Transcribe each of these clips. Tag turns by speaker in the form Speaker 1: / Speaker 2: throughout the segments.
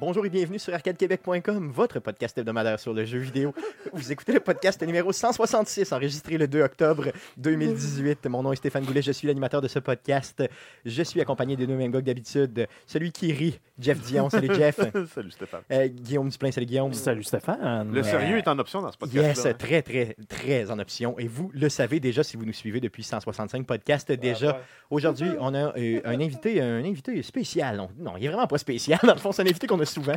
Speaker 1: Bonjour et bienvenue sur arcadequebec.com, votre podcast hebdomadaire sur le jeu vidéo. Vous écoutez le podcast numéro 166, enregistré le 2 octobre 2018. Mon nom est Stéphane Goulet, je suis l'animateur de ce podcast. Je suis accompagné des deux mêmes gars que d'habitude. Celui qui rit, Jeff Dion. Salut Jeff.
Speaker 2: Salut Stéphane.
Speaker 1: Euh, Guillaume Duplain, salut Guillaume.
Speaker 3: Salut Stéphane.
Speaker 2: Le sérieux est en option dans ce hein. podcast.
Speaker 1: Yes, très, très, très en option. Et vous le savez déjà si vous nous suivez depuis 165 podcasts
Speaker 2: Ah,
Speaker 1: déjà. Aujourd'hui, on a euh, un invité, un invité spécial. On- non, il est vraiment pas spécial. Dans le fond, c'est un invité qu'on a souvent.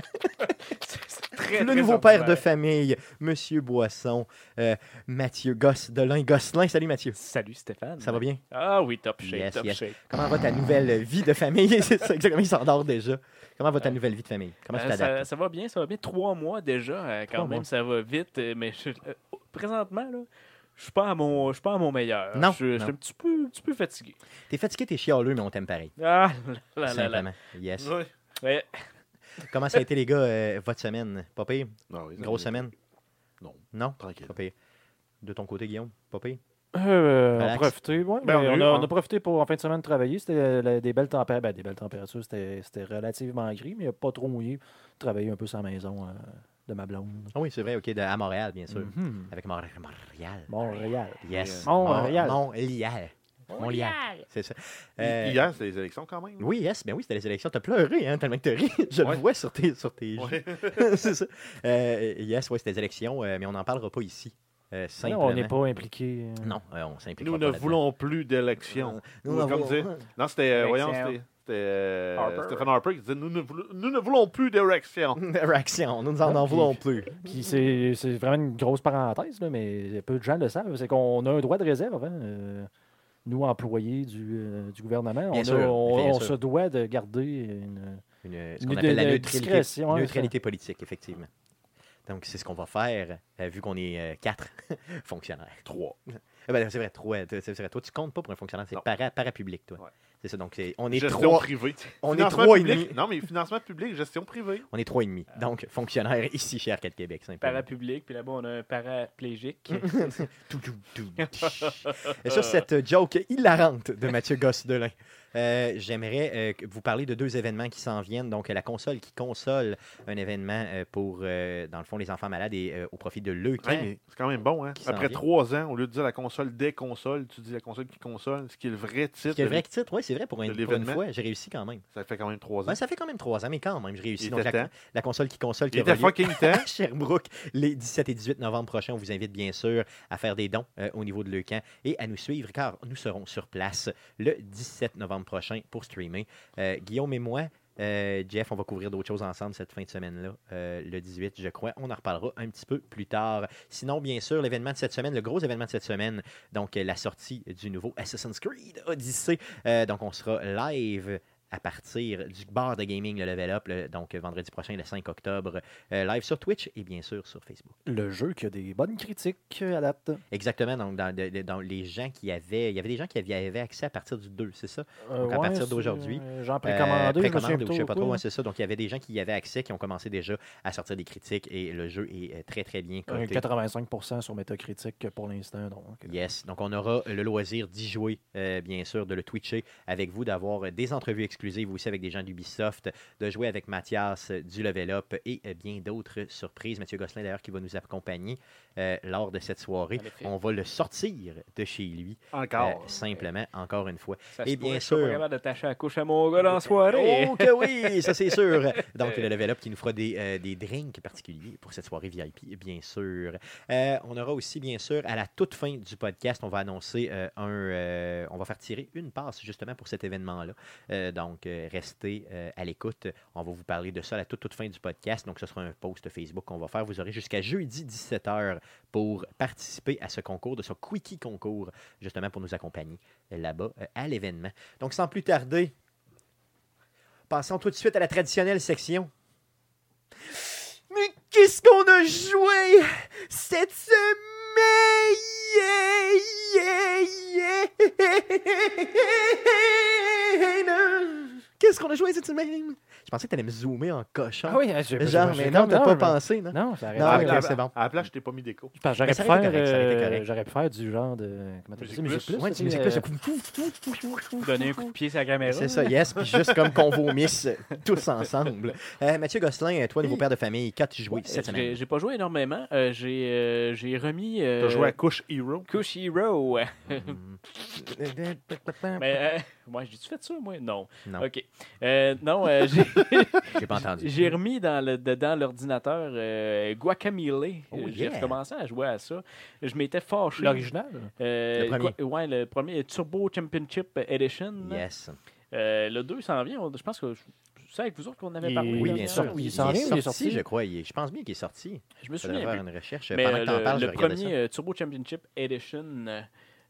Speaker 1: le nouveau père de famille, Monsieur Boisson, euh, Mathieu Gosselin. Gosselin, salut Mathieu.
Speaker 3: Salut Stéphane.
Speaker 1: Ça va bien?
Speaker 3: Ah oui, top shape,
Speaker 1: Yes,
Speaker 3: top
Speaker 1: yes.
Speaker 3: shape.
Speaker 1: Comment va ta nouvelle vie de famille? c'est ça, exactement, il s'endort déjà. Comment va ta nouvelle vie de famille? Comment tu
Speaker 3: Euh,
Speaker 1: t'adaptes?
Speaker 3: ça, ça va bien, ça va bien. Trois mois déjà, euh, quand
Speaker 1: Trois
Speaker 3: même,
Speaker 1: mois.
Speaker 3: ça va vite. euh, Mais je- euh, présentement, là, je suis pas à mon, je suis pas à mon meilleur.
Speaker 1: Non,
Speaker 3: Je je suis
Speaker 1: non.
Speaker 3: un petit peu, un petit peu fatigué.
Speaker 1: T'es fatigué, t'es chialeux, mais on t'aime pareil.
Speaker 3: Ah là là là là.
Speaker 1: Simplement. Yes.
Speaker 3: Ouais. Ouais.
Speaker 1: Comment ça a été, les gars, euh, votre semaine? Pas pire?
Speaker 2: Non, Ah oui,
Speaker 1: Grosse
Speaker 2: ça va.
Speaker 1: semaine?
Speaker 2: Non.
Speaker 1: Non?
Speaker 2: Tranquille.
Speaker 1: Pas pire. De ton côté, Guillaume? Pas pire?
Speaker 4: Euh, on
Speaker 1: Relax.
Speaker 4: a profité, ouais,
Speaker 2: Ben,
Speaker 4: mais
Speaker 2: on a
Speaker 4: on,
Speaker 2: eu,
Speaker 4: a,
Speaker 2: hein.
Speaker 4: on a profité pour en fin de semaine de travailler. C'était euh, la- des belles températures. des belles températures, c'était c'était relativement gris, mais il a pas trop mouillé. Travailler un peu sur la maison euh, de ma blonde.
Speaker 1: Ah oui, c'est vrai, OK, de- à Montréal, bien sûr.
Speaker 3: Mm-hmm.
Speaker 4: Mhm.
Speaker 1: Avec Mor- Montréal.
Speaker 4: Montréal.
Speaker 1: Yes.
Speaker 4: Montréal.
Speaker 1: Mon- Montréal. Montréal. C'est ça. Euh,
Speaker 2: Hier, c'est les élections quand même.
Speaker 1: Oui, yes, ben oui, c'était les élections. T'as pleuré, hein, tellement que t'as ri. Je
Speaker 2: Ouais.
Speaker 1: le vois sur tes, sur tes
Speaker 2: Ouais.
Speaker 1: jeux. c'est ça. Euh, yes, ouais, c'était les élections, euh, mais on n'en parlera pas ici. Euh,
Speaker 4: Non,
Speaker 1: simplement.
Speaker 4: on n'est pas impliqué. euh.
Speaker 1: Non, euh, on s'implique
Speaker 2: Nous ne voulons plus d'élections.
Speaker 1: Euh,
Speaker 2: Nous, comme dire. Non, c'était. euh, voyons,
Speaker 3: Élections.
Speaker 2: c'était. c'était, euh,
Speaker 3: Harper.
Speaker 2: Stephen Harper qui disait Nous ne, voulons- nous ne voulons plus d'élections.
Speaker 1: Réaction, nous n'en en
Speaker 4: Ok.
Speaker 1: voulons plus.
Speaker 4: Puis c'est c'est vraiment une grosse parenthèse, là, mais peu de gens le savent. C'est qu'on a un droit de réserve. hein, euh, nous, employés du, euh, du gouvernement, on,
Speaker 1: Bien
Speaker 4: a-
Speaker 1: sûr,
Speaker 4: on-
Speaker 1: bien
Speaker 4: on
Speaker 1: sûr.
Speaker 4: se doit de garder une.
Speaker 1: Une- ce
Speaker 4: Une
Speaker 1: qu'on
Speaker 4: de-
Speaker 1: appelle la
Speaker 4: de
Speaker 1: neutralité,
Speaker 4: discrétion, hein,
Speaker 1: neutralité politique, effectivement. Donc, c'est ce qu'on va faire, euh, vu qu'on est euh, quatre fonctionnaires.
Speaker 2: Trois.
Speaker 1: Eh ben, c'est vrai, trois. c'est- C'est vrai, toi, tu comptes pas pour un fonctionnaire, c'est
Speaker 2: Non.
Speaker 1: para, parapublic, toi.
Speaker 2: Ouais.
Speaker 1: C'est ça, donc c'est- on est
Speaker 2: Gestion
Speaker 1: trois.
Speaker 2: privée.
Speaker 1: on est
Speaker 2: Financement
Speaker 1: trois et
Speaker 2: public.
Speaker 1: demi.
Speaker 2: Non, mais financement public, gestion privée.
Speaker 1: On est trois et demi. Donc, fonctionnaire ici chez Arcade Québec, simplement.
Speaker 3: Parapublic, puis là-bas on a un paraplégique.
Speaker 1: Tout, tout, tout. Et sur cette euh, joke hilarante de Mathieu Gosselin, euh, j'aimerais euh, que vous parler de deux événements qui s'en viennent. Donc, la console qui console un événement euh, pour, euh, dans le fond, les enfants malades et euh, au profit de l'EUCAN.
Speaker 2: Hey, mais c'est quand même bon, hein?
Speaker 1: Qui s'en
Speaker 2: Après
Speaker 1: vient.
Speaker 2: trois ans, au lieu de dire la console des consoles, tu dis la console qui console, ce qui est le vrai titre.
Speaker 1: C'est le vrai titre, oui, c'est vrai, pour, un-
Speaker 2: de
Speaker 1: pour une
Speaker 2: l'événement.
Speaker 1: fois, j'ai réussi quand même.
Speaker 2: Ça fait quand même trois ans.
Speaker 1: Ben, ça fait quand même trois ans, mais quand même, j'ai réussi.
Speaker 2: Il
Speaker 1: Donc,
Speaker 2: était
Speaker 1: la,
Speaker 2: temps.
Speaker 1: la console qui console qui
Speaker 2: Il était
Speaker 1: aura lieu
Speaker 2: fucking temps.
Speaker 1: à Sherbrooke les 17 et 18 novembre prochains. On vous invite bien sûr à faire des dons euh, au niveau de Leucan et à nous suivre car nous serons sur place le 17 novembre prochain pour streamer. Euh, Guillaume et moi, euh, Jeff, on va couvrir d'autres choses ensemble cette fin de semaine-là, euh, le 18, je crois. On en reparlera un petit peu plus tard. Sinon, bien sûr, l'événement de cette semaine, le gros événement de cette semaine, donc euh, la sortie du nouveau Assassin's Creed Odyssey. Euh, donc, on sera live à partir du bar de gaming, le Level Up, le- donc euh, vendredi prochain, le 5 octobre, euh, live sur Twitch et bien sûr sur Facebook.
Speaker 4: Le jeu qui a des bonnes critiques euh, à date.
Speaker 1: Exactement, donc dans, de- de- dans les gens qui avaient, il y avait des gens qui avaient, avaient accès à partir du 2, c'est ça?
Speaker 4: Euh,
Speaker 1: Donc, à partir
Speaker 4: c'est-
Speaker 1: d'aujourd'hui,
Speaker 4: euh, J'en
Speaker 1: Euh,
Speaker 4: précommandé.
Speaker 1: précommande ou je sais
Speaker 4: sais
Speaker 1: pas trop, hein, c'est ça. Donc il y avait des gens qui y avaient accès, qui ont commencé déjà à sortir des critiques et le jeu est euh, très très bien
Speaker 4: Un
Speaker 1: coté.
Speaker 4: 85 sur Metacritic pour l'instant. Donc, euh.
Speaker 1: Yes, donc on aura le loisir d'y jouer, euh, bien sûr, de le twitcher avec vous, d'avoir euh, des entrevues exclusives aussi avec des gens d'Ubisoft, de jouer avec Mathias euh, du Level Up et euh, bien d'autres surprises. Mathieu Gosselin d'ailleurs qui va nous accompagner euh, lors de cette soirée.
Speaker 3: En effet.
Speaker 1: On va le sortir de chez lui,
Speaker 2: Encore.
Speaker 1: euh, simplement, encore une fois.
Speaker 3: Ça
Speaker 1: Et
Speaker 3: se
Speaker 1: bien
Speaker 3: pourrait, je suis
Speaker 1: sûr.
Speaker 3: pas capable d'attacher la couche à mon gars en soirée.
Speaker 1: Oh que oui, ça c'est sûr. Donc le Level Up qui nous fera des, euh, des drinks particuliers pour cette soirée VIP, bien sûr. Euh, on aura aussi, bien sûr, à la toute fin du podcast, on va annoncer euh, un... euh, on va faire tirer une passe justement pour cet événement-là. Euh, donc euh, restez euh, à l'écoute. On va vous parler de ça à la toute, toute fin du podcast. Donc ce sera un post Facebook qu'on va faire. Vous aurez jusqu'à jeudi 17h pour participer à ce concours, de ce quickie concours, justement pour nous accompagner euh, là-bas euh, à l'événement. Donc sans plus tarder, Passons tout de suite à la traditionnelle section. Mais qu'est-ce qu'on a joué cette semaine? Qu'est-ce qu'on a joué cette semaine? Je pensais que tu allais me zoomer en cochon.
Speaker 4: Ah oui, j'ai
Speaker 1: Mais genre,
Speaker 4: j'ai-
Speaker 1: mais
Speaker 4: j'ai
Speaker 1: non,
Speaker 4: comme-
Speaker 1: t'as pas
Speaker 4: je-
Speaker 1: pensé, non?
Speaker 4: Non, ça aurait
Speaker 1: Non,
Speaker 2: à,
Speaker 4: pu
Speaker 1: Ah, ok,
Speaker 2: la,
Speaker 4: être-
Speaker 1: c'est bon.
Speaker 2: à la place, je t'ai pas mis d'écho.
Speaker 4: Parce que J'aurais
Speaker 1: ça
Speaker 4: pu
Speaker 1: aurait été
Speaker 4: faire,
Speaker 1: correct, ça aurait été correct.
Speaker 4: euh, j'aurais pu faire du genre de. Comment t'appelles ça
Speaker 2: Musique
Speaker 4: Musique
Speaker 2: plus.
Speaker 4: plus.
Speaker 1: Ouais,
Speaker 4: tu
Speaker 1: du
Speaker 4: sais,
Speaker 1: musique
Speaker 4: euh,
Speaker 1: plus, c'est-
Speaker 3: Donner un coup de pied sur la caméra.
Speaker 1: C'est ça, yes, puis juste comme qu'on vomisse tous ensemble. Euh, Mathieu Gosselin, toi, nouveau père de famille, qu'as-tu joué
Speaker 3: Ouais,
Speaker 1: cette
Speaker 3: j'ai-
Speaker 1: semaine?
Speaker 3: J'ai pas joué énormément. Euh, j'ai euh, j'ai remis. euh,
Speaker 2: T'as joué à Couche Hero.
Speaker 3: Cush Hero.
Speaker 1: Mm.
Speaker 3: Mais, euh, ouais, j'ai-tu fait ça, moi? Non.
Speaker 1: Non.
Speaker 3: OK. Euh, non, euh, j'ai-
Speaker 1: J'ai pas entendu.
Speaker 3: j'ai remis dans le, dedans l'ordinateur euh, Guacamole.
Speaker 1: Oh,
Speaker 3: Euh, J'ai
Speaker 1: yeah.
Speaker 3: recommencé à jouer à ça. Je m'étais fâché.
Speaker 4: L'original
Speaker 3: Euh,
Speaker 1: Le premier.
Speaker 3: quoi- ouais, le premier Turbo Championship Edition.
Speaker 1: Yes.
Speaker 3: Euh, le 2 s'en vient. On- Je pense que je- c'est avec vous autres qu'on avait
Speaker 4: Il-
Speaker 3: parlé.
Speaker 1: Oui,
Speaker 3: là,
Speaker 1: bien
Speaker 4: il
Speaker 3: dernière.
Speaker 1: sûr.
Speaker 4: sort- il
Speaker 1: est
Speaker 4: s'en vient ou il est
Speaker 1: sorti,
Speaker 4: sorti?
Speaker 1: je crois. Il est- Je pense bien qu'il est sorti.
Speaker 3: Je me
Speaker 1: Il faudrait
Speaker 3: souviens
Speaker 1: faire
Speaker 3: plus.
Speaker 1: une recherche.
Speaker 3: Mais
Speaker 1: Pendant
Speaker 3: euh,
Speaker 1: que t'en
Speaker 3: le,
Speaker 1: parles, je
Speaker 3: le
Speaker 1: vais regarder
Speaker 3: premier
Speaker 1: ça.
Speaker 3: euh, Turbo Championship Edition, euh,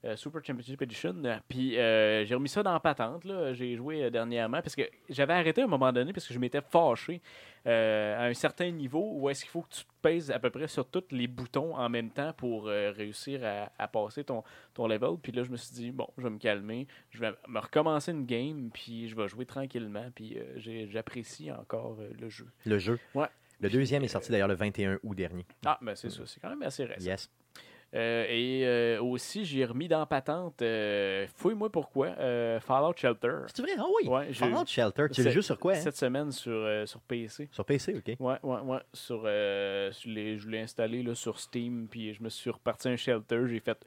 Speaker 3: euh, Super Championship Edition, euh, puis euh, j'ai remis ça dans la patente. là. J'ai joué euh, dernièrement parce que j'avais arrêté à un moment donné parce que je m'étais fâché euh, à un certain niveau où est-ce qu'il faut que tu pèses à peu près sur tous les boutons en même temps pour euh, réussir à, à passer ton, ton level. Puis là, je me suis dit, bon, je vais me calmer, je vais me recommencer une game, puis je vais jouer tranquillement, puis euh, j'ai- j'apprécie encore euh, le jeu.
Speaker 1: Le jeu.
Speaker 3: Ouais.
Speaker 1: Le deuxième est sorti d'ailleurs le 21 août dernier.
Speaker 3: Ah, ben
Speaker 1: Hmm.
Speaker 3: c'est ça, c'est quand même assez récent.
Speaker 1: Yes.
Speaker 3: Euh, et euh, aussi, j'ai remis dans patente, euh, fouille-moi pourquoi, euh, Fallout Shelter.
Speaker 1: C'est vrai? Ah oui.
Speaker 3: Ouais, j'ai-
Speaker 1: Fallout Shelter. Tu le
Speaker 3: C'est-
Speaker 1: joues sur quoi? hein?
Speaker 3: Cette semaine sur, euh, sur PC.
Speaker 1: Sur PC, OK.
Speaker 3: Ouais, ouais, ouais. Sur, euh, sur les, je l'ai installé là, sur Steam, puis je me suis reparti un Shelter. J'ai fait,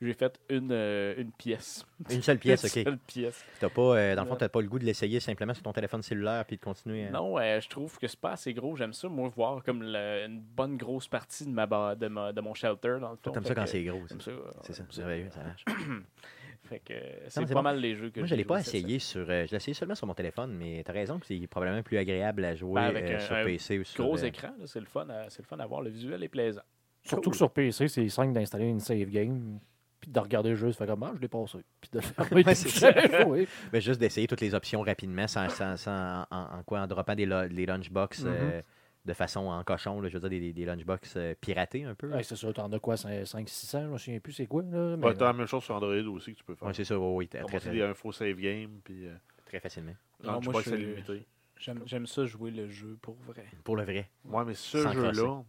Speaker 3: j'ai fait une, euh, une pièce.
Speaker 1: Une seule pièce,
Speaker 3: Une
Speaker 1: OK.
Speaker 3: seule pièce.
Speaker 1: T'as pas, euh, dans le fond, t'as pas le goût de l'essayer simplement sur ton téléphone cellulaire puis de continuer. à-
Speaker 3: Non, euh, je trouve que c'est pas assez gros. J'aime ça, moi, voir comme le- une bonne grosse partie de, ma, ba- de, ma- de mon Shelter. Dans
Speaker 1: Toi,
Speaker 3: le fond.
Speaker 1: t'aimes
Speaker 3: Fait
Speaker 1: ça quand
Speaker 3: que-
Speaker 1: c'est gros. ça.
Speaker 3: j'aime ça, euh,
Speaker 1: C'est ça.
Speaker 3: j'aime ça.
Speaker 1: merveilleux, ça marche.
Speaker 3: Fait que, euh, c'est
Speaker 1: mais c'est
Speaker 3: pas
Speaker 1: bon.
Speaker 3: mal les jeux que
Speaker 1: Moi, je
Speaker 3: j'ai
Speaker 1: l'ai pas
Speaker 3: joués cette
Speaker 1: essayé sur. euh, je l'ai essayé seulement sur mon téléphone, mais t'as raison que c'est probablement plus agréable à jouer
Speaker 3: Ben, avec
Speaker 1: euh,
Speaker 3: un-
Speaker 1: sur
Speaker 3: un
Speaker 1: PC ou sur.
Speaker 3: Gros
Speaker 1: euh,
Speaker 3: écran, là, c'est le fun, à, c'est le fun à voir. Le visuel est plaisant.
Speaker 4: Surtout que sur PC, c'est simple d'installer une save game, puis de regarder le jeu, ça fait comme, ah, je l'ai passé. Puis de le fermer.
Speaker 1: Ouais, c'est ça.
Speaker 4: Oui.
Speaker 1: ben, juste d'essayer toutes les options rapidement sans, sans- sans- en, en quoi en droppant des, lo- des lunchbox
Speaker 3: Mm-hmm.
Speaker 4: Mhm.
Speaker 1: euh, de façon en cochon, là, je veux dire des, des- des lunchbox euh, piratés un peu. là.
Speaker 4: Ouais, c'est ça, t'en as quoi, 500-600, je me souviens plus c'est quoi.
Speaker 1: Ben
Speaker 4: Là, mais-
Speaker 2: Ouais, Bah, T'as la même chose sur Android aussi que tu peux faire.
Speaker 1: Ouais, c'est ça, oui, oui, très,
Speaker 2: Comme
Speaker 1: très,
Speaker 2: on dit, un faux save game, puis euh,
Speaker 1: très facilement.
Speaker 3: Non,
Speaker 2: non, je
Speaker 3: moi,
Speaker 2: crois
Speaker 3: je
Speaker 2: que c'est
Speaker 3: suis-
Speaker 2: limité.
Speaker 3: J'aime, j'aime ça jouer le jeu pour vrai.
Speaker 1: Pour le vrai.
Speaker 2: Ouais, mais ce
Speaker 1: Sans
Speaker 2: jeu-là,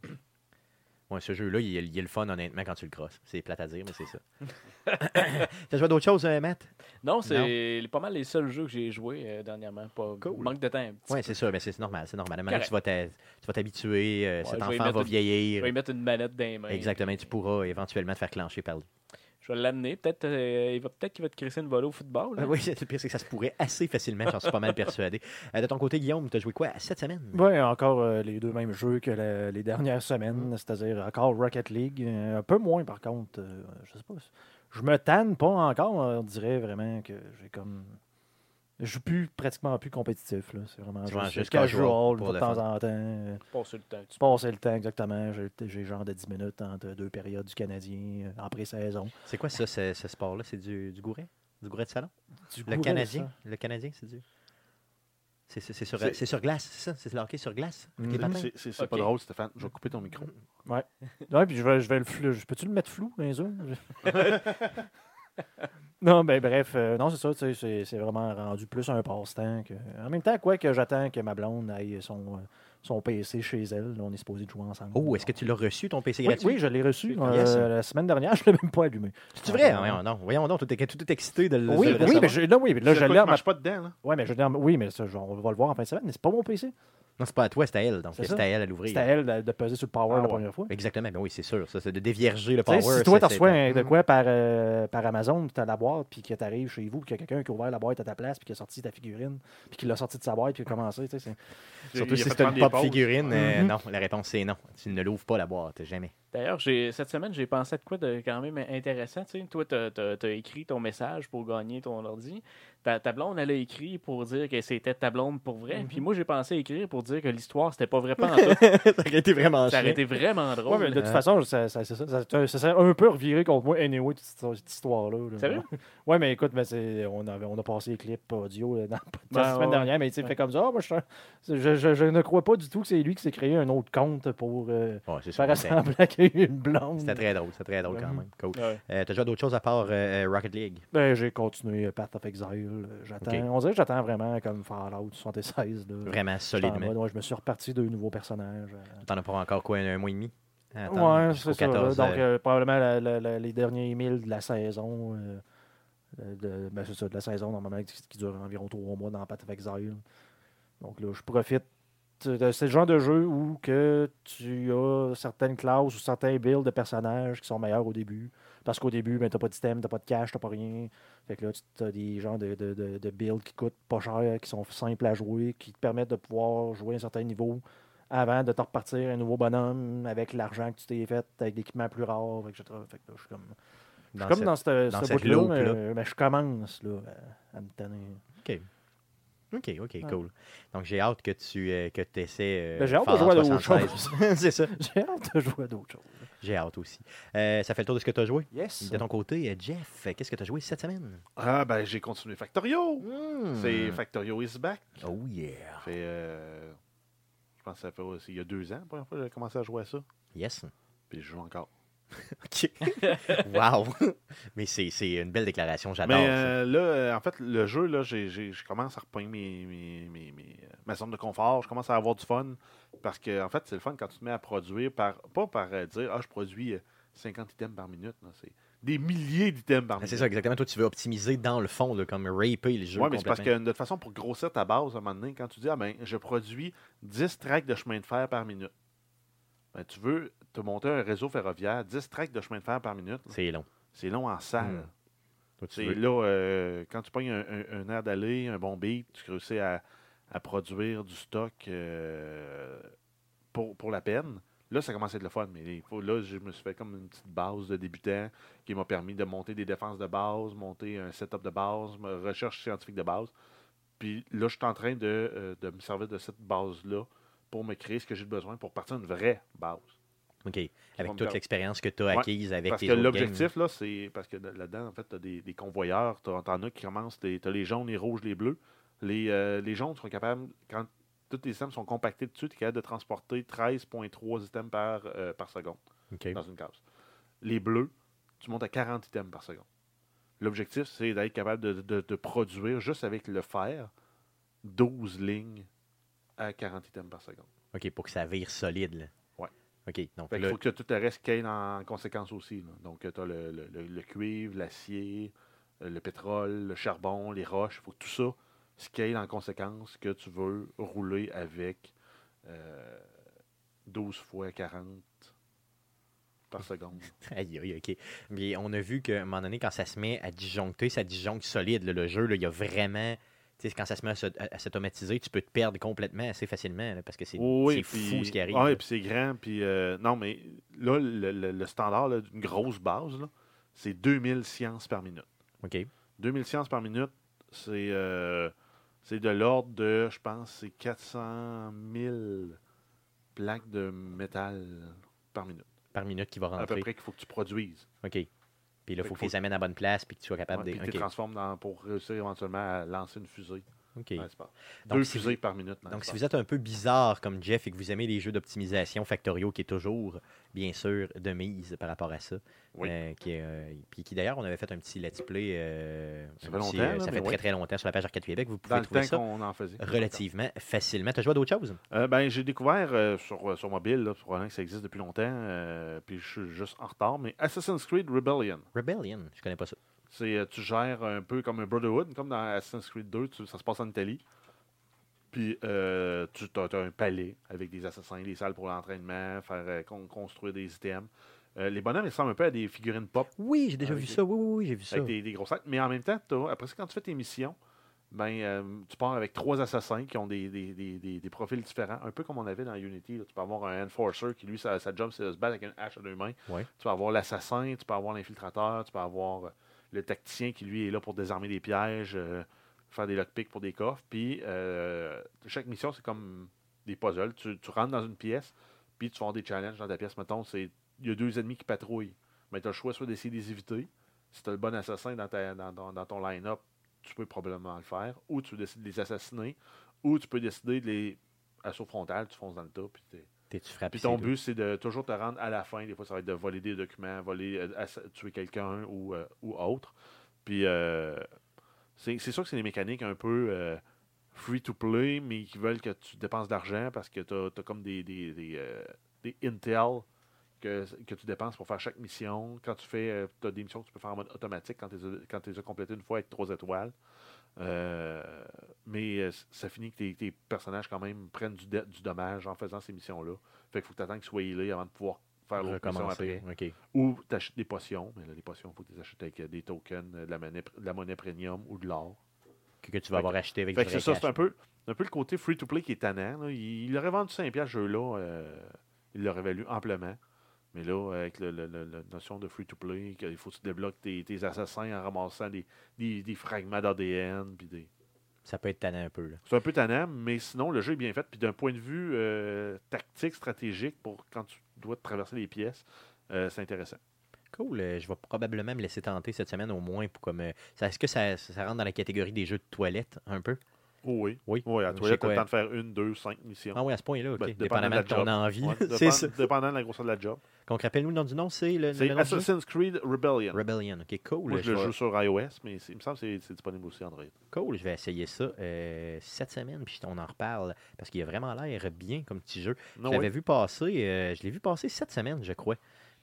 Speaker 1: Ouais, ce jeu-là, il, est- il est le fun, honnêtement, quand tu le crosses. C'est plate à dire, mais c'est ça. T'as joué d'autres choses, euh, Matt?
Speaker 3: Non, c'est pas mal les seuls jeux que j'ai joués euh, dernièrement. Pas,
Speaker 1: Cool.
Speaker 3: Manque de temps. un petit
Speaker 1: Oui,
Speaker 3: peu.
Speaker 1: c'est sûr, mais c'est c'est normal. C'est normal. Maintenant,
Speaker 3: Correct.
Speaker 1: tu vas t'a- tu vas t'habituer, euh,
Speaker 3: je
Speaker 1: cet
Speaker 3: vais y
Speaker 1: enfant
Speaker 3: mettre
Speaker 1: va
Speaker 3: une-
Speaker 1: vieillir.
Speaker 3: Je vais y mettre une manette dans les mains.
Speaker 1: Exactement, tu pourras éventuellement te faire clencher par lui.
Speaker 3: Je vais l'amener. Peut-être, euh, il va, peut-être qu'il va te crisser une volée au football. là.
Speaker 1: Euh, oui, c'est- le pire, c'est que ça se pourrait assez facilement, j'en suis pas mal persuadé. Euh, de ton côté, Guillaume, tu as joué quoi cette semaine?
Speaker 4: Ouais, encore euh, les deux mêmes jeux que la- les dernières semaines,
Speaker 1: Mm.
Speaker 4: c'est-à-dire encore Rocket League. euh, un peu moins, par contre. euh, je sais pas. Je me tanne pas encore. On dirait vraiment que j'ai comme. Je joue plus, pratiquement plus compétitif. là. C'est vraiment
Speaker 1: Tu vas
Speaker 4: juste
Speaker 1: juste
Speaker 4: casual,
Speaker 1: casual pour
Speaker 4: de
Speaker 1: le
Speaker 4: temps
Speaker 1: fun.
Speaker 4: en temps. euh,
Speaker 3: Passer le temps. Tu-
Speaker 4: Passer le temps, exactement. J'ai- J'ai genre de 10 minutes entre deux périodes du Canadien euh, en pré-saison.
Speaker 1: C'est quoi ça, ce, ce sport-là? C'est du, du gouret? Du gouret de salon?
Speaker 4: Du
Speaker 1: Le
Speaker 4: gourel,
Speaker 1: Canadien?
Speaker 4: ça.
Speaker 1: Le Canadien, c'est du. C'est c'est- c'est sur,
Speaker 2: C'est-
Speaker 1: c'est sur glace, c'est ça? C'est le hockey sur glace? avec les
Speaker 4: Mm.
Speaker 2: c'est-
Speaker 1: patins?
Speaker 2: c'est- c'est c'est pas
Speaker 3: Ok.
Speaker 2: drôle, Stéphane. Je vais couper ton micro.
Speaker 4: Ouais, puis je vais, je vais le flou. je- Peux-tu le mettre flou dans les zooms? non, ben bref, euh, non, c'est ça, tu sais, c'est- c'est vraiment rendu plus un passe-temps. que- En même temps, quoi que j'attends que ma blonde aille son, euh, son PC chez elle. Là, on est supposé de jouer ensemble.
Speaker 1: Oh, est-ce que tu l'as reçu, ton PC
Speaker 4: oui,
Speaker 1: gratuit?
Speaker 4: oui, je l'ai reçu euh,
Speaker 1: Yes.
Speaker 4: la semaine dernière, je ne l'ai même pas allumé. Ah,
Speaker 1: C'est vrai? Ah, Voyons donc, voyons donc, tout est, tout est excité de le de
Speaker 4: Oui,
Speaker 1: le
Speaker 4: oui,
Speaker 1: recevoir.
Speaker 4: mais je, là, oui, mais là,
Speaker 2: C'est
Speaker 4: je
Speaker 2: quoi
Speaker 4: l'ai
Speaker 2: qui
Speaker 4: en ma-
Speaker 2: marche pas dedans, là.
Speaker 4: Ouais, mais je l'ai en- Oui, mais ça, je- on va le voir en fin de semaine, mais c'est pas mon PC.
Speaker 1: Non, c'est pas à toi, c'est à elle. Donc,
Speaker 4: C'est
Speaker 1: c'est
Speaker 4: ça.
Speaker 1: à elle à l'ouvrir.
Speaker 4: C'était à elle de, de peser sur le power
Speaker 2: Ah
Speaker 4: la
Speaker 2: ouais.
Speaker 4: première fois.
Speaker 1: Exactement, mais oui, c'est sûr. Ça, c'est de dévierger le
Speaker 4: Tu sais,
Speaker 1: power.
Speaker 4: si toi,
Speaker 1: ça,
Speaker 4: t'as
Speaker 1: c'est-
Speaker 4: reçu un- de quoi par, euh, par Amazon, puis t'as la boîte, puis que t'arrives chez vous, puis qu'il y a quelqu'un qui a ouvert la boîte à ta place, puis qui a sorti ta figurine, puis qui l'a sorti de sa boîte, puis qui a commencé, tu sais, c'est-
Speaker 1: Surtout
Speaker 2: Il a
Speaker 1: si
Speaker 2: fait
Speaker 1: c'est
Speaker 2: prendre
Speaker 1: une
Speaker 2: des
Speaker 1: pop
Speaker 2: pauses.
Speaker 1: figurine, euh,
Speaker 4: Mhm.
Speaker 1: non, la réponse c'est non. Tu ne l'ouvres pas la boîte, jamais.
Speaker 3: D'ailleurs, j'ai, cette semaine, j'ai pensé à de quoi de quand même intéressant. tu sais. Toi, tu as écrit ton message pour gagner ton ordi. Ta, ta blonde, elle a écrit pour dire que c'était ta blonde pour vrai. Puis moi, j'ai pensé écrire pour dire que l'histoire, c'était pas vrai pas en tout.
Speaker 1: ça aurait été vraiment
Speaker 3: Ça aurait
Speaker 1: chiant.
Speaker 3: été vraiment drôle.
Speaker 4: Ouais, mais de toute
Speaker 1: Euh.
Speaker 4: façon, ça, ça- c'est ça, ça- ça- ça serait un peu reviré contre moi, anyway, toute cette, cette histoire-là. là.
Speaker 3: Sérieux?
Speaker 4: Ouais, mais écoute, mais c'est- on, avait, on a passé les clips audio là, dans le podcast
Speaker 3: Ben,
Speaker 4: la semaine
Speaker 3: ouais.
Speaker 4: dernière, mais tu sais,
Speaker 3: Ouais.
Speaker 4: fait comme ça, Ah, moi, je, suis un- je, je- je ne crois pas du tout que c'est lui qui s'est créé un autre compte pour euh,
Speaker 1: Ouais, c'est sûr,
Speaker 4: faire
Speaker 1: mais c'est-
Speaker 4: assembler a eu une blonde.
Speaker 1: C'était très drôle, c'était très drôle quand
Speaker 4: Mhm.
Speaker 1: même. Cool.
Speaker 3: Ouais.
Speaker 1: Euh, T'as joué à d'autres choses à part euh, euh, Rocket League?
Speaker 4: Ben, j'ai continué Path of Exile. euh, J'attends.
Speaker 1: Ok.
Speaker 4: On dirait que j'attends vraiment comme Fallout 76. Là.
Speaker 1: Vraiment
Speaker 4: J'étais en
Speaker 1: solidement.
Speaker 4: mode, ouais, je me suis reparti de nouveaux personnages. euh.
Speaker 1: T'en as pas encore quoi, un, un mois et demi? à attendre
Speaker 4: Ouais,
Speaker 1: jusqu'au
Speaker 4: c'est ça. là.
Speaker 1: 14,
Speaker 4: Donc,
Speaker 1: euh,
Speaker 4: euh, probablement la- la- la- les derniers 1000 de la saison. euh, euh, de, ben, c'est ça, de la saison, normalement, qui, qui dure environ trois mois dans Path of Exile. Donc, là, je profite. de- C'est le genre de jeu où que tu as certaines classes ou certains builds de personnages qui sont meilleurs au début. Parce qu'au début, ben, tu pas de système, tu pas de cash, tu pas rien. Fait que là, tu as des genres de, de, de- de builds qui coûtent pas cher, qui sont simples à jouer, qui te permettent de pouvoir jouer à un certain niveau avant de te repartir un nouveau bonhomme avec l'argent que tu t'es fait, avec l'équipement plus rare, etc. Fait que là, je suis comme, je suis
Speaker 1: dans
Speaker 4: comme
Speaker 1: cette-
Speaker 4: dans ce,
Speaker 1: dans
Speaker 4: ce
Speaker 1: cette
Speaker 4: bout-là, mais,
Speaker 1: loupe-là.
Speaker 4: mais je commence là, à, à me tanner.
Speaker 1: OK, OK, cool. Donc, j'ai hâte que tu euh, que essaies.
Speaker 4: Ben, j'ai hâte de jouer à d'autres
Speaker 1: C'est ça.
Speaker 4: J'ai hâte de jouer à d'autres choses.
Speaker 1: J'ai hâte aussi. Euh, ça fait le tour de ce que tu as joué.
Speaker 4: Yes!
Speaker 1: De ton côté, euh, Jeff, euh, qu'est-ce que tu as joué cette semaine?
Speaker 2: Ah, ben, j'ai continué Factorio. C'est
Speaker 1: Hmm.
Speaker 2: Factorio is back.
Speaker 1: Oh yeah.
Speaker 2: Fait, euh, je pense que ça fait aussi, il y a deux ans, la première fois que j'ai commencé à jouer à ça.
Speaker 1: Yes.
Speaker 2: Puis je joue encore.
Speaker 1: OK. wow. Mais c'est c'est une belle déclaration. J'adore
Speaker 2: Mais
Speaker 1: ça.
Speaker 2: euh, là, euh, en fait, le jeu, là, j'ai- j'ai- je commence à repogner mes, mes- mes- mes, euh, ma zone de confort. Je commence à avoir du fun. Parce que, en fait, c'est le fun quand tu te mets à produire, par, pas par euh, dire, ah, je produis euh, 50 items par minute. là. C'est des milliers d'items par
Speaker 1: Ah,
Speaker 2: minute.
Speaker 1: C'est ça, exactement. Toi, tu veux optimiser dans le fond, là, comme raper le jeu.
Speaker 2: Oui, mais c'est parce que,
Speaker 1: complètement.
Speaker 2: de toute façon, pour grossir ta base, à un moment donné, quand tu dis, ah ben, je produis 10 tracts de chemin de fer par minute, ben, tu veux te monter un réseau ferroviaire, 10 tracts de chemin de fer par minute, là,
Speaker 1: C'est long.
Speaker 2: c'est long en salle.
Speaker 1: Mm. Toi, tu
Speaker 2: C'est
Speaker 1: veux-
Speaker 2: là, euh, quand tu pognes un, un- un air d'aller, un bon beat, tu réussis à, à produire du stock euh, pour, pour la peine. Là, ça commence à être le fun, mais il faut- là, je me suis fait comme une petite base de débutant qui m'a permis de monter des défenses de base, monter un setup de base, ma recherche scientifique de base. Puis là, je suis en train de, euh, de me servir de cette base-là pour me créer ce que j'ai besoin pour partir d'une vraie base.
Speaker 1: OK.
Speaker 2: vont
Speaker 1: Avec
Speaker 2: me
Speaker 1: toute
Speaker 2: faire-
Speaker 1: l'expérience que tu as
Speaker 2: Ouais,
Speaker 1: acquise avec
Speaker 2: Parce
Speaker 1: tes
Speaker 2: que
Speaker 1: autres games.
Speaker 2: l'objectif, là, c'est. Parce que là-dedans, en fait, t'as des, des convoyeurs, t'as- t'en as qui commencent, t'es- t'as les jaunes, les rouges, les bleus. Les, euh, les jaunes sont capables, quand tous les systèmes sont compactés dessus, t'es capable de transporter 13,3 items par, euh, par seconde
Speaker 1: OK.
Speaker 2: dans une case. Les bleus, tu montes à 40 items par seconde. L'objectif, c'est d'être capable de, de- de produire, juste avec le fer, 12 lignes à 40 items par seconde.
Speaker 1: OK, pour que ça vire solide. là.
Speaker 2: Ouais.
Speaker 1: OK, donc
Speaker 2: Fait qu'il
Speaker 1: là,
Speaker 2: faut que tout le reste caille en conséquence aussi. là. Donc, tu as le, le- le- le cuivre, l'acier, euh, le pétrole, le charbon, les roches. Il faut que tout ça scale en conséquence que tu veux rouler avec euh, 12 fois 40 par seconde.
Speaker 1: Aïe, aïe, OK. Mais on a vu qu'à un moment donné, quand ça se met à disjoncter, ça disjoncte solide. là, le jeu, là, il y a vraiment. Tu sais, quand ça se met à se- à à s'automatiser, tu peux te perdre complètement assez facilement là, parce que c'est c'est fou
Speaker 2: puis- ah,
Speaker 1: ce qui arrive.
Speaker 2: ouais,
Speaker 1: là.
Speaker 2: puis c'est grand. Puis, euh, non, mais là, le, le- le standard là, d'une grosse base, là, c'est 2000 sciences par minute.
Speaker 1: OK.
Speaker 2: 2000 sciences par minute, c'est euh, c'est de l'ordre de, je pense, c'est 400 000 plaques de métal par minute.
Speaker 1: Par minute qui va
Speaker 2: À peu
Speaker 1: rentrer.
Speaker 2: près qu'il faut que tu produises.
Speaker 1: OK. Puis là, il
Speaker 2: Fait
Speaker 1: faut que
Speaker 2: que
Speaker 1: tu les
Speaker 2: faut-
Speaker 1: amènes à la bonne place puis que tu sois capable
Speaker 2: Ouais, puis
Speaker 1: de.
Speaker 2: que tu les
Speaker 1: OK.
Speaker 2: transformes dans- pour réussir éventuellement à lancer une fusée.
Speaker 1: OK.
Speaker 2: dans l'espace.
Speaker 1: Donc,
Speaker 2: Deux
Speaker 1: si vous-
Speaker 2: fusées par minute. dans
Speaker 1: Donc, si
Speaker 2: l'espace.
Speaker 1: vous êtes un peu bizarre comme Jeff et que vous aimez les jeux d'optimisation Factorio, qui est toujours, bien sûr, de mise par rapport à ça,
Speaker 2: Oui.
Speaker 1: euh, qui, est, euh, puis qui d'ailleurs, on avait fait un petit let's play. euh, un
Speaker 2: Ça fait
Speaker 1: petit,
Speaker 2: longtemps,
Speaker 1: euh,
Speaker 2: là,
Speaker 1: ça
Speaker 2: mais
Speaker 1: fait très,
Speaker 2: ouais.
Speaker 1: très longtemps sur la page Arcade Québec. Vous
Speaker 2: dans
Speaker 1: pouvez
Speaker 2: le
Speaker 1: trouver
Speaker 2: temps
Speaker 1: ça
Speaker 2: qu'on en faisait.
Speaker 1: relativement facilement. Tu as joué à d'autres choses?
Speaker 2: Euh, ben, j'ai découvert euh, sur, euh, sur mobile, là, probablement que ça existe depuis longtemps, euh, puis je suis juste en retard, mais Assassin's Creed Rebellion.
Speaker 1: Rebellion, je connais pas ça.
Speaker 2: C'est, euh, tu gères un peu comme un Brotherhood, comme dans Assassin's Creed 2, tu- ça se passe en Italie. Puis euh, tu as, un palais avec des assassins, des salles pour l'entraînement, faire euh, con- construire des items. Euh, les bonhommes, ils ressemblent un peu à des figurines pop
Speaker 1: Oui, j'ai déjà
Speaker 2: Ah,
Speaker 1: vu
Speaker 2: ok.
Speaker 1: ça. Oui, oui, oui, j'ai vu ça.
Speaker 2: avec des, des grosses têtes. Mais en même temps, t'as- après ça, quand tu fais tes missions, ben, euh, tu pars avec trois assassins qui ont des, des- des- des- des profils différents, un peu comme on avait dans Unity. là. Tu peux avoir un Enforcer qui, lui, sa, sa job, c'est de se battre avec une hache à deux mains.
Speaker 1: Ouais.
Speaker 2: Tu peux avoir l'assassin, tu peux avoir l'infiltrateur, tu peux avoir euh, le tacticien qui, lui, est là pour désarmer des pièges, euh, faire des lockpicks pour des coffres. Puis, euh, chaque mission, c'est comme des puzzles. Tu, tu rentres dans une pièce, puis tu vas avoir des challenges dans ta pièce. Mettons, c'est il y a deux ennemis qui patrouillent. Mais tu as le choix soit d'essayer de les éviter, si tu as le bon assassin dans, ta- dans, dans- dans ton line-up, tu peux probablement le faire. Ou tu décides de les assassiner, ou tu peux décider de les. Assaut frontal, tu fonces dans le tas, puis t'es-
Speaker 1: T'es-tu frappé?
Speaker 2: Puis ton
Speaker 1: Ah, c'est
Speaker 2: but, c'est de toujours te rendre à la fin. Des fois, ça va être de voler des documents, voler, euh, ass- tuer quelqu'un ou, euh, ou autre. Puis euh, c'est c'est sûr que c'est des mécaniques un peu euh, free-to-play, mais qui veulent que tu dépenses de l'argent parce que tu as, comme des, des, des, euh, des intel que, que tu dépenses pour faire chaque mission. Quand tu fais, as des missions que tu peux faire en mode automatique quand tu les as- quand tu les as complétées une fois avec trois étoiles. Euh, mais euh, ça finit que tes, tes personnages, quand même, prennent du, de- du dommage en faisant ces missions-là. Fait qu'il faut que tu attendes qu'ils soient healés avant de pouvoir faire
Speaker 1: dur.
Speaker 2: l'autre mission après.
Speaker 1: Recommencer. OK.
Speaker 2: Ou tu achètes des potions. Mais là, les potions, il faut que tu les achètes avec euh, des tokens, euh, de la monnaie, de la monnaie premium ou de l'or.
Speaker 1: Que, que tu vas
Speaker 2: Fait que-
Speaker 1: avoir acheté avec
Speaker 2: Fait
Speaker 1: du
Speaker 2: que
Speaker 1: vrai
Speaker 2: c'est ça,
Speaker 1: cash.
Speaker 2: c'est un peu, un peu le côté free-to-play qui est tannant. là. Il, il aurait vendu 5$ piastres, ce jeu-là. euh, il l'aurait valu amplement. Mais là, avec le- le- le- la notion de free-to-play, qu'il faut que tu débloques tes, tes assassins en ramassant des, des- des fragments d'ADN. puis des...
Speaker 1: Ça peut être tannant un peu. Là.
Speaker 2: C'est un peu tannant, mais sinon, le jeu est bien fait. Puis d'un point de vue euh, tactique, stratégique, pour quand tu dois te traverser les pièces, euh, c'est intéressant.
Speaker 1: Cool. euh, je vais probablement me laisser tenter cette semaine au moins. pour comme euh, ça- Est-ce que ça, ça rentre dans la catégorie des jeux de toilette un peu?
Speaker 2: Oh oui.
Speaker 1: Oui.
Speaker 2: Oui, à
Speaker 1: Je
Speaker 2: toi,
Speaker 1: sais
Speaker 2: tu as
Speaker 1: quoi.
Speaker 2: le temps de faire une, deux, cinq missions.
Speaker 1: Ah oui, à ce point-là, OK.
Speaker 2: Ben, dépendamment
Speaker 1: Dépendamment de
Speaker 2: de
Speaker 1: ton envie.
Speaker 2: la job. Ouais,
Speaker 1: c'est
Speaker 2: dépend-
Speaker 1: ça. hein?
Speaker 2: Dépendant de la grosseur de la job.
Speaker 1: Donc, rappelle-nous le nom du nom, c'est le, le
Speaker 2: C'est
Speaker 1: nom du jeu?
Speaker 2: Assassin's Creed Rebellion.
Speaker 1: Rebellion. OK, cool.
Speaker 2: Moi, je le
Speaker 1: vais-
Speaker 2: joue sur iOS, mais c'est- il me semble que c'est- c'est disponible aussi Android.
Speaker 1: Cool, je vais essayer ça euh, cette semaine, puis on en reparle, parce qu'il a vraiment l'air bien comme petit jeu.
Speaker 2: Non,
Speaker 1: je l'avais
Speaker 2: oui.
Speaker 1: vu passer, euh, je l'ai vu passer cette semaine, je crois,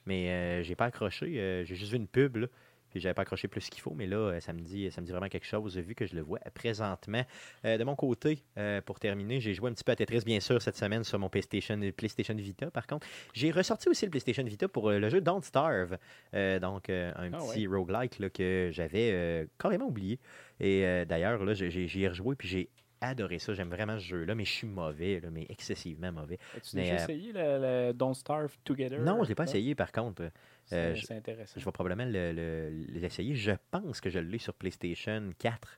Speaker 1: mais euh, j'ai pas accroché, euh, j'ai juste vu une pub, là, puis j'avais pas accroché plus qu'il faut, mais là, euh, ça me dit, ça me dit vraiment quelque chose, vu que je le vois présentement. Euh, de mon côté, euh, pour terminer, j'ai joué un petit peu à Tetris, bien sûr, cette semaine sur mon PlayStation, PlayStation Vita, par contre. J'ai ressorti aussi le PlayStation Vita pour euh, le jeu Don't Starve, Euh, donc euh, un
Speaker 3: Ah
Speaker 1: petit roguelike là, que j'avais euh, carrément oublié. Et euh, d'ailleurs, là, j'ai- j'ai- j'y ai rejoué, puis j'ai adoré ça. J'aime vraiment ce jeu-là, mais je suis mauvais, là, mais excessivement mauvais.
Speaker 3: As-tu
Speaker 1: Mais,
Speaker 3: déjà
Speaker 1: euh,
Speaker 3: essayé le, le Don't Starve Together
Speaker 1: Non, je ne l'ai pas essayé, par contre.
Speaker 3: C'est
Speaker 1: Euh, je-
Speaker 3: c'est intéressant.
Speaker 1: Je vais probablement le- le- l'essayer. je pense que je l'ai sur PlayStation 4,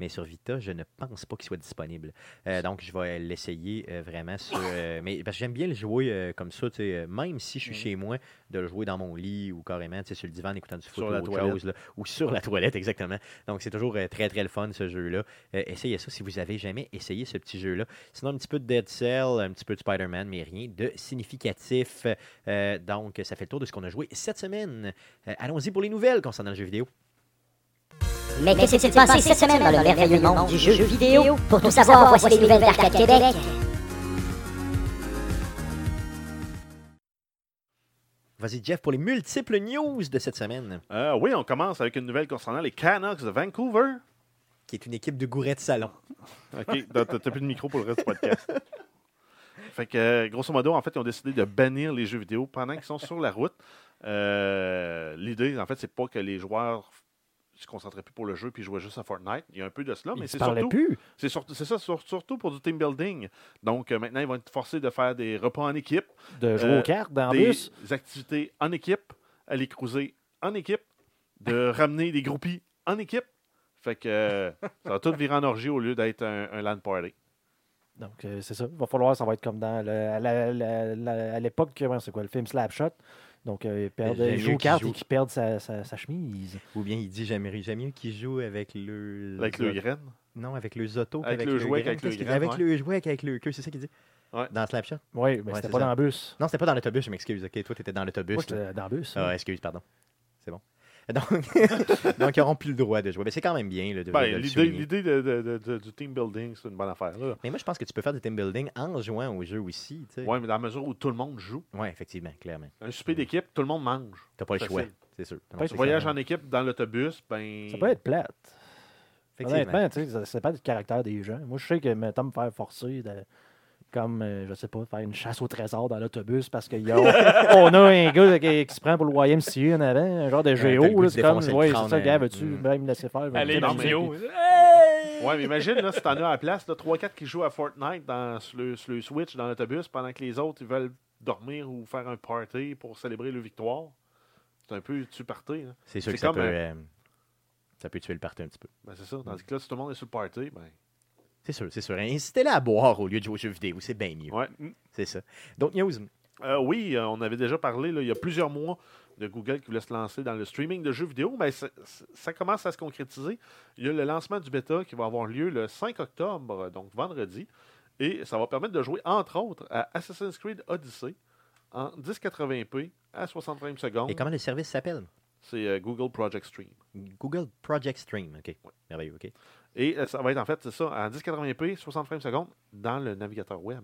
Speaker 1: mais sur Vita, je ne pense pas qu'il soit disponible. Euh, donc, je vais l'essayer euh, vraiment sur. euh, mais parce que j'aime bien le jouer euh, comme ça, tu sais, euh, même si je suis
Speaker 3: Mhm.
Speaker 1: chez moi, de le jouer dans mon lit ou carrément tu sais, sur le divan en écoutant du foot
Speaker 2: Sur
Speaker 1: ou
Speaker 2: la
Speaker 1: autre
Speaker 2: toilette.
Speaker 1: chose, là, ou sur la toilette, exactement. Donc, c'est toujours euh, très, très le fun, ce jeu-là. Euh, essayez ça si vous avez jamais essayé ce petit jeu-là. Sinon, un petit peu de Dead Cell, un petit peu de Spider-Man, mais rien de significatif. Euh, donc, ça fait le tour de ce qu'on a joué cette semaine. Euh, Allons-y pour les nouvelles concernant le jeu vidéo.
Speaker 5: Mais que s'est-il passé cette semaine dans le merveilleux monde du jeu vidéo Pour tout savoir, voici les nouvelles d'Arcade Québec.
Speaker 1: Vas-y, Jeff, pour les multiples news de cette semaine,
Speaker 2: Euh, oui, on commence avec une nouvelle concernant les Canucks de Vancouver.
Speaker 1: qui est une équipe de gourets de salon.
Speaker 2: OK, t'as t'as- t'as plus de micro pour le reste du podcast. Fait que, euh, grosso modo, en fait, ils ont décidé de bannir les jeux vidéo pendant qu'ils sont sur la route. Euh, L'idée, en fait, c'est pas que les joueurs se concentraient plus pour le jeu puis jouaient juste à Fortnite. Il y a un peu de cela, mais
Speaker 4: Ils
Speaker 2: c'est
Speaker 4: parlaient
Speaker 2: surtout...
Speaker 4: plus.
Speaker 2: C'est surtout- c'est ça, sur- surtout pour du team building. Donc, euh, maintenant, ils vont être forcés de faire des repas en équipe,
Speaker 4: De jouer
Speaker 2: Euh,
Speaker 4: aux cartes dans le
Speaker 2: des
Speaker 4: bus.
Speaker 2: activités en équipe, aller cruiser en équipe, de ramener des groupies en équipe. Fait que euh, ça va tout virer en orgie au lieu d'être un, un land party.
Speaker 4: Donc, euh, c'est ça. Il va falloir, ça va être comme dans le- à la- la- la- à l'époque, comment c'est quoi, le film Slapshot. Donc, euh, il, perd,
Speaker 1: Le
Speaker 4: il joue
Speaker 1: jeu
Speaker 4: aux
Speaker 1: qui
Speaker 4: cartes
Speaker 1: joue.
Speaker 4: et qui perd sa, sa- sa chemise.
Speaker 1: Ou bien il dit j'aimerais j'aime mieux qu'ils jouent avec le
Speaker 2: Avec le grain.
Speaker 1: non avec le autos
Speaker 2: Avec le jouet qu'avec le grain,
Speaker 1: avec
Speaker 2: ouais.
Speaker 1: le jouet qu'avec le queue c'est ça qu'il dit
Speaker 2: Ouais.
Speaker 1: dans Slapshot Ouais,
Speaker 4: Oui, mais c'était
Speaker 1: c'est
Speaker 4: pas
Speaker 1: ça.
Speaker 4: dans le bus.
Speaker 1: non c'était pas dans l'autobus je m'excuse ok toi t'étais dans l'autobus
Speaker 4: Moi,
Speaker 1: là.
Speaker 4: j'étais dans le bus.
Speaker 1: ah excuse pardon c'est bon donc, donc ils n'auront plus le droit de jouer mais c'est quand même bien là, de, de
Speaker 2: Ben,
Speaker 1: le
Speaker 2: L'idée
Speaker 1: souligner.
Speaker 2: l'idée de- de- de- de- du team building, c'est une bonne affaire. Là.
Speaker 1: mais moi je pense que tu peux faire du team building en jouant au jeu aussi tu sais.
Speaker 2: Oui, mais dans la mesure où tout le monde joue,
Speaker 1: Ouais, effectivement clairement
Speaker 2: un souper d'équipe, tout le monde mange.
Speaker 1: t'as pas le
Speaker 2: Facile.
Speaker 1: choix c'est sûr Non,
Speaker 4: Tu
Speaker 1: c'est
Speaker 2: Tu voyages
Speaker 1: clair.
Speaker 2: en équipe dans l'autobus, ben.
Speaker 4: Ça peut être plate.
Speaker 1: effectivement
Speaker 4: Honnêtement, tu sais, ça, ça dépend du caractère des gens. Moi, je sais que, mettons, me faire forcer de, comme, euh, je sais pas, faire une chasse au trésor dans l'autobus parce qu'on on a un gars qui, qui se prend pour le YMCA en avant, un genre de
Speaker 1: t'as le goût
Speaker 4: géo.
Speaker 1: de
Speaker 4: là, C'est comme,
Speaker 1: défoncer le
Speaker 4: ouais,
Speaker 1: crâne,
Speaker 4: c'est ça, gars,
Speaker 1: hein.
Speaker 4: veux-tu
Speaker 1: Mm.
Speaker 4: même me laisser faire?
Speaker 3: Allez,
Speaker 4: Veux-tu
Speaker 2: non,
Speaker 4: me
Speaker 2: mais-
Speaker 4: laisser-
Speaker 3: Mario. Hey!
Speaker 2: Ouais, mais imagine, là, si t'en as à la place, là, 3-4 qui jouent à Fortnite dans, sur, le, sur le Switch, dans l'autobus, pendant que les autres, ils veulent dormir ou faire un party pour célébrer leur victoire. C'est un peu tu party, là.
Speaker 1: c'est sûr que
Speaker 2: C'est
Speaker 1: ça peut
Speaker 2: comme
Speaker 1: euh, ça peut tuer le party un petit peu
Speaker 2: Ben, c'est ça. Tandis que là, si tout le monde est sur le party, ben.
Speaker 1: c'est sûr c'est sûr incitez-la à boire au lieu de jouer aux jeux vidéo c'est bien mieux
Speaker 2: Ouais.
Speaker 1: c'est ça donc news
Speaker 2: Euh, oui, euh, on avait déjà parlé là, il y a plusieurs mois de Google qui voulait se lancer dans le streaming de jeux vidéo. Ben, ça, ça commence à se concrétiser. Il y a le lancement du bêta qui va avoir lieu le 5 octobre, donc vendredi. Et ça va permettre de jouer, entre autres, à Assassin's Creed Odyssey en 1080p à 60 frames secondes.
Speaker 1: Et comment le service s'appelle
Speaker 2: C'est euh, Google Project Stream.
Speaker 1: Google Project Stream. OK. Merveilleux. OK.
Speaker 2: Et euh, ça va être, en fait, c'est ça, en 1080p, 60 frames secondes dans le navigateur web.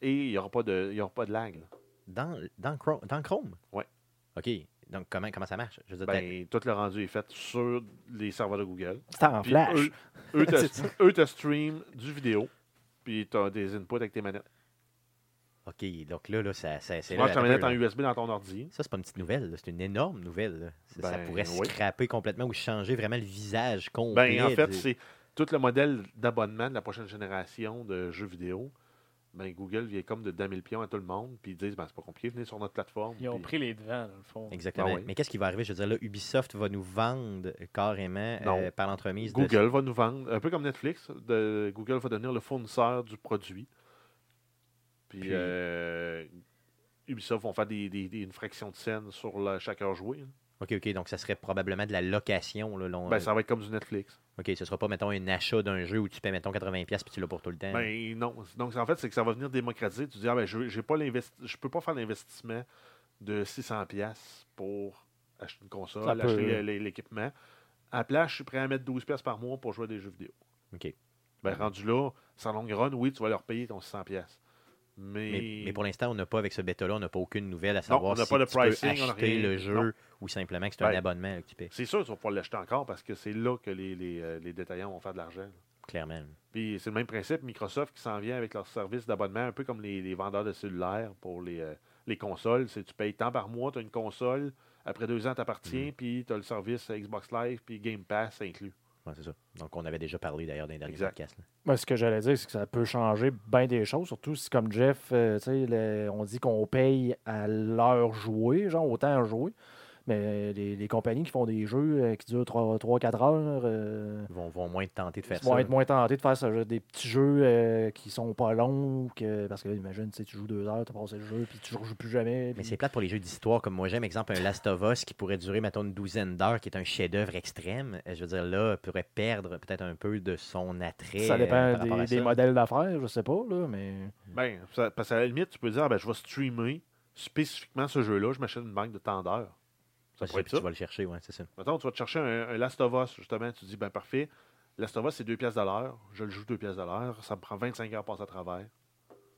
Speaker 2: Et il n'y aura, pas de- il y aura pas de lag. là.
Speaker 1: Dans, dans, Chrome, dans Chrome?
Speaker 2: Ouais.
Speaker 1: OK. Donc, comment, comment ça marche? Je veux dire, t'as-
Speaker 2: Ben, tout le rendu est fait sur les serveurs de Google.
Speaker 4: C'est en
Speaker 2: Puis euh,
Speaker 4: flash.
Speaker 2: Eux, eux, te,
Speaker 4: C'est ça.
Speaker 2: eux te stream du vidéo, puis tu as des inputs avec tes manettes.
Speaker 1: OK. Donc là, là ça, ça, c'est
Speaker 2: Tu
Speaker 1: là,
Speaker 2: branches ta
Speaker 1: attends un
Speaker 2: manette
Speaker 1: peu,
Speaker 2: en
Speaker 1: là.
Speaker 2: USB dans ton ordi.
Speaker 1: Ça, c'est pas une petite nouvelle. là. C'est une énorme nouvelle. là. Ça, ça
Speaker 2: Ben,
Speaker 1: pourrait
Speaker 2: oui.
Speaker 1: scraper complètement ou changer vraiment le visage complet.
Speaker 2: Ben, en fait,
Speaker 1: du-
Speaker 2: c'est tout le modèle d'abonnement de la prochaine génération de jeux vidéo. Ben, Google vient comme de damer le pion à tout le monde, puis ils disent ben, c'est pas compliqué, venez sur notre plateforme.
Speaker 3: Ils ont
Speaker 2: puis-
Speaker 3: pris les devants, dans le fond.
Speaker 1: Exactement.
Speaker 2: Ah oui.
Speaker 1: Mais qu'est-ce qui va arriver? Je veux dire, là, Ubisoft va nous vendre carrément
Speaker 2: Non.
Speaker 1: euh, par l'entremise de...
Speaker 2: Google va nous vendre, un peu comme Netflix, de- Google va devenir le fournisseur du produit. Puis,
Speaker 1: Puis-
Speaker 2: euh, Ubisoft vont faire des, des- des- une fraction de scène sur la- chaque heure jouée. hein.
Speaker 1: OK, OK. Donc, ça serait probablement de la location. Là, long-
Speaker 2: Ben, ça va être comme du Netflix.
Speaker 1: OK, ce sera pas, mettons, un achat d'un jeu où tu paies, mettons, 80$ puis tu l'as pour tout le temps.
Speaker 2: Ben, non. Donc, en fait, c'est que ça va venir démocratiser. Tu dis, ah, ben, je j'ai pas l'investi- je peux pas faire l'investissement de 600$ pour acheter une console,
Speaker 4: Ça peut-
Speaker 2: acheter le- le- l'équipement. À la place, je suis prêt à mettre 12$ par mois pour jouer à des jeux vidéo.
Speaker 1: OK.
Speaker 2: Ben, rendu là, sans long run, oui, tu vas leur payer ton 600$. Mais,
Speaker 1: Mais, mais pour l'instant, on n'a pas, avec ce bêta-là, on n'a pas aucune nouvelle à
Speaker 2: on
Speaker 1: savoir
Speaker 2: n'a
Speaker 1: si
Speaker 2: pas le
Speaker 1: tu
Speaker 2: pricing,
Speaker 1: peux
Speaker 2: on n'a
Speaker 1: acheter
Speaker 2: rien.
Speaker 1: le jeu
Speaker 2: Non.
Speaker 1: ou simplement que c'est un
Speaker 2: Ben,
Speaker 1: abonnement là, que tu paies,
Speaker 2: c'est sûr, tu vas pouvoir l'acheter encore parce que c'est là que les, les, euh, les détaillants vont faire de l'argent.
Speaker 1: clairement.
Speaker 2: Puis c'est le même principe, Microsoft qui s'en vient avec leur service d'abonnement, un peu comme les, les vendeurs de cellulaires pour les, euh, les consoles. C'est tu payes tant par mois, tu as une console, après deux ans, t'appartiens, puis tu as le service Xbox Live, puis Game Pass inclus.
Speaker 1: Ouais, c'est ça. Donc, on avait déjà parlé d'ailleurs dans les derniers
Speaker 2: Exact.
Speaker 1: podcasts. là.
Speaker 4: Ben, ce que j'allais dire, c'est que ça peut changer bien des choses, surtout si, comme Jeff, euh, tu sais, le- on dit qu'on paye à l'heure jouée, genre au temps joué. Mais euh, les, les compagnies qui font des jeux euh, qui durent 3-4 heures euh,
Speaker 1: Ils vont, vont moins tenter de faire
Speaker 4: vont
Speaker 1: ça.
Speaker 4: être moins tentés de faire ce- des petits jeux euh, qui sont pas longs. Que, parce que là, imagine, tu sais, tu joues deux heures, tu as passé le jeu, puis tu ne rejoues plus jamais.
Speaker 1: Mais
Speaker 4: puis-
Speaker 1: c'est plate pour les jeux d'histoire, comme moi j'aime, exemple, un Last of Us qui pourrait durer, mettons, une douzaine d'heures, qui est un chef-d'œuvre extrême. Euh, Je veux dire, là, pourrait perdre peut-être un peu de son attrait.
Speaker 4: ça
Speaker 1: euh,
Speaker 4: dépend
Speaker 1: par rapport à
Speaker 4: des, des
Speaker 1: ça.
Speaker 4: modèles d'affaires, je sais pas, là, mais
Speaker 2: Ben, ça- parce qu'à la limite, tu peux dire, ah, ben, je vais streamer spécifiquement ce jeu-là, je m'achète une banque de temps d'heures. Ça
Speaker 1: Ouais, c'est
Speaker 2: pourrait être
Speaker 1: puis
Speaker 2: ça.
Speaker 1: Tu vas le chercher, ouais, c'est ça.
Speaker 2: Mettons, tu vas te chercher un, un Last of Us, justement, tu dis, ben parfait, Last of Us, c'est 2 pièces de l'heure, je le joue 2 pièces de l'heure, ça me prend 25 heures à passer à travers,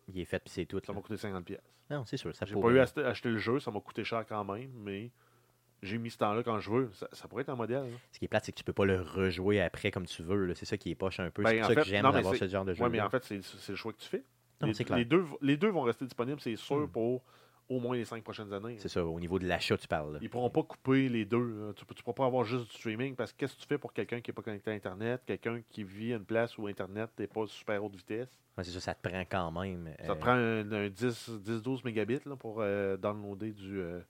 Speaker 1: Il est fait, puis c'est tout.
Speaker 2: ça
Speaker 1: là.
Speaker 2: m'a coûté 50 pièces.
Speaker 1: Non, c'est sûr. Ça
Speaker 2: J'ai pas
Speaker 1: pourrait.
Speaker 2: eu à acheter- acheter le jeu, ça m'a coûté cher quand même, mais j'ai mis ce temps-là quand je veux. Ça, ça pourrait être un modèle. hein.
Speaker 1: Ce qui est plate, c'est que tu peux pas le rejouer après comme tu veux. là. C'est ça qui est poche un peu.
Speaker 2: Ben,
Speaker 1: c'est
Speaker 2: en
Speaker 1: pour ça que
Speaker 2: fait,
Speaker 1: j'aime
Speaker 2: non, mais
Speaker 1: d'avoir
Speaker 2: c'est-
Speaker 1: ce genre de jeu.
Speaker 2: Oui, mais en fait, c'est c'est le choix que tu fais.
Speaker 1: non,
Speaker 2: les,
Speaker 1: c'est clair.
Speaker 2: les deux, les deux vont rester disponibles, c'est sûr,
Speaker 1: Hmm.
Speaker 2: pour au moins les cinq prochaines années. hein.
Speaker 1: C'est ça, au niveau de l'achat, tu parles. là.
Speaker 2: Ils pourront pas couper les deux. là. Tu ne pourras pas avoir juste du streaming parce que qu'est-ce que tu fais pour quelqu'un qui n'est pas connecté à Internet, quelqu'un qui vit à une place où Internet n'est pas super haute vitesse?
Speaker 1: Ouais, c'est ça, ça te prend quand même.
Speaker 2: Ça
Speaker 1: euh,
Speaker 2: te prend un, un 10, 10-12 mégabits là, pour euh, downloader du, euh,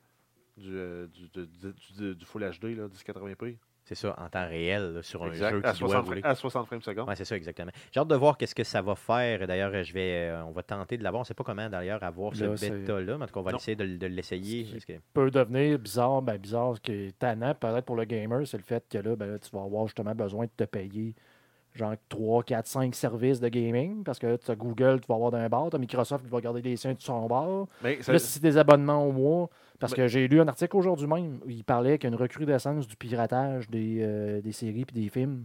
Speaker 2: du, euh, du, du- du- du- du Full HD, là, 1080p.
Speaker 1: C'est ça, en temps réel, là, sur un
Speaker 2: Exact.
Speaker 1: jeu
Speaker 2: à,
Speaker 1: qui doit
Speaker 2: 60 fra-
Speaker 1: rouler.
Speaker 2: à 60 frames secondes.
Speaker 1: Ouais, c'est ça, exactement. J'ai hâte de voir qu'est-ce que ça va faire. D'ailleurs, je vais, euh, on va tenter de l'avoir. On ne sait pas comment, d'ailleurs, avoir ce
Speaker 4: Là, c'est-
Speaker 1: bêta-là, mais en tout cas, on va
Speaker 2: Non.
Speaker 1: essayer de, de l'essayer.
Speaker 4: Ce qui-
Speaker 1: parce que-
Speaker 4: peut devenir bizarre, ben bizarre, ce qui est tannant peut-être pour le gamer, c'est le fait que là, ben là, tu vas avoir justement besoin de te payer genre 3, 4, 5 services de gaming, parce que là, tu as Google, tu vas avoir d'un bar, tu as Microsoft qui va garder les siens de son bar.
Speaker 2: Mais ça-
Speaker 4: Là, si c'est des abonnements au mois, parce
Speaker 2: Ben-
Speaker 4: que j'ai lu un article aujourd'hui même où il parlait qu'il y a une recrudescence du piratage des, euh, des séries et des films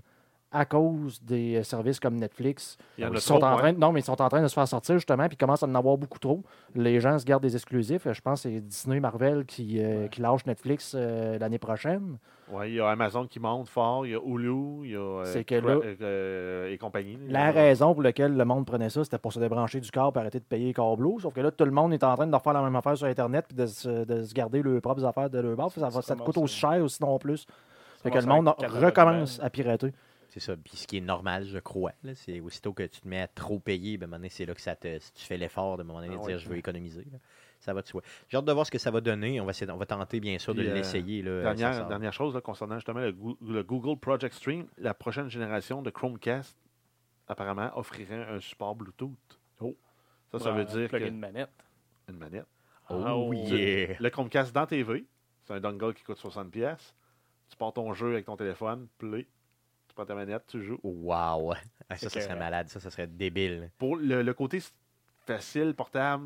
Speaker 4: à cause des euh, services comme Netflix.
Speaker 2: il y en a
Speaker 4: Ils
Speaker 2: trop,
Speaker 4: sont en
Speaker 2: ouais.
Speaker 4: train, de- non, mais ils sont en train de se faire sortir justement, puis ils commencent à en avoir beaucoup trop. Les gens se gardent des exclusifs. Je pense que c'est Disney, Marvel qui, euh,
Speaker 3: Ouais.
Speaker 4: qui lâche Netflix euh, l'année prochaine.
Speaker 2: Ouais, il y a Amazon qui monte fort, il y a Hulu, il y a euh,
Speaker 4: C'est que là-
Speaker 2: Cra- euh, et compagnie.
Speaker 4: La raison pour laquelle le monde prenait ça, c'était pour se débrancher du corps et arrêter de payer les câbleaux. Sauf que là, tout le monde est en train de refaire la même affaire sur Internet puis de se, de se garder leurs propres affaires de leur bord. Ça, va- ça te coûte aussi cher ou sinon plus. Fait que le monde recommence à pirater.
Speaker 1: C'est ça. Puis ce qui est normal, je crois. là, c'est aussitôt que tu te mets à trop payer, ben, à un moment donné, c'est là que ça te, si tu fais l'effort de, à un moment donné,
Speaker 2: Ah
Speaker 1: de
Speaker 2: ouais.
Speaker 1: dire je veux économiser. là, ça va de soi. J'ai hâte de voir ce que ça va donner. On va, essayer, on va tenter, bien sûr,
Speaker 2: Puis,
Speaker 1: de
Speaker 2: euh,
Speaker 1: l'essayer. là, ça
Speaker 2: Dernière,
Speaker 1: sort.
Speaker 2: dernière chose là, concernant justement le, Goo- le Google Project Stream, la prochaine génération de Chromecast apparemment offrirait un support Bluetooth.
Speaker 4: Oh.
Speaker 2: Ça, ça veut dire que-
Speaker 3: une manette.
Speaker 2: une manette. Ah
Speaker 1: Oh,
Speaker 3: Oh.
Speaker 1: yeah!
Speaker 2: Le Chromecast dans TV, c'est un dongle qui coûte 60$. pièces. Tu portes ton jeu avec ton téléphone, play. Tu tu prends ta manette, tu joues.
Speaker 1: Wow! Ah, Ça,
Speaker 3: C'est
Speaker 1: ça serait
Speaker 3: que-
Speaker 1: malade. Ça, ça serait débile.
Speaker 2: Pour le, le côté s- facile, portable,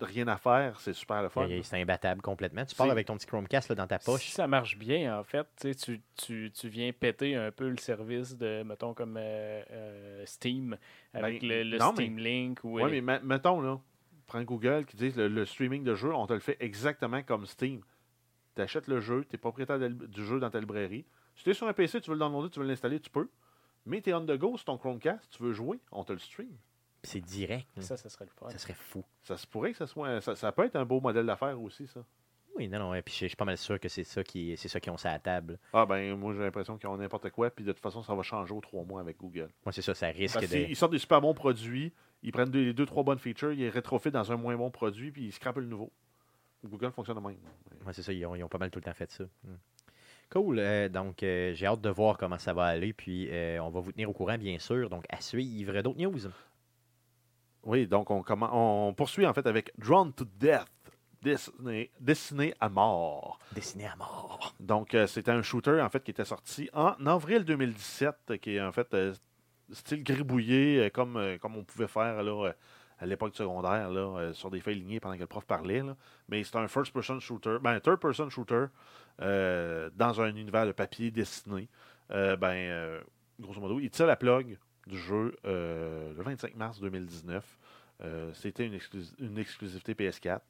Speaker 2: rien à faire, c'est super le fun.
Speaker 1: Il- il- C'est imbattable complètement. Tu parles
Speaker 2: C'est-
Speaker 1: avec ton petit Chromecast là, dans ta
Speaker 3: Si
Speaker 1: poche.
Speaker 3: ça marche bien, en fait, tu, sais, tu, tu, tu viens péter un peu le service de, mettons, comme euh, euh, Steam, avec
Speaker 2: Ben,
Speaker 3: le, le
Speaker 2: non,
Speaker 3: Steam Link. Ou euh,
Speaker 2: Oui, mais ma- mettons, là, prends Google qui disent le, le streaming de jeu, on te le fait exactement comme Steam. Tu achètes le jeu, tu es propriétaire de la- du jeu dans ta librairie. Si tu es sur un PC, tu veux le downloader, tu veux l'installer, tu peux. Mais tu es on the go sur ton Chromecast, tu veux jouer, on te le stream.
Speaker 1: Puis C'est direct. là.
Speaker 3: Ça, ça serait le fun.
Speaker 1: Ça serait fou.
Speaker 2: Ça se pourrait que ça soit. Ça, ça peut être un beau modèle d'affaires aussi, ça.
Speaker 1: Oui, non, non. ouais, Puis je je suis pas mal sûr que c'est ça qui c'est ça qui ont ça à table.
Speaker 2: Ah, ben, moi, j'ai l'impression qu'ils ont n'importe quoi, puis de toute façon, ça va changer aux trois mois avec Google.
Speaker 1: Moi, c'est ça. Ça risque
Speaker 2: Parce qu'ils
Speaker 1: de.
Speaker 2: ils sortent des super bons produits, ils prennent deux- les deux, trois bonnes features, ils les rétrofitent dans un moins bon produit, puis ils scrapent le nouveau. Google fonctionne de même.
Speaker 1: Moi, c'est ça. Ils ont, ils ont pas mal tout le temps fait ça. Mm. Cool. euh, donc, euh, j'ai hâte de voir comment ça va aller. Puis, euh, on va vous tenir au courant, bien sûr. Donc, à suivre d'autres news.
Speaker 2: Oui, donc on, commen- on poursuit en fait avec Drawn to Death, dessiné, dessiné à mort.
Speaker 1: Dessiné à mort.
Speaker 2: Donc euh, c'était un shooter en fait qui était sorti en avril 2017, euh, qui est en fait euh, style gribouillé euh, comme, euh, comme on pouvait faire là, euh, à l'époque secondaire là, euh, sur des feuilles lignées pendant que le prof parlait. là. Mais c'est un first-person shooter, ben un third-person shooter euh, dans un univers de papier dessiné. Euh, ben, euh, grosso modo, il tire la plug du jeu euh, le 25 mars 2019. Euh, C'était une, exclus- une exclusivité PS4.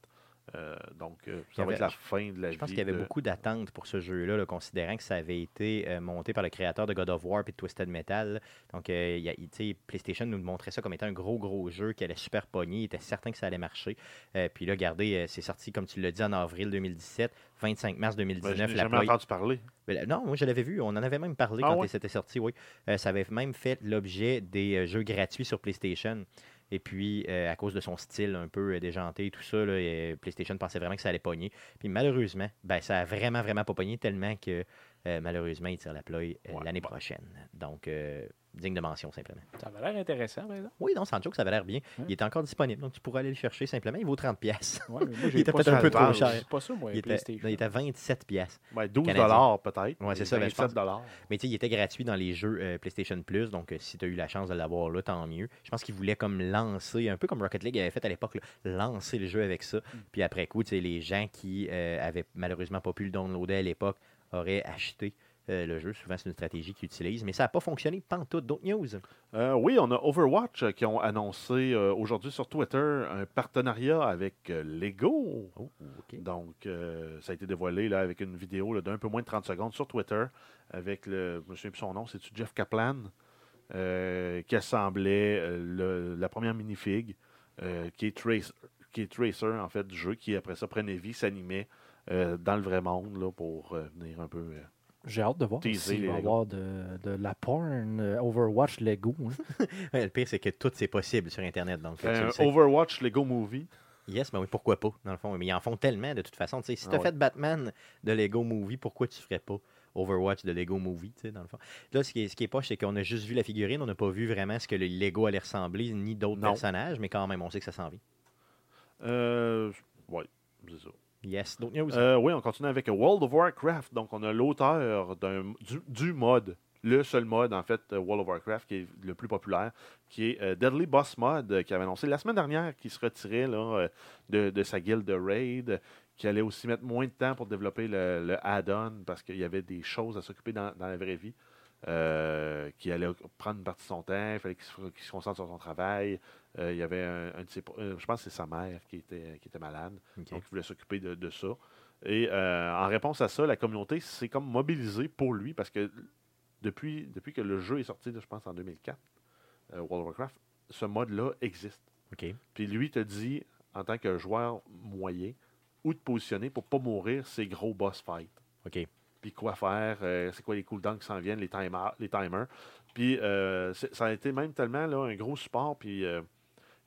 Speaker 2: Euh, donc, euh,
Speaker 1: Il y
Speaker 2: ça va
Speaker 1: avait-
Speaker 2: être la fin de la
Speaker 1: Je pense
Speaker 2: vie
Speaker 1: qu'il y avait
Speaker 2: de-
Speaker 1: beaucoup d'attentes pour ce jeu-là, là, considérant que ça avait été euh, monté par le créateur de God of War et de Twisted Metal. Donc, euh, il y a- il- tu sais, PlayStation nous montrait ça comme étant un gros, gros jeu qui allait super pogner. Il était certain que ça allait marcher. Euh, puis là, regardez, euh, c'est sorti, comme tu l'as dit, en avril 2017, 25 mars
Speaker 2: Ben, je
Speaker 1: 2019.
Speaker 2: n'ai
Speaker 1: la
Speaker 2: jamais
Speaker 1: Play-
Speaker 2: entendu parler.
Speaker 1: Mais là- Non, moi, je l'avais vu. On en avait même parlé
Speaker 2: Ah
Speaker 1: quand
Speaker 2: ouais?
Speaker 1: c'était sorti, oui. Euh, ça avait même fait l'objet des euh, jeux gratuits sur PlayStation. Et puis, euh, à cause de son style un peu euh, déjanté et tout ça, là, euh, PlayStation pensait vraiment que ça allait pogner. Puis malheureusement, ben, ça a vraiment, vraiment pas pogné tellement que euh, malheureusement, il tire la ploie euh,
Speaker 2: Ouais,
Speaker 1: l'année
Speaker 2: bon.
Speaker 1: prochaine. Donc, euh, digne de mention, simplement.
Speaker 3: Ça avait l'air intéressant, par exemple.
Speaker 1: Oui, non, sans joke, ça avait l'air bien.
Speaker 3: Ouais.
Speaker 1: Il est encore disponible, donc tu pourras aller le chercher simplement. Il vaut 30$. pièces.
Speaker 3: Ouais, mais moi,
Speaker 1: Il
Speaker 3: j'ai
Speaker 1: était
Speaker 3: pas
Speaker 1: peut-être
Speaker 3: ça.
Speaker 1: un peu trop
Speaker 2: Ah,
Speaker 1: cher.
Speaker 3: J'ai pas ça, moi,
Speaker 1: Il était,
Speaker 3: PlayStation.
Speaker 1: non, il était à 27$. pièces.
Speaker 2: Ben, 12
Speaker 1: Canadien.
Speaker 2: peut-être.
Speaker 1: Ouais, c'est ça, ben, je pense-
Speaker 2: 27 dollars.
Speaker 1: Mais tu sais, il était gratuit dans les jeux euh, PlayStation Plus, donc euh, si tu as eu la chance de l'avoir là, tant mieux. Je pense qu'ils voulaient comme lancer, un peu comme Rocket League avait fait à l'époque, là, lancer le jeu avec ça. Puis après coup, tu sais, les gens qui euh, avaient malheureusement pas pu le downloader à l'époque auraient acheté. euh, le jeu, souvent c'est une stratégie qu'ils utilisent, mais ça n'a pas fonctionné pantoute. D'autres news.
Speaker 2: Euh, oui, on a Overwatch euh, qui ont annoncé euh, aujourd'hui sur Twitter un partenariat avec euh, Lego.
Speaker 1: Oh, ok.
Speaker 2: Donc, euh, ça a été dévoilé là, avec une vidéo là, d'un peu moins de 30 secondes sur Twitter avec le. Je me souviens plus son nom, c'est-tu Jeff Kaplan euh, qui assemblait euh, le- la première minifig euh, qui, est Tracer, qui est Tracer, en fait, du jeu, qui après ça prenait vie, s'animait euh, dans le vrai monde là, pour euh, venir un peu. euh,
Speaker 4: J'ai hâte de voir
Speaker 2: Teaser
Speaker 4: s'il
Speaker 2: les
Speaker 4: va y
Speaker 2: Lego.
Speaker 4: avoir de, de la porn euh, Overwatch Lego. hein.
Speaker 1: Ouais, le pire, c'est que tout c'est possible sur Internet. Donc, tu
Speaker 2: un
Speaker 1: le sais.
Speaker 2: Euh, Overwatch Lego Movie.
Speaker 1: Yes, mais oui, pourquoi pas, dans le fond. Mais ils en font tellement, de toute façon. Tu sais, si
Speaker 2: Ah
Speaker 1: tu as
Speaker 2: ouais.
Speaker 1: fait Batman de Lego Movie, pourquoi tu ferais pas Overwatch de Lego Movie, tu sais, dans le fond? Là, ce qui est, ce qui est poche, c'est qu'on a juste vu la figurine, on n'a pas vu vraiment ce que le Lego allait ressembler, ni d'autres
Speaker 2: Non.
Speaker 1: personnages, mais quand même, on sait que ça s'en vient.
Speaker 2: Euh, oui, c'est ça.
Speaker 1: Yes, d'autres news?
Speaker 2: Euh, oui, on continue avec World of Warcraft. Donc, on a l'auteur d'un- du, du mod, le seul mod, en fait, euh, World of Warcraft, qui est le plus populaire, qui est euh, Deadly Boss Mod, euh, qui avait annoncé la semaine dernière qu'il se retirait là, euh, de, de sa guilde de raid, euh, qui allait aussi mettre moins de temps pour développer le, le add-on, parce qu'il y avait des choses à s'occuper dans, dans la vraie vie. euh, qui allait prendre une partie de son temps, il fallait qu'il se, qu'il se concentre sur son travail. Euh, il y avait un, un de ses pro- euh, je pense que c'est sa mère qui était, qui était malade.
Speaker 1: Ok.
Speaker 2: Donc, il voulait s'occuper de, de ça. Et euh, en réponse à ça, la communauté s'est comme mobilisée pour lui parce que depuis, depuis que le jeu est sorti, je pense en 2004, euh, World of Warcraft, ce mode-là existe.
Speaker 1: OK.
Speaker 2: Puis lui te dit, en tant que joueur moyen, où te positionner pour pas mourir ces gros boss fights
Speaker 1: OK.
Speaker 2: puis quoi faire, euh, c'est quoi les cooldowns qui s'en viennent, les, timers- les timers. Puis euh, c'est- ça a été même tellement là, un gros support puis, euh,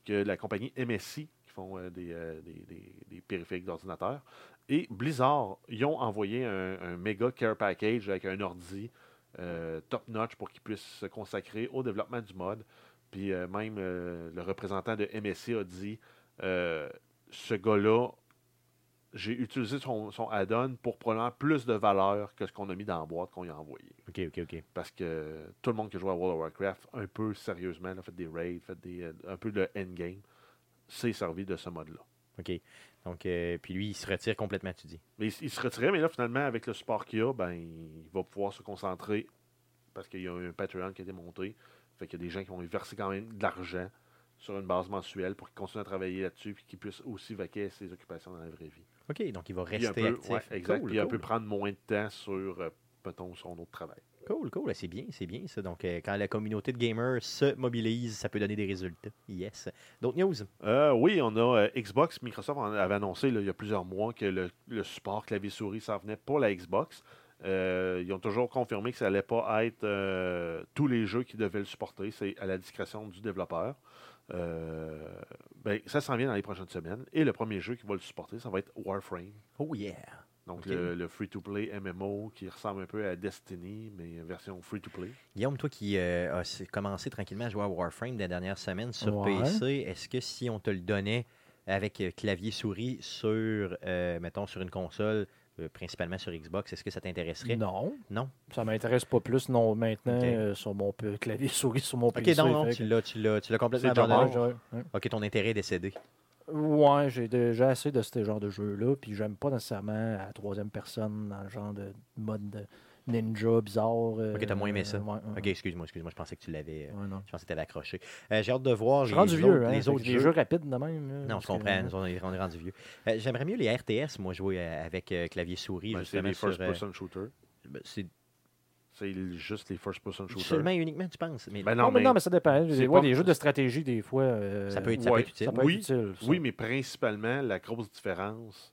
Speaker 2: que la compagnie MSI, qui font euh, des, euh, des- des- des périphériques d'ordinateur, et Blizzard, ils ont envoyé un, un méga care package avec un ordi euh, top-notch pour qu'ils puissent se consacrer au développement du mod. Puis euh, même euh, le représentant de MSI a dit, euh, ce gars-là, j'ai utilisé son, son add-on pour probablement plus de valeur que ce qu'on a mis dans la boîte qu'on y a envoyé.
Speaker 1: OK, OK, OK.
Speaker 2: Parce que tout le monde qui joue à World of Warcraft, un peu sérieusement, là, fait des raids, fait des, euh, un peu le endgame, s'est servi de ce mode-là.
Speaker 1: OK. Donc, euh, puis lui, il se retire complètement, tu dis.
Speaker 2: Mais il, il se retirait, mais là, finalement, avec le support qu'il a, ben, il va pouvoir se concentrer parce qu'il y a un Patreon qui a été monté. Fait qu'il y a des gens qui vont lui verser quand même de l'argent sur une base mensuelle pour qu'il continue à travailler là-dessus et qu'il puisse aussi vaquer à ses occupations dans la vraie vie.
Speaker 1: OK, donc il va
Speaker 2: Puis un
Speaker 1: rester
Speaker 2: peu-
Speaker 1: actif.
Speaker 2: ouais, exact.
Speaker 1: Cool,
Speaker 2: Puis un
Speaker 1: cool.
Speaker 2: peu prendre moins de temps sur, euh, mettons, son autre travail.
Speaker 1: Cool, cool. Ben, C'est bien, c'est bien ça. Donc, euh, quand la communauté de gamers se mobilise, ça peut donner des résultats. Yes. D'autres news?
Speaker 2: Euh, oui, on a euh, Xbox. Microsoft en avait annoncé là, il y a plusieurs mois que le, le support clavier-souris s'en venait pour la Xbox. Euh, ils ont toujours confirmé que ça n'allait pas être euh, tous les jeux qui devaient le supporter. C'est à la discrétion du développeur. Euh, ben, ça s'en vient dans les prochaines semaines. Et le premier jeu qui va le supporter, ça va être Warframe.
Speaker 1: Oh yeah.
Speaker 2: Donc
Speaker 1: Ok.
Speaker 2: le, le free-to-play MMO qui ressemble un peu à Destiny, mais version free-to-play.
Speaker 1: Guillaume, toi qui euh, as commencé tranquillement à jouer à Warframe la dernière semaine sur
Speaker 4: Ouais.
Speaker 1: PC, est-ce que si on te le donnait avec euh, clavier-souris sur, euh, mettons, sur une console, euh, principalement sur Xbox, est-ce que ça t'intéresserait?
Speaker 4: Non.
Speaker 1: Non?
Speaker 4: Euh, Ça m'intéresse pas plus, non, maintenant,
Speaker 1: Ok.
Speaker 4: euh, sur mon pe- clavier souris, sur mon
Speaker 1: Ok,
Speaker 4: PC.
Speaker 1: non, non,
Speaker 4: fait
Speaker 1: tu
Speaker 4: que-
Speaker 1: l'as, tu l'as, tu l'as complètement
Speaker 2: C'est déjà
Speaker 1: abandonné.
Speaker 2: mort.
Speaker 4: Ouais, ouais.
Speaker 1: Ok, ton intérêt est décédé.
Speaker 4: Ouais, j'ai déjà assez de ce genre de jeu-là, puis j'aime pas nécessairement à la troisième personne dans le genre de mode de ninja bizarre. euh,
Speaker 1: Ok, t'as moins aimé ça.
Speaker 4: ouais, ouais,
Speaker 1: Ok, excuse-moi, excuse-moi, je pensais que tu l'avais. euh,
Speaker 4: ouais, non.
Speaker 1: Je pensais que tu avais accroché. Euh, j'ai hâte de voir
Speaker 4: Je suis
Speaker 1: les,
Speaker 4: rendu
Speaker 1: autres,
Speaker 4: vieux, hein,
Speaker 1: les
Speaker 4: fait que
Speaker 1: autres
Speaker 4: des
Speaker 1: jeux.
Speaker 4: jeux rapides de même. là,
Speaker 1: Non,
Speaker 4: parce
Speaker 1: je
Speaker 4: que-
Speaker 1: comprends. Nous, on est, on est rendu vieux. Euh, J'aimerais mieux les RTS, moi, jouer euh, avec euh, clavier-souris.
Speaker 2: Ben, c'est
Speaker 1: justement,
Speaker 2: les
Speaker 1: sur, euh,
Speaker 2: first-person shooters.
Speaker 1: ben, c'est
Speaker 2: C'est juste les first-person shooters.
Speaker 1: seulement et uniquement, tu penses. Mais
Speaker 2: Ben
Speaker 4: Non, mais, non, mais ça dépend.
Speaker 2: c'est
Speaker 4: Des,
Speaker 2: pas-
Speaker 4: ouais, des jeux de stratégie, des fois. euh,
Speaker 1: ça peut être, ça peut
Speaker 2: ouais,
Speaker 1: être utile.
Speaker 4: ça peut être
Speaker 2: Oui,
Speaker 4: utile, ça.
Speaker 2: Oui, mais principalement, la grosse différence.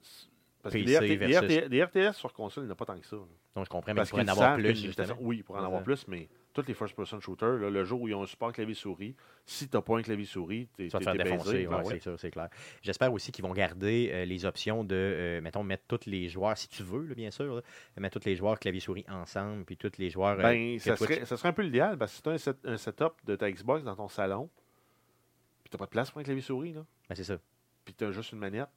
Speaker 2: c'est- Parce que
Speaker 1: PC
Speaker 2: les, RT- les
Speaker 1: versus-
Speaker 2: RT- les RTS sur console, il n'y en a pas tant que ça. là.
Speaker 1: Donc, je comprends, mais
Speaker 2: Parce
Speaker 1: pour en
Speaker 2: qu'ils
Speaker 1: avoir
Speaker 2: savent qu'il y a
Speaker 1: plus,
Speaker 2: une
Speaker 1: justement.
Speaker 2: limitation. Oui, pour en
Speaker 1: C'est
Speaker 2: avoir
Speaker 1: ça.
Speaker 2: plus, mais tous les first-person shooters, là, le jour où ils ont un support clavier-souris, si tu n'as pas un clavier-souris, tu es,
Speaker 1: Tu vas te faire défoncer,
Speaker 2: baisé.
Speaker 1: ouais,
Speaker 2: ben ouais.
Speaker 1: c'est sûr, c'est clair. J'espère aussi qu'ils vont garder euh, les options de, euh, mettons, mettre tous les joueurs, si tu veux, là, bien sûr, là, mettre tous les joueurs clavier-souris ensemble, puis tous les joueurs... euh,
Speaker 2: Ben,
Speaker 1: que
Speaker 2: ça,
Speaker 1: toi,
Speaker 2: serait, ça serait un peu l'idéal, parce que si tu as un, set- un setup de ta Xbox dans ton salon, puis tu n'as pas de place pour un clavier-souris, là,
Speaker 1: tu- ben, c'est ça.
Speaker 2: puis tu as juste une manette,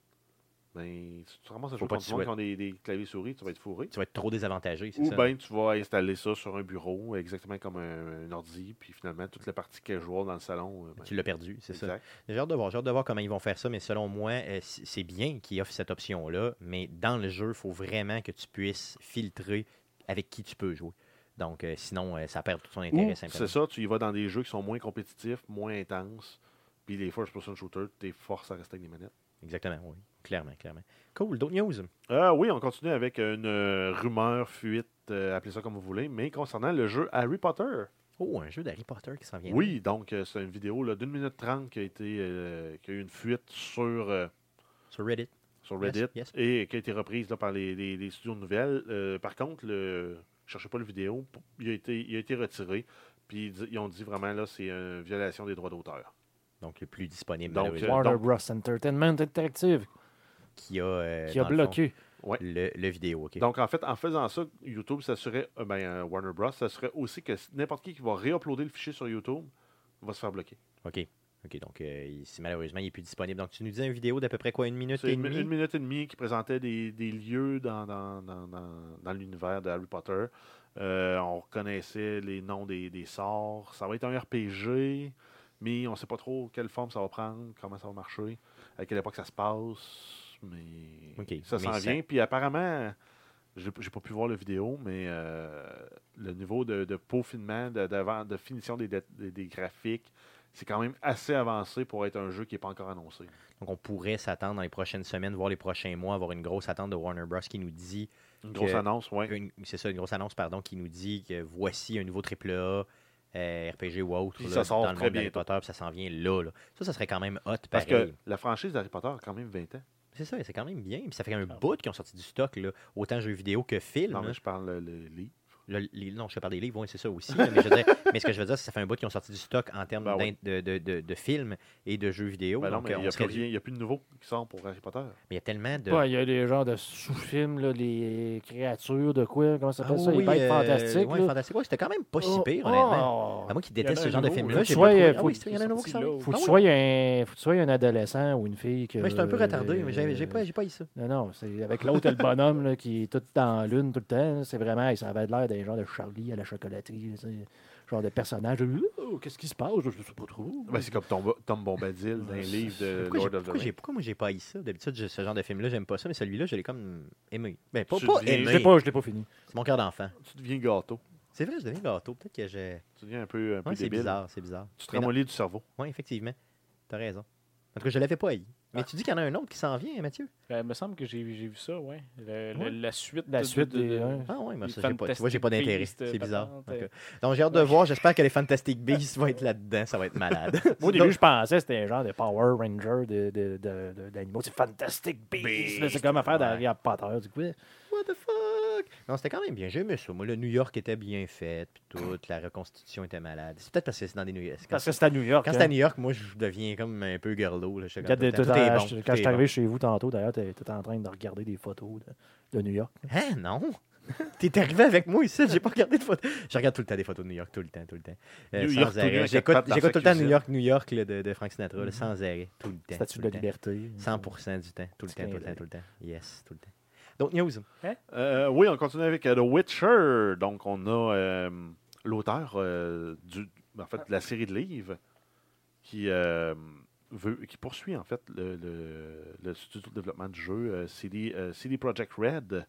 Speaker 2: ben, si tu commences à
Speaker 1: Faut
Speaker 2: jouer
Speaker 1: pas
Speaker 2: contre
Speaker 1: que
Speaker 2: du
Speaker 1: tu
Speaker 2: monde qui ont des, des claviers-souris, tu vas être fourré.
Speaker 1: Tu vas être trop désavantagé, c'est
Speaker 2: Ou ben,
Speaker 1: ça.
Speaker 2: bien tu vas installer ça sur un bureau, exactement comme un, un ordi, puis finalement, toute la partie casual dans le salon. euh, ben,
Speaker 1: Tu l'as perdu, c'est ça.
Speaker 2: exact.
Speaker 1: J'ai hâte de voir, j'ai hâte de voir comment ils vont faire ça, mais selon moi, euh, c- c'est bien qu'ils offrent cette option-là, mais dans le jeu, il faut vraiment que tu puisses filtrer avec qui tu peux jouer. Donc, euh, sinon, euh, ça perd tout son intérêt
Speaker 2: Ou,
Speaker 1: simplement.
Speaker 2: c'est ça, tu y vas dans des jeux qui sont moins compétitifs, moins intenses, puis les first-person shooters, t'es force à rester avec des manettes.
Speaker 1: Exactement, oui. Clairement, clairement. Cool. D'autres news?
Speaker 2: Euh, oui, on continue avec une euh, rumeur, fuite, euh, appelez ça comme vous voulez, mais concernant le jeu Harry Potter.
Speaker 1: Oh, un jeu d'Harry Potter qui s'en vient.
Speaker 2: Oui, donc euh, c'est une vidéo là, d'une minute trente qui a, été, euh, qui a eu une fuite sur... euh,
Speaker 1: Sur Reddit.
Speaker 2: sur
Speaker 1: Yes,
Speaker 2: Reddit
Speaker 1: yes.
Speaker 2: et qui a été reprise là, par les, les- les studios de nouvelles. Euh, par contre, le, cherchez pas le vidéo, p- il a été, il a été retiré. Puis ils di- ils ont dit vraiment là, c'est une violation des droits d'auteur.
Speaker 1: Donc, le plus disponible,
Speaker 2: Donc,
Speaker 1: malheureusement,
Speaker 2: euh,
Speaker 4: Warner
Speaker 2: donc-
Speaker 4: Bros. Entertainment Interactive
Speaker 1: qui a, euh,
Speaker 4: qui a
Speaker 1: dans le fond,
Speaker 4: bloqué.
Speaker 1: le, le vidéo. ok.
Speaker 2: Donc en fait, en faisant ça, YouTube s'assurait, euh, ben, euh, Warner Bros. s'assurait aussi que s- n'importe qui qui va réuploader le fichier sur YouTube va se faire bloquer.
Speaker 1: OK. OK, donc euh, il- c'est- malheureusement, il n'est plus disponible. Donc, tu nous disais une vidéo d'à peu près quoi, une minute
Speaker 2: C'est
Speaker 1: et
Speaker 2: une,
Speaker 1: demie?
Speaker 2: une minute et demie qui présentait des, des lieux dans, dans, dans- dans- dans l'univers de Harry Potter. Euh, on reconnaissait les noms des, des sorts. Ça va être un RPG, mais on ne sait pas trop quelle forme ça va prendre, comment ça va marcher, à quelle époque ça se passe. Mais
Speaker 1: Ok,
Speaker 2: ça
Speaker 1: mais
Speaker 2: s'en
Speaker 1: ça-
Speaker 2: vient. Puis apparemment, j'ai j'ai pas pu voir la vidéo, mais euh, le niveau de, de peaufinement, de, d'avant- de finition des, dé- des- des graphiques, c'est quand même assez avancé pour être un jeu qui n'est pas encore annoncé.
Speaker 1: Donc, on pourrait s'attendre dans les prochaines semaines, voire les prochains mois, avoir une grosse attente de Warner Bros. qui nous dit
Speaker 2: Une grosse
Speaker 1: Que-
Speaker 2: annonce, oui.
Speaker 1: une- c'est ça, une grosse annonce, pardon, qui nous dit que voici un nouveau AAA, euh, RPG ou autre,
Speaker 2: Puis
Speaker 1: là,
Speaker 2: ça sort
Speaker 1: dans le
Speaker 2: très
Speaker 1: monde d'Harry
Speaker 2: bientôt.
Speaker 1: Potter, puis ça s'en vient là, là. Ça, ça serait quand même hot,
Speaker 2: Parce
Speaker 1: pareil.
Speaker 2: que la franchise d'Harry Potter a quand même 20 ans.
Speaker 1: C'est ça, c'est
Speaker 2: Ah.
Speaker 1: quand même bien. Puis ça fait un bout qu'ils ont sorti du stock, là, autant jeux vidéo que films.
Speaker 2: Non,
Speaker 1: là.
Speaker 2: mais je parle le livre.
Speaker 1: Là, les- non, je te parle des livres, oui, c'est ça aussi. là, mais, je veux dire- mais ce que je veux dire, c'est que ça fait un bout qu'ils ont sorti du stock en termes
Speaker 2: Ben oui.
Speaker 1: d'in- de, de- de- de films et de jeux vidéo.
Speaker 2: Ben non,
Speaker 1: donc,
Speaker 2: mais
Speaker 1: euh,
Speaker 2: il
Speaker 1: on
Speaker 2: n'y a,
Speaker 1: serait-
Speaker 2: plus rien- il y a plus de nouveau qui sort pour Harry Potter.
Speaker 1: mais il y a tellement de.
Speaker 4: Ouais, Il y a des genres de sous-films, là, les créatures de quoi, comment ça
Speaker 1: Ah
Speaker 4: s'appelle ça, les bêtes
Speaker 1: euh,
Speaker 4: fantastiques.
Speaker 1: ouais,
Speaker 4: là.
Speaker 1: fantastique. Ouais, c'était quand même pas si
Speaker 4: Oh,
Speaker 1: pire,
Speaker 4: oh,
Speaker 1: honnêtement.
Speaker 4: oh.
Speaker 1: À moi qui
Speaker 3: y en a
Speaker 1: déteste
Speaker 3: un
Speaker 1: ce genre de
Speaker 3: nouveau,
Speaker 1: film-là,
Speaker 3: là.
Speaker 1: j'ai
Speaker 4: Soit,
Speaker 1: pas trouvé-
Speaker 4: euh,
Speaker 1: Ah
Speaker 4: faut-
Speaker 1: oui, c'est- il y en a un nouveau qui
Speaker 3: sorti
Speaker 1: sort.
Speaker 3: là.
Speaker 4: Faut que
Speaker 1: Ah
Speaker 4: tu
Speaker 1: oui.
Speaker 4: sois un, faut que tu sois un adolescent ou une fille. Que, Euh,
Speaker 1: Mais j'étais un peu retardé, mais j'ai j'ai pas, j'ai pas eu ça.
Speaker 4: Non, non, c'est avec l'autre, le bonhomme là, qui est tout dans la lune tout le temps. C'est vraiment, il s'en va de l'air des gens de Charlie à la chocolaterie. là, c'est Genre de personnage. Oh, Qu'est-ce qui se passe? Je sais pas trop.
Speaker 2: Ben, c'est comme Tom, Tom Bombadil dans les livres de
Speaker 1: Ah, Pourquoi, j'ai-
Speaker 2: Euh, Lord of the
Speaker 1: pourquoi, j'ai-
Speaker 2: Rings.
Speaker 1: pourquoi moi j'ai pas eu ça? D'habitude, j'ai- ce genre de film-là, j'aime pas ça, mais celui-là, je l'ai comme aimé. Ben, pas,
Speaker 2: Tu
Speaker 1: pas
Speaker 2: deviens-
Speaker 4: je
Speaker 1: aimé.
Speaker 4: l'ai pas, je l'ai pas fini.
Speaker 1: C'est mon cœur d'enfant.
Speaker 2: Tu deviens gâteau.
Speaker 1: C'est vrai, je deviens gâteau. Peut-être que j'ai.
Speaker 2: Tu deviens un peu, un peu
Speaker 1: Ouais, c'est
Speaker 2: débile.
Speaker 1: bizarre, c'est bizarre.
Speaker 2: Tu te ramollis du cerveau.
Speaker 1: Oui, effectivement. T'as raison. En tout cas, je l'avais pas haï. Mais tu dis qu'il y en a un autre qui s'en vient, Mathieu.
Speaker 3: Euh, il me semble que j'ai j'ai vu ça, ouais. Le- le-
Speaker 4: Ouais.
Speaker 3: La suite.
Speaker 4: La
Speaker 3: de-
Speaker 4: suite
Speaker 3: de- de-
Speaker 4: des-
Speaker 3: de-
Speaker 4: ouais.
Speaker 1: Ah oui, moi,
Speaker 3: Les
Speaker 1: ça, j'ai pas, tu vois, j'ai pas
Speaker 3: Fantastic
Speaker 1: d'intérêt.
Speaker 3: Beasts,
Speaker 1: C'est bizarre.
Speaker 3: patente,
Speaker 1: En tout
Speaker 3: euh.
Speaker 1: cas. Donc, j'ai hâte de voir. J'espère que les Fantastic Beasts vont être là-dedans. Ça va être malade.
Speaker 4: Moi, au
Speaker 1: Donc-
Speaker 4: début, je pensais que c'était un genre de Power Ranger d'animaux. De, de, de- d'animaux. c'est Fantastic Beast. là, C'est comme affaire d'Harry Potter. Du coup.
Speaker 1: What the fuck? Non, c'était quand même bien. J'ai aimé ça. Moi, le New York était bien fait, puis tout. La reconstitution était malade. C'est peut-être parce que c'est dans des New York. Quand,
Speaker 4: Parce que c'est à New York.
Speaker 1: quand
Speaker 4: hein.
Speaker 1: c'est à New York, moi, je deviens comme un peu girlo. Là. Je sais
Speaker 4: Regarde,
Speaker 1: comme,
Speaker 4: t'es-
Speaker 1: tout
Speaker 4: t'es-
Speaker 1: est bon,
Speaker 4: je-
Speaker 1: tout
Speaker 4: quand je suis
Speaker 1: est bon.
Speaker 4: arrivé chez vous tantôt, d'ailleurs, tu étais en train de regarder des photos de, de New York.
Speaker 1: Hein, non? T'es arrivé avec moi ici, j'ai pas regardé de photos. Je regarde tout le temps des photos de New York, tout le temps, tout le temps. Euh,
Speaker 2: New
Speaker 1: sans
Speaker 2: York, tout nu,
Speaker 1: arrêt.
Speaker 2: avec la
Speaker 1: J'écoute
Speaker 2: patte dans
Speaker 1: j'écoute
Speaker 2: sa
Speaker 1: tout le temps New
Speaker 2: cuisine.
Speaker 1: York, New York là, de, de Frank Sinatra,
Speaker 2: Mm-hmm.
Speaker 1: là, sans arrêt, tout le temps.
Speaker 4: Statue
Speaker 1: tout
Speaker 4: de
Speaker 1: le
Speaker 4: la
Speaker 1: temps.
Speaker 4: liberté.
Speaker 1: 100% du temps, tout le
Speaker 4: Petit
Speaker 1: temps, tout le
Speaker 4: clin
Speaker 1: temps, tout le temps. Yes, tout le temps. Donc, news.
Speaker 2: Euh, oui, on continue avec euh, The Witcher. Donc, on a euh, l'auteur euh, du, en fait, de la série de livres qui, euh, veut, qui poursuit en fait le, le- le studio de développement du jeu euh, CD, euh, CD Projekt Red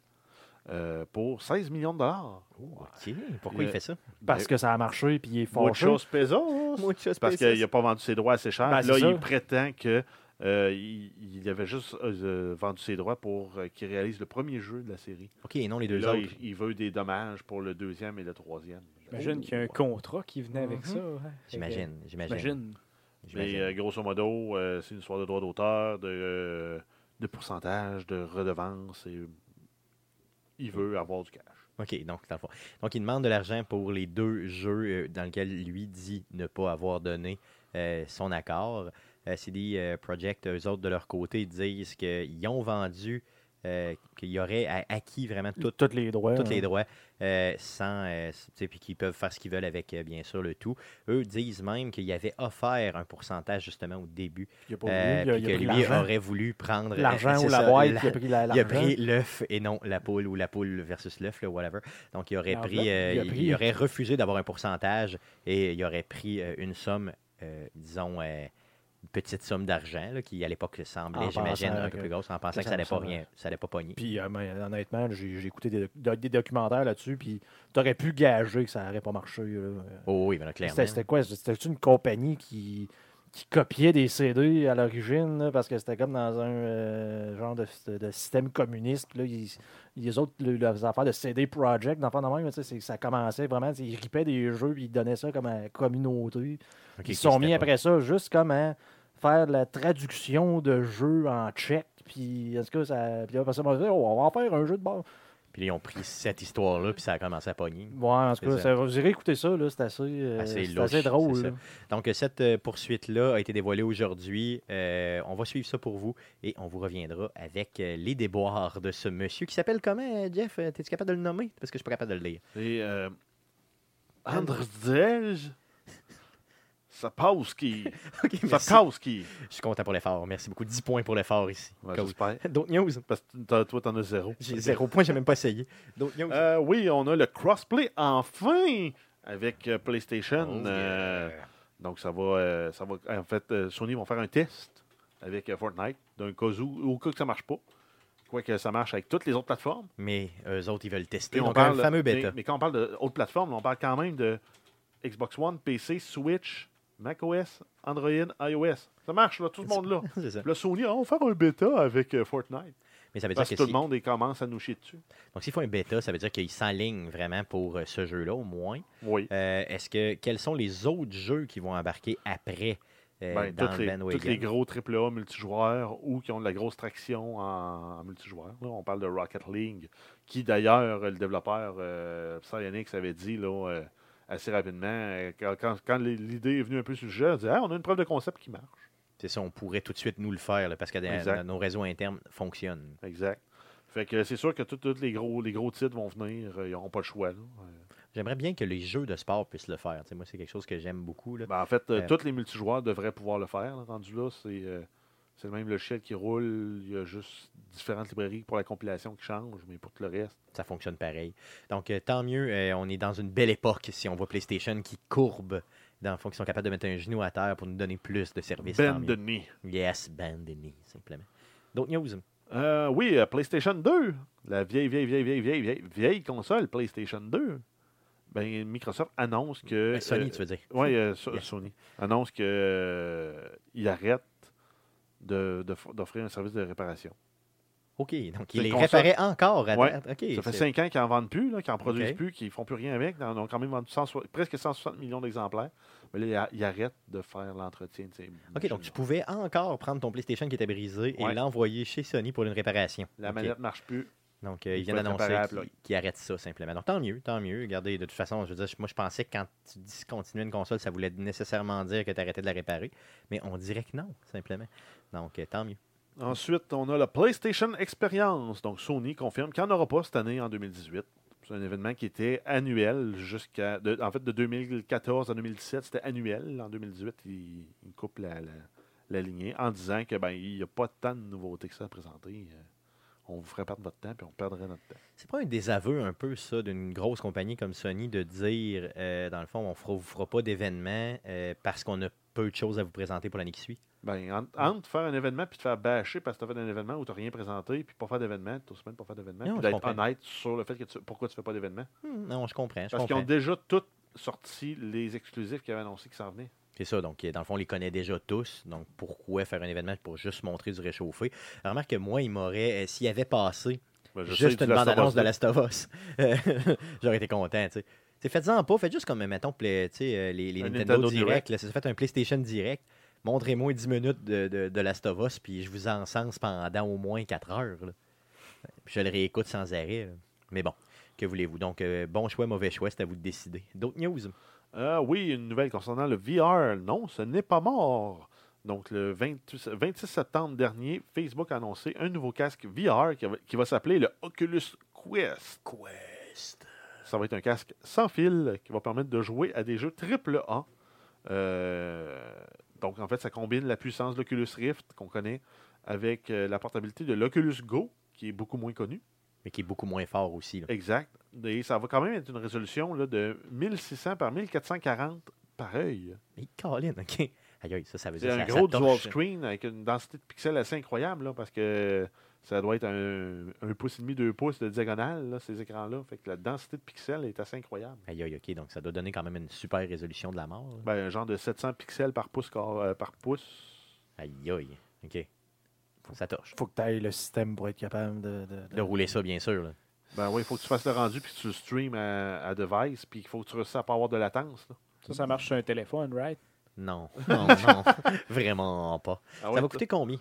Speaker 2: euh, pour 16 millions de dollars.
Speaker 1: Oh, OK. Pourquoi
Speaker 2: Euh,
Speaker 1: il fait ça?
Speaker 4: Parce que ça a marché puis il est
Speaker 2: Muchos
Speaker 4: fâché.
Speaker 2: pesos. Parce qu'il n'a pas vendu ses droits assez cher.
Speaker 4: Ben, c'est
Speaker 2: là,
Speaker 4: ça.
Speaker 2: il prétend que euh, il, il avait juste euh, vendu ses droits pour euh, qu'il réalise le premier jeu de la série.
Speaker 1: OK, et non les deux
Speaker 2: Là,
Speaker 1: autres.
Speaker 2: il, il veut des dommages pour le deuxième et le troisième.
Speaker 3: J'imagine qu'il y a un contrat qui venait avec ça. ouais.
Speaker 1: J'imagine, j'imagine.
Speaker 3: J'imagine.
Speaker 1: j'imagine.
Speaker 2: Mais euh, grosso modo, euh, c'est une histoire de droit d'auteur, de, euh, de pourcentage, de redevance. Et il veut avoir du cash.
Speaker 1: OK, donc, dans le fond. Donc, il demande de l'argent pour les deux jeux euh, dans lesquels lui dit ne pas avoir donné euh, son accord. Euh, CD euh, Projekt, eux autres, de leur côté, disent qu'ils ont vendu, euh, qu'il y aurait a- acquis vraiment tout,
Speaker 4: Toutes les droits.
Speaker 1: tous les
Speaker 4: hein.
Speaker 1: droits, euh, sans, euh, tu sais, puis qu'ils peuvent faire ce qu'ils veulent avec, euh, bien sûr, le tout. Eux disent même qu'il y avait offert un pourcentage, justement, au début,
Speaker 4: Il a pas
Speaker 1: euh,
Speaker 4: voulu, il
Speaker 1: puis
Speaker 4: a- il a
Speaker 1: que
Speaker 4: pris
Speaker 1: lui
Speaker 4: l'argent.
Speaker 1: aurait voulu prendre euh,
Speaker 4: l'argent
Speaker 1: c'est
Speaker 4: ou la
Speaker 1: ça,
Speaker 4: boîte,
Speaker 1: la-
Speaker 4: il a pris la-
Speaker 1: il a
Speaker 4: l'argent.
Speaker 1: pris l'œuf et non la poule ou la poule versus l'œuf, là, whatever. Donc, il aurait,
Speaker 3: L'enveloppe,
Speaker 1: pris, euh,
Speaker 4: il a
Speaker 1: il,
Speaker 4: pris-
Speaker 1: il aurait refusé d'avoir un pourcentage et il aurait pris euh, une somme, euh, disons, euh, une petite somme d'argent là, qui, à l'époque, semblait,
Speaker 4: En
Speaker 1: j'imagine,
Speaker 4: pensant
Speaker 1: un peu
Speaker 4: que-
Speaker 1: plus grosse en pensant
Speaker 4: que
Speaker 1: que ça
Speaker 4: ça
Speaker 1: n'allait pas
Speaker 4: ressemble à-
Speaker 1: rien, ça n'allait pas pogner.
Speaker 4: Puis, euh, ben, honnêtement, j'ai j'ai écouté des, doc- des documentaires là-dessus, puis t'aurais pu gager que ça n'aurait pas marché. là.
Speaker 1: Oh oui, mais là, clairement.
Speaker 4: C'était c'était quoi? C'était une compagnie qui, qui copiait des CD à l'origine, là, parce que c'était comme dans un euh, genre de, de système communiste. puis Là, ils- les autres, le- leurs affaires de CD Project, dans le fond de même, tu sais, c'est- ça commençait vraiment, tu sais, ils ripaient des jeux, puis ils donnaient ça comme à la communauté.
Speaker 1: Ok,
Speaker 4: ils
Speaker 1: ok,
Speaker 4: se sont
Speaker 1: c'était
Speaker 4: mis
Speaker 1: pas-
Speaker 4: après ça juste comme à faire de la traduction de jeux en tchèque, puis est-ce que ça... Puis là, après ça, on va dire, Oh, on va en faire un jeu de bord.
Speaker 1: Puis là, ils ont pris cette histoire-là, puis ça a commencé à pogner.
Speaker 4: Ouais, en tout
Speaker 1: C'est
Speaker 4: cas,
Speaker 1: ça.
Speaker 4: ça- vous irez écouter ça, là, c'est assez, euh,
Speaker 1: Assez
Speaker 4: c'est
Speaker 1: louche,
Speaker 4: assez
Speaker 1: c'est
Speaker 4: drôle.
Speaker 1: ça.
Speaker 4: là.
Speaker 1: Donc, euh, cette euh, poursuite-là a été dévoilée aujourd'hui. Euh, on va suivre ça pour vous et on vous reviendra avec euh, les déboires de ce monsieur qui s'appelle comment, euh, Jeff Euh, T'es-tu capable de le nommer Parce que je suis pas capable de le lire.
Speaker 2: Et euh, Andrzej Sapkowski.
Speaker 1: Ok, merci.
Speaker 2: Sapkowski.
Speaker 1: Je suis content pour l'effort. Merci beaucoup. 10 points pour l'effort ici.
Speaker 2: Ouais,
Speaker 1: Cool.
Speaker 2: J'espère.
Speaker 1: D'autres news
Speaker 2: Parce que t'as- toi, t'en as zéro.
Speaker 1: J'ai zéro point, j'ai même pas essayé. D'autres news
Speaker 2: Euh, oui, on a le crossplay enfin avec euh, PlayStation.
Speaker 1: Oh,
Speaker 2: Euh,
Speaker 1: yeah.
Speaker 2: donc ça va, euh, ça va. En fait, euh, Sony vont faire un test avec euh, Fortnite d'un cas où, au cas que ça marche pas. Quoique ça marche avec toutes les autres plateformes.
Speaker 1: Mais eux autres, ils veulent tester.
Speaker 2: Puis
Speaker 1: Donc, un fameux bêta.
Speaker 2: Mais, mais quand on parle d'autres plateformes, on parle quand même de Xbox One, PC, Switch, macOS, Android, iOS. Ça marche là, tout le monde là.
Speaker 1: C'est ça.
Speaker 2: Puis Là, Sony, Ah, on va faire un bêta avec euh, Fortnite.
Speaker 1: Mais ça veut dire
Speaker 2: Parce
Speaker 1: que
Speaker 2: que tout
Speaker 1: si-
Speaker 2: le monde il commence à nous chier dessus.
Speaker 1: Donc, s'ils font un bêta, ça veut dire qu'ils s'enlignent vraiment pour euh, ce jeu-là, au moins.
Speaker 2: Oui.
Speaker 1: Euh, Est-ce que quels sont les autres jeux qui vont embarquer après euh,
Speaker 2: Ben,
Speaker 1: dans
Speaker 2: tous
Speaker 1: le
Speaker 2: les, tous
Speaker 1: bandwagon?
Speaker 2: les gros AAA multijoueurs ou qui ont de la grosse traction en, en multijoueur. là. on parle de Rocket League Qui d'ailleurs, le développeur euh, Psyonix avait dit là, euh, assez rapidement, euh, quand, quand- quand l'idée est venue un peu sur le jeu, elle dit Ah, on a une preuve de concept qui marche.
Speaker 1: C'est ça, on pourrait tout de suite nous le faire, là, parce que dans-
Speaker 2: Exact.
Speaker 1: dans nos réseaux internes fonctionnent.
Speaker 2: Exact. Fait que c'est sûr que tous tous les gros, les gros titres vont venir, euh, ils n'auront pas le choix. là. Euh,
Speaker 1: J'aimerais bien que les jeux de sport puissent le faire. Tu sais, moi, c'est quelque chose que j'aime beaucoup. là.
Speaker 2: ben, en fait, euh,
Speaker 1: Euh,
Speaker 2: tous les multijoueurs devraient pouvoir le faire, là, rendu là. C'est euh, c'est le même logiciel qui roule, il y a juste différentes librairies pour la compilation qui changent, mais pour tout le reste.
Speaker 1: Ça fonctionne pareil. Donc, euh, tant mieux, euh, on est dans une belle époque si on voit PlayStation qui courbe, dans le fond, qui sont capables de mettre un genou à terre pour nous donner plus de services. tant
Speaker 2: Ben
Speaker 1: mieux.
Speaker 2: de nez.
Speaker 1: Yes, band and knee, simplement. D'autres news?
Speaker 2: Euh, oui, euh, PlayStation 2. La vieille, vieille, vieille, vieille, vieille, vieille, vieille console, PlayStation 2. Ben, Microsoft annonce que.
Speaker 1: Euh, Sony,
Speaker 2: euh,
Speaker 1: tu veux dire.
Speaker 2: Oui, euh, So-
Speaker 1: Yes.
Speaker 2: Sony annonce que euh, il arrête de- de f- d'offrir un service de réparation.
Speaker 1: OK, donc
Speaker 2: C'est
Speaker 1: il les
Speaker 2: console.
Speaker 1: réparait encore. À
Speaker 2: Ouais.
Speaker 1: date. OK,
Speaker 2: Ça fait
Speaker 1: c'est-
Speaker 2: cinq ans qu'ils n'en vendent plus, là, qu'ils n'en produisent
Speaker 1: Ok.
Speaker 2: plus, qu'ils ne font plus rien avec. Ils en ont quand même vendu 160 presque 160 millions d'exemplaires. Mais là, ils a- ils arrêtent de faire l'entretien de ces
Speaker 1: OK, donc tu pouvais encore prendre ton PlayStation qui était brisé et
Speaker 2: Ouais.
Speaker 1: l'envoyer chez Sony pour une réparation.
Speaker 2: La
Speaker 1: OK.
Speaker 2: manette ne marche plus.
Speaker 1: Donc, euh,
Speaker 2: Il
Speaker 1: ils viennent
Speaker 2: faut être
Speaker 1: d'annoncer
Speaker 2: réparable,
Speaker 1: qu'ils qu'ils arrêtent ça simplement. Donc, tant mieux, tant mieux. Regardez, de toute façon, je veux dire, moi, je pensais que quand tu discontinuais une console, ça voulait nécessairement dire que tu arrêtais de la réparer. Mais on dirait que non, simplement. Donc, euh, tant mieux.
Speaker 2: Ensuite, on a la PlayStation Experience. Donc, Sony confirme qu'il n'y en aura pas cette année en 2018. C'est un événement qui était annuel jusqu'à. de- En fait, de 2014 à 2017, c'était annuel. En 2018, ils il coupent la, la, la lignée en disant que ben il n'y a pas tant de nouveautés que ça à présenter. Euh, On vous ferait perdre votre temps puis on perdrait notre temps.
Speaker 1: C'est pas un désaveu un peu, ça, d'une grosse compagnie comme Sony de dire, euh, dans le fond, on fera, vous fera pas d'événement euh, parce qu'on a peu de choses à vous présenter pour l'année qui suit.
Speaker 2: Ben, en- entre faire un événement puis te faire bâcher parce que tu as fait un événement où tu n'as rien présenté, puis pas faire d'événement, tu semaine pas faire d'événement,
Speaker 1: Non,
Speaker 2: puis
Speaker 1: je
Speaker 2: d'être
Speaker 1: comprends.
Speaker 2: honnête sur le fait que tu- pourquoi tu fais pas d'événement.
Speaker 1: Hmm, non, je comprends. Je
Speaker 2: Parce qu'ils
Speaker 1: comprends.
Speaker 2: ont déjà toutes sorti les exclusifs qu'ils avaient annoncés qui s'en venaient.
Speaker 1: C'est ça, donc euh, dans le fond, on les connaît déjà tous. Donc pourquoi faire un événement pour juste montrer du réchauffé? Remarque que moi, il m'aurait, euh, s'il avait passé
Speaker 2: Ben,
Speaker 1: juste une bande-annonce de Last of Us, euh, j'aurais été content, tu sais. T'sais, Faites-en pas, faites juste comme, mettons, pla- tu sais, euh, les, les
Speaker 2: Un
Speaker 1: Nintendo,
Speaker 2: Nintendo
Speaker 1: Direct,
Speaker 2: Direct.
Speaker 1: là, c'est- faites un PlayStation Direct, montrez-moi 10 minutes de, de, de Last of Us, puis je vous encense pendant au moins 4 heures. là. Puis je le réécoute sans arrêt. là. Mais bon, que voulez-vous? Donc, euh, bon choix, mauvais choix, c'est à vous de décider. D'autres news?
Speaker 2: Ah oui, une nouvelle concernant le VR. Non, ce n'est pas mort. Donc, le 28 26 septembre dernier, Facebook a annoncé un nouveau casque VR qui va, qui va s'appeler le Oculus Quest. Quest. Ça va être un casque sans fil qui va permettre de jouer à des jeux triple A. Euh, donc, en fait, ça combine la puissance de l'Oculus Rift qu'on connaît avec euh, la portabilité de l'Oculus Go, qui est beaucoup moins connu.
Speaker 1: Mais qui est beaucoup moins fort aussi. là.
Speaker 2: Exact. Et ça va quand même être une résolution là, de 1600 par 1440 pareil.
Speaker 1: Mais Colin, OK. Aïe, aïe, ça, ça veut
Speaker 2: C'est
Speaker 1: dire
Speaker 2: un
Speaker 1: ça- ça
Speaker 2: gros
Speaker 1: torche.
Speaker 2: dual screen avec une densité de pixels assez incroyable là, parce que ça doit être un, un pouce et demi, deux pouces de diagonale, là, ces écrans-là. Fait que la densité de pixels est assez incroyable.
Speaker 1: Aïe, aïe, OK. Donc, ça doit donner quand même une super résolution de la mort. là.
Speaker 2: Ben, un genre de 700 pixels par pouce, car- euh, par pouce.
Speaker 1: Aïe, aïe. OK. Ça torche.
Speaker 4: faut que tu ailles le système pour être capable de. de- de-
Speaker 1: De rouler ça, bien sûr. là.
Speaker 2: Ben oui, il faut que tu fasses le rendu puis que tu le stream à, à device puis qu'il faut que tu réussisses à pas avoir de latence. là.
Speaker 3: Ça, ça marche sur un téléphone, right?
Speaker 1: Non, non, non. Vraiment pas.
Speaker 2: Ah
Speaker 1: ça
Speaker 2: ouais,
Speaker 1: va coûter combien?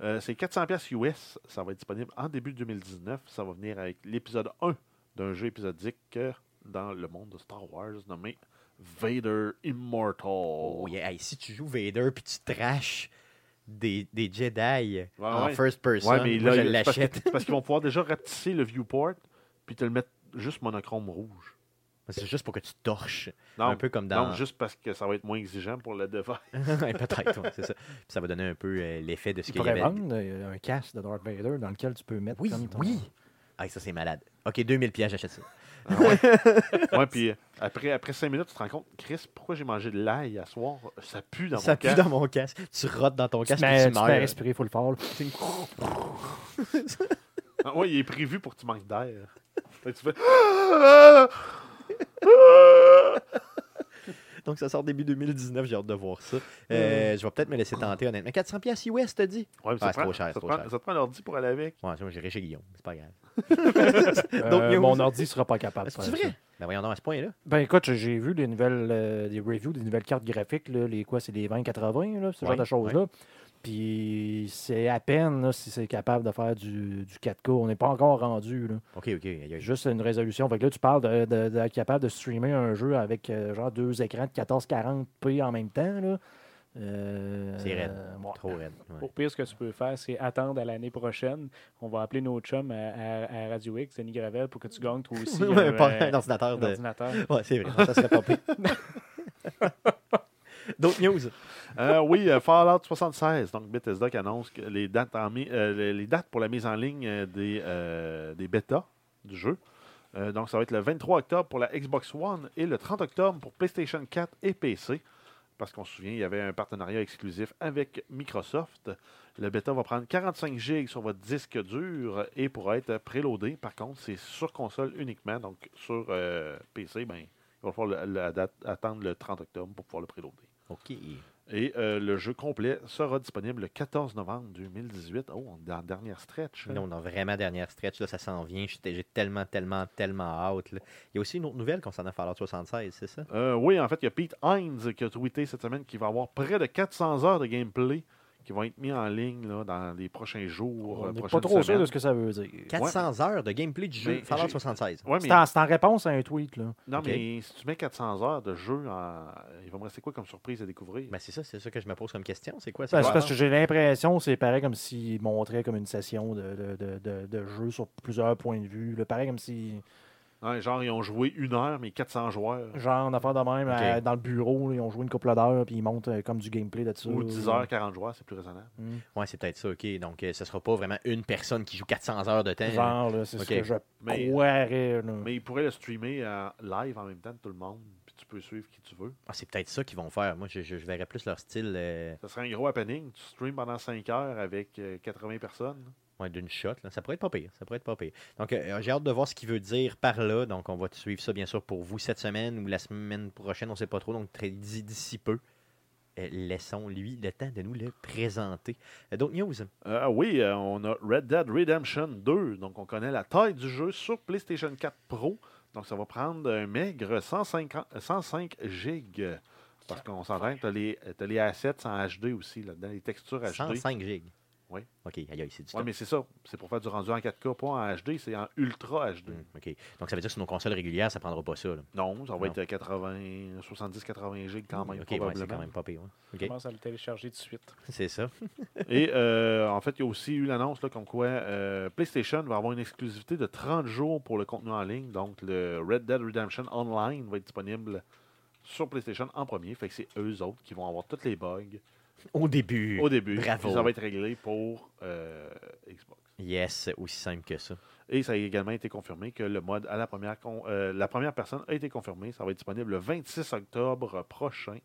Speaker 2: Euh, c'est 400 pièces US. Ça va être disponible en début 2019. Ça va venir avec l'épisode 1 d'un jeu épisodique euh, dans le monde de Star Wars nommé Vader Immortal.
Speaker 1: Oh, yeah. Hey, si tu joues Vader puis tu trashes des, des Jedi en
Speaker 2: ouais.
Speaker 1: first person,
Speaker 2: Ouais, mais
Speaker 1: moi, je
Speaker 2: là, c'est parce que-
Speaker 1: l'achète.
Speaker 2: c'est parce qu'ils vont pouvoir déjà rapetisser le viewport puis te le mettre juste monochrome rouge.
Speaker 1: C'est juste pour que tu torches.
Speaker 2: Non,
Speaker 1: un peu comme dans...
Speaker 2: non, juste parce que ça va être moins exigeant pour le device.
Speaker 1: Ouais, Peut-être, ouais, c'est ça. Puis ça va donner un peu euh, l'effet de ce
Speaker 4: Tu
Speaker 1: qu'il y
Speaker 4: pourrais
Speaker 1: avait.
Speaker 4: vendre euh, un casque de Darth Vader dans lequel tu peux mettre.
Speaker 1: Oui,
Speaker 4: comme ton-
Speaker 1: oui. Ah, ça, c'est malade. OK, 2000 pièges, j'achète ça.
Speaker 2: ouais, puis euh, après, après 5 minutes, tu te rends compte, Chris, pourquoi j'ai mangé de l'ail à soir Ça pue dans
Speaker 1: ça
Speaker 2: mon
Speaker 1: pue
Speaker 2: casque.
Speaker 1: dans mon casque. Tu rotes dans ton
Speaker 4: Tu te
Speaker 1: casque
Speaker 4: mets-
Speaker 1: et tu
Speaker 4: tu te fais
Speaker 1: meurs.
Speaker 4: respirer full fort. là.
Speaker 2: Ah ouais, il est prévu pour que tu manques d'air. Fait que tu fais.
Speaker 1: Donc, ça sort début 2019. J'ai hâte de voir ça. Euh, Je vais peut-être me laisser tenter, honnêtement. 400 pièces US, t'as dit?
Speaker 2: Ouais, mais
Speaker 1: Ah, c'est
Speaker 2: ça, te prend,
Speaker 1: trop cher,
Speaker 2: ça,
Speaker 1: c'est
Speaker 2: te
Speaker 1: trop
Speaker 2: prend-
Speaker 1: cher.
Speaker 2: ça te prend un ordi pour aller avec.
Speaker 1: Ouais, ça, j'irai chez Guillaume. C'est pas grave.
Speaker 4: Euh,
Speaker 1: Donc, news.
Speaker 4: mon ordi sera pas capable. de
Speaker 1: C'est
Speaker 4: faire
Speaker 1: vrai?
Speaker 4: ça.
Speaker 1: Ben voyons donc, à ce point-là.
Speaker 4: Ben écoute, j'ai- j'ai vu les nouvelles euh, des reviews des nouvelles cartes graphiques, là, les quoi, c'est les 2080, là, ce
Speaker 1: Ouais,
Speaker 4: genre de choses-là. Puis c'est à peine là, si c'est capable de faire du, du 4K. On n'est pas encore rendu. là.
Speaker 1: OK, OK. aïe, aïe.
Speaker 4: Juste une résolution. Fait que là, tu parles de- de- d'être capable de streamer un jeu avec euh, genre deux écrans de 1440p en même temps. là. Euh,
Speaker 1: C'est raide.
Speaker 4: ouais.
Speaker 1: Trop raide. ouais.
Speaker 3: Au pire, ce que tu peux faire, c'est attendre à l'année prochaine. On va appeler nos chums à, à- à Radio X, Denis Gravel, pour que tu gagnes toi aussi
Speaker 1: Ouais,
Speaker 3: un,
Speaker 1: pas
Speaker 3: euh,
Speaker 1: un ordinateur
Speaker 3: un
Speaker 1: de.
Speaker 3: ordinateur.
Speaker 1: Ouais, c'est vrai. Ça serait pas pire. D'autres news.
Speaker 2: Euh, oui, euh, Fallout 76. Donc, Bethesda qui annonce que les dates, en mi- euh, les- les dates pour la mise en ligne euh, des, euh, des bêtas du jeu. Euh, donc, ça va être le 23 octobre pour la Xbox One et le 30 octobre pour PlayStation 4 et PC. Parce qu'on se souvient, il y avait un partenariat exclusif avec Microsoft. Le bêta va prendre 45 GB sur votre disque dur et pourra être préloadé. Par contre, c'est sur console uniquement. Donc, sur euh, PC, ben, il va falloir le- la date- attendre le 30 octobre pour pouvoir le préloader.
Speaker 1: OK.
Speaker 2: Et euh, le jeu complet sera disponible le 14 novembre 2018. Oh, on est dans la dernière stretch. hein?
Speaker 1: Non, non, vraiment dernière stretch. Là, ça s'en vient. J'étais- J'ai tellement, tellement, tellement hâte. là. Il y a aussi une autre nouvelle concernant Fallout 76, c'est ça?
Speaker 2: Euh, oui, en fait, il y a Pete Hines qui a tweeté cette semaine qu'il va avoir près de 400 heures de gameplay qui vont être mis en ligne là, dans les prochains jours.
Speaker 4: On
Speaker 2: euh,
Speaker 4: n'est
Speaker 2: prochaines
Speaker 4: pas trop sûr
Speaker 2: semaines.
Speaker 4: de ce que ça veut dire.
Speaker 1: 400 heures de gameplay du jeu
Speaker 2: Mais
Speaker 1: Fallout
Speaker 2: j'ai-
Speaker 1: 76.
Speaker 2: Ouais, mais,
Speaker 4: C'est en, c'est en réponse à un tweet. Là.
Speaker 2: non,
Speaker 1: Ok.
Speaker 2: mais si tu mets 400 heures de jeu, en- il va me rester quoi comme surprise à découvrir?
Speaker 1: Ben, c'est ça, c'est ça que je me pose comme question. C'est quoi
Speaker 4: Ben,
Speaker 1: ça?
Speaker 4: c'est parce que j'ai l'impression c'est pareil comme s'il montrait comme une session de, de- de- de- de jeu sur plusieurs points de vue. là. Pareil comme si,
Speaker 2: Ouais, genre, ils ont joué une heure, mais 400 joueurs.
Speaker 4: genre, en affaire de même,
Speaker 1: Ok.
Speaker 4: à- dans le bureau, là, ils ont joué une couple d'heures puis ils montent euh, comme du gameplay là-dessus.
Speaker 2: Ou 10 heures, 40 joueurs, c'est plus raisonnable.
Speaker 4: Hmm.
Speaker 1: Ouais, c'est peut-être ça, OK. Donc, euh, ce sera pas vraiment une personne qui joue 400 heures de temps.
Speaker 4: Genre, là, c'est
Speaker 1: Ok. euh,
Speaker 4: ce que je
Speaker 2: Mais-
Speaker 4: croirais. là.
Speaker 2: Mais ils pourraient le streamer euh, live en même temps de tout le monde, puis tu peux suivre qui tu veux.
Speaker 1: Ah, c'est peut-être ça qu'ils vont faire. Moi, je, je- je verrais plus leur style euh,
Speaker 2: Ça serait un gros happening. Tu streams pendant 5 heures avec euh, 80 personnes.
Speaker 1: ouais, d'une shot. là. Ça pourrait être pas pire. Ça pourrait être pas pire. Donc, euh, j'ai hâte de voir ce qu'il veut dire par là. Donc, on va suivre ça, bien sûr, pour vous cette semaine ou la semaine prochaine. On sait pas trop. Donc, très- d'ici d'ici peu, euh, laissons-lui le temps de nous le présenter. Euh, D'autres news?
Speaker 2: Euh, oui, euh, on a Red Dead Redemption 2. Donc, on connaît la taille du jeu sur PlayStation 4 Pro. Donc, ça va prendre un maigre 150 euh, 105 gigs. Parce qu'on s'entend que tu as, les assets en HD aussi, là-dedans, les textures HD.
Speaker 1: 105 gigs.
Speaker 2: Ben, Oui.
Speaker 1: OK, aïe, aïe, c'est du
Speaker 2: Oui,
Speaker 1: stock.
Speaker 2: mais c'est ça. C'est pour faire du rendu en 4K, pas en HD, c'est en Ultra HD.
Speaker 1: Mm, OK. Donc, ça veut dire que sur nos consoles régulières, ça prendra pas ça. là.
Speaker 2: Non, ça va
Speaker 1: Non. Hmm.
Speaker 2: être 80, 70-80 gigs quand
Speaker 1: OK,
Speaker 2: même,
Speaker 1: ouais, c'est
Speaker 2: probablement.
Speaker 1: quand même pas pire. ouais.
Speaker 3: Je
Speaker 1: OK,
Speaker 3: commence à le télécharger tout de suite.
Speaker 1: c'est ça.
Speaker 2: Et euh, en fait, il y a aussi eu l'annonce là, comme quoi euh, PlayStation va avoir une exclusivité de 30 jours pour le contenu en ligne. Donc, le Red Dead Redemption Online va être disponible sur PlayStation en premier. Fait que c'est eux autres qui vont avoir toutes les bugs
Speaker 1: Au début.
Speaker 2: au début.
Speaker 1: Bravo.
Speaker 2: Puis ça va être réglé pour euh, Xbox.
Speaker 1: Yes, aussi simple que ça.
Speaker 2: Et ça a également été confirmé que le mode à la première, con- euh, la première personne a été confirmé. Ça va être disponible le 26 octobre prochain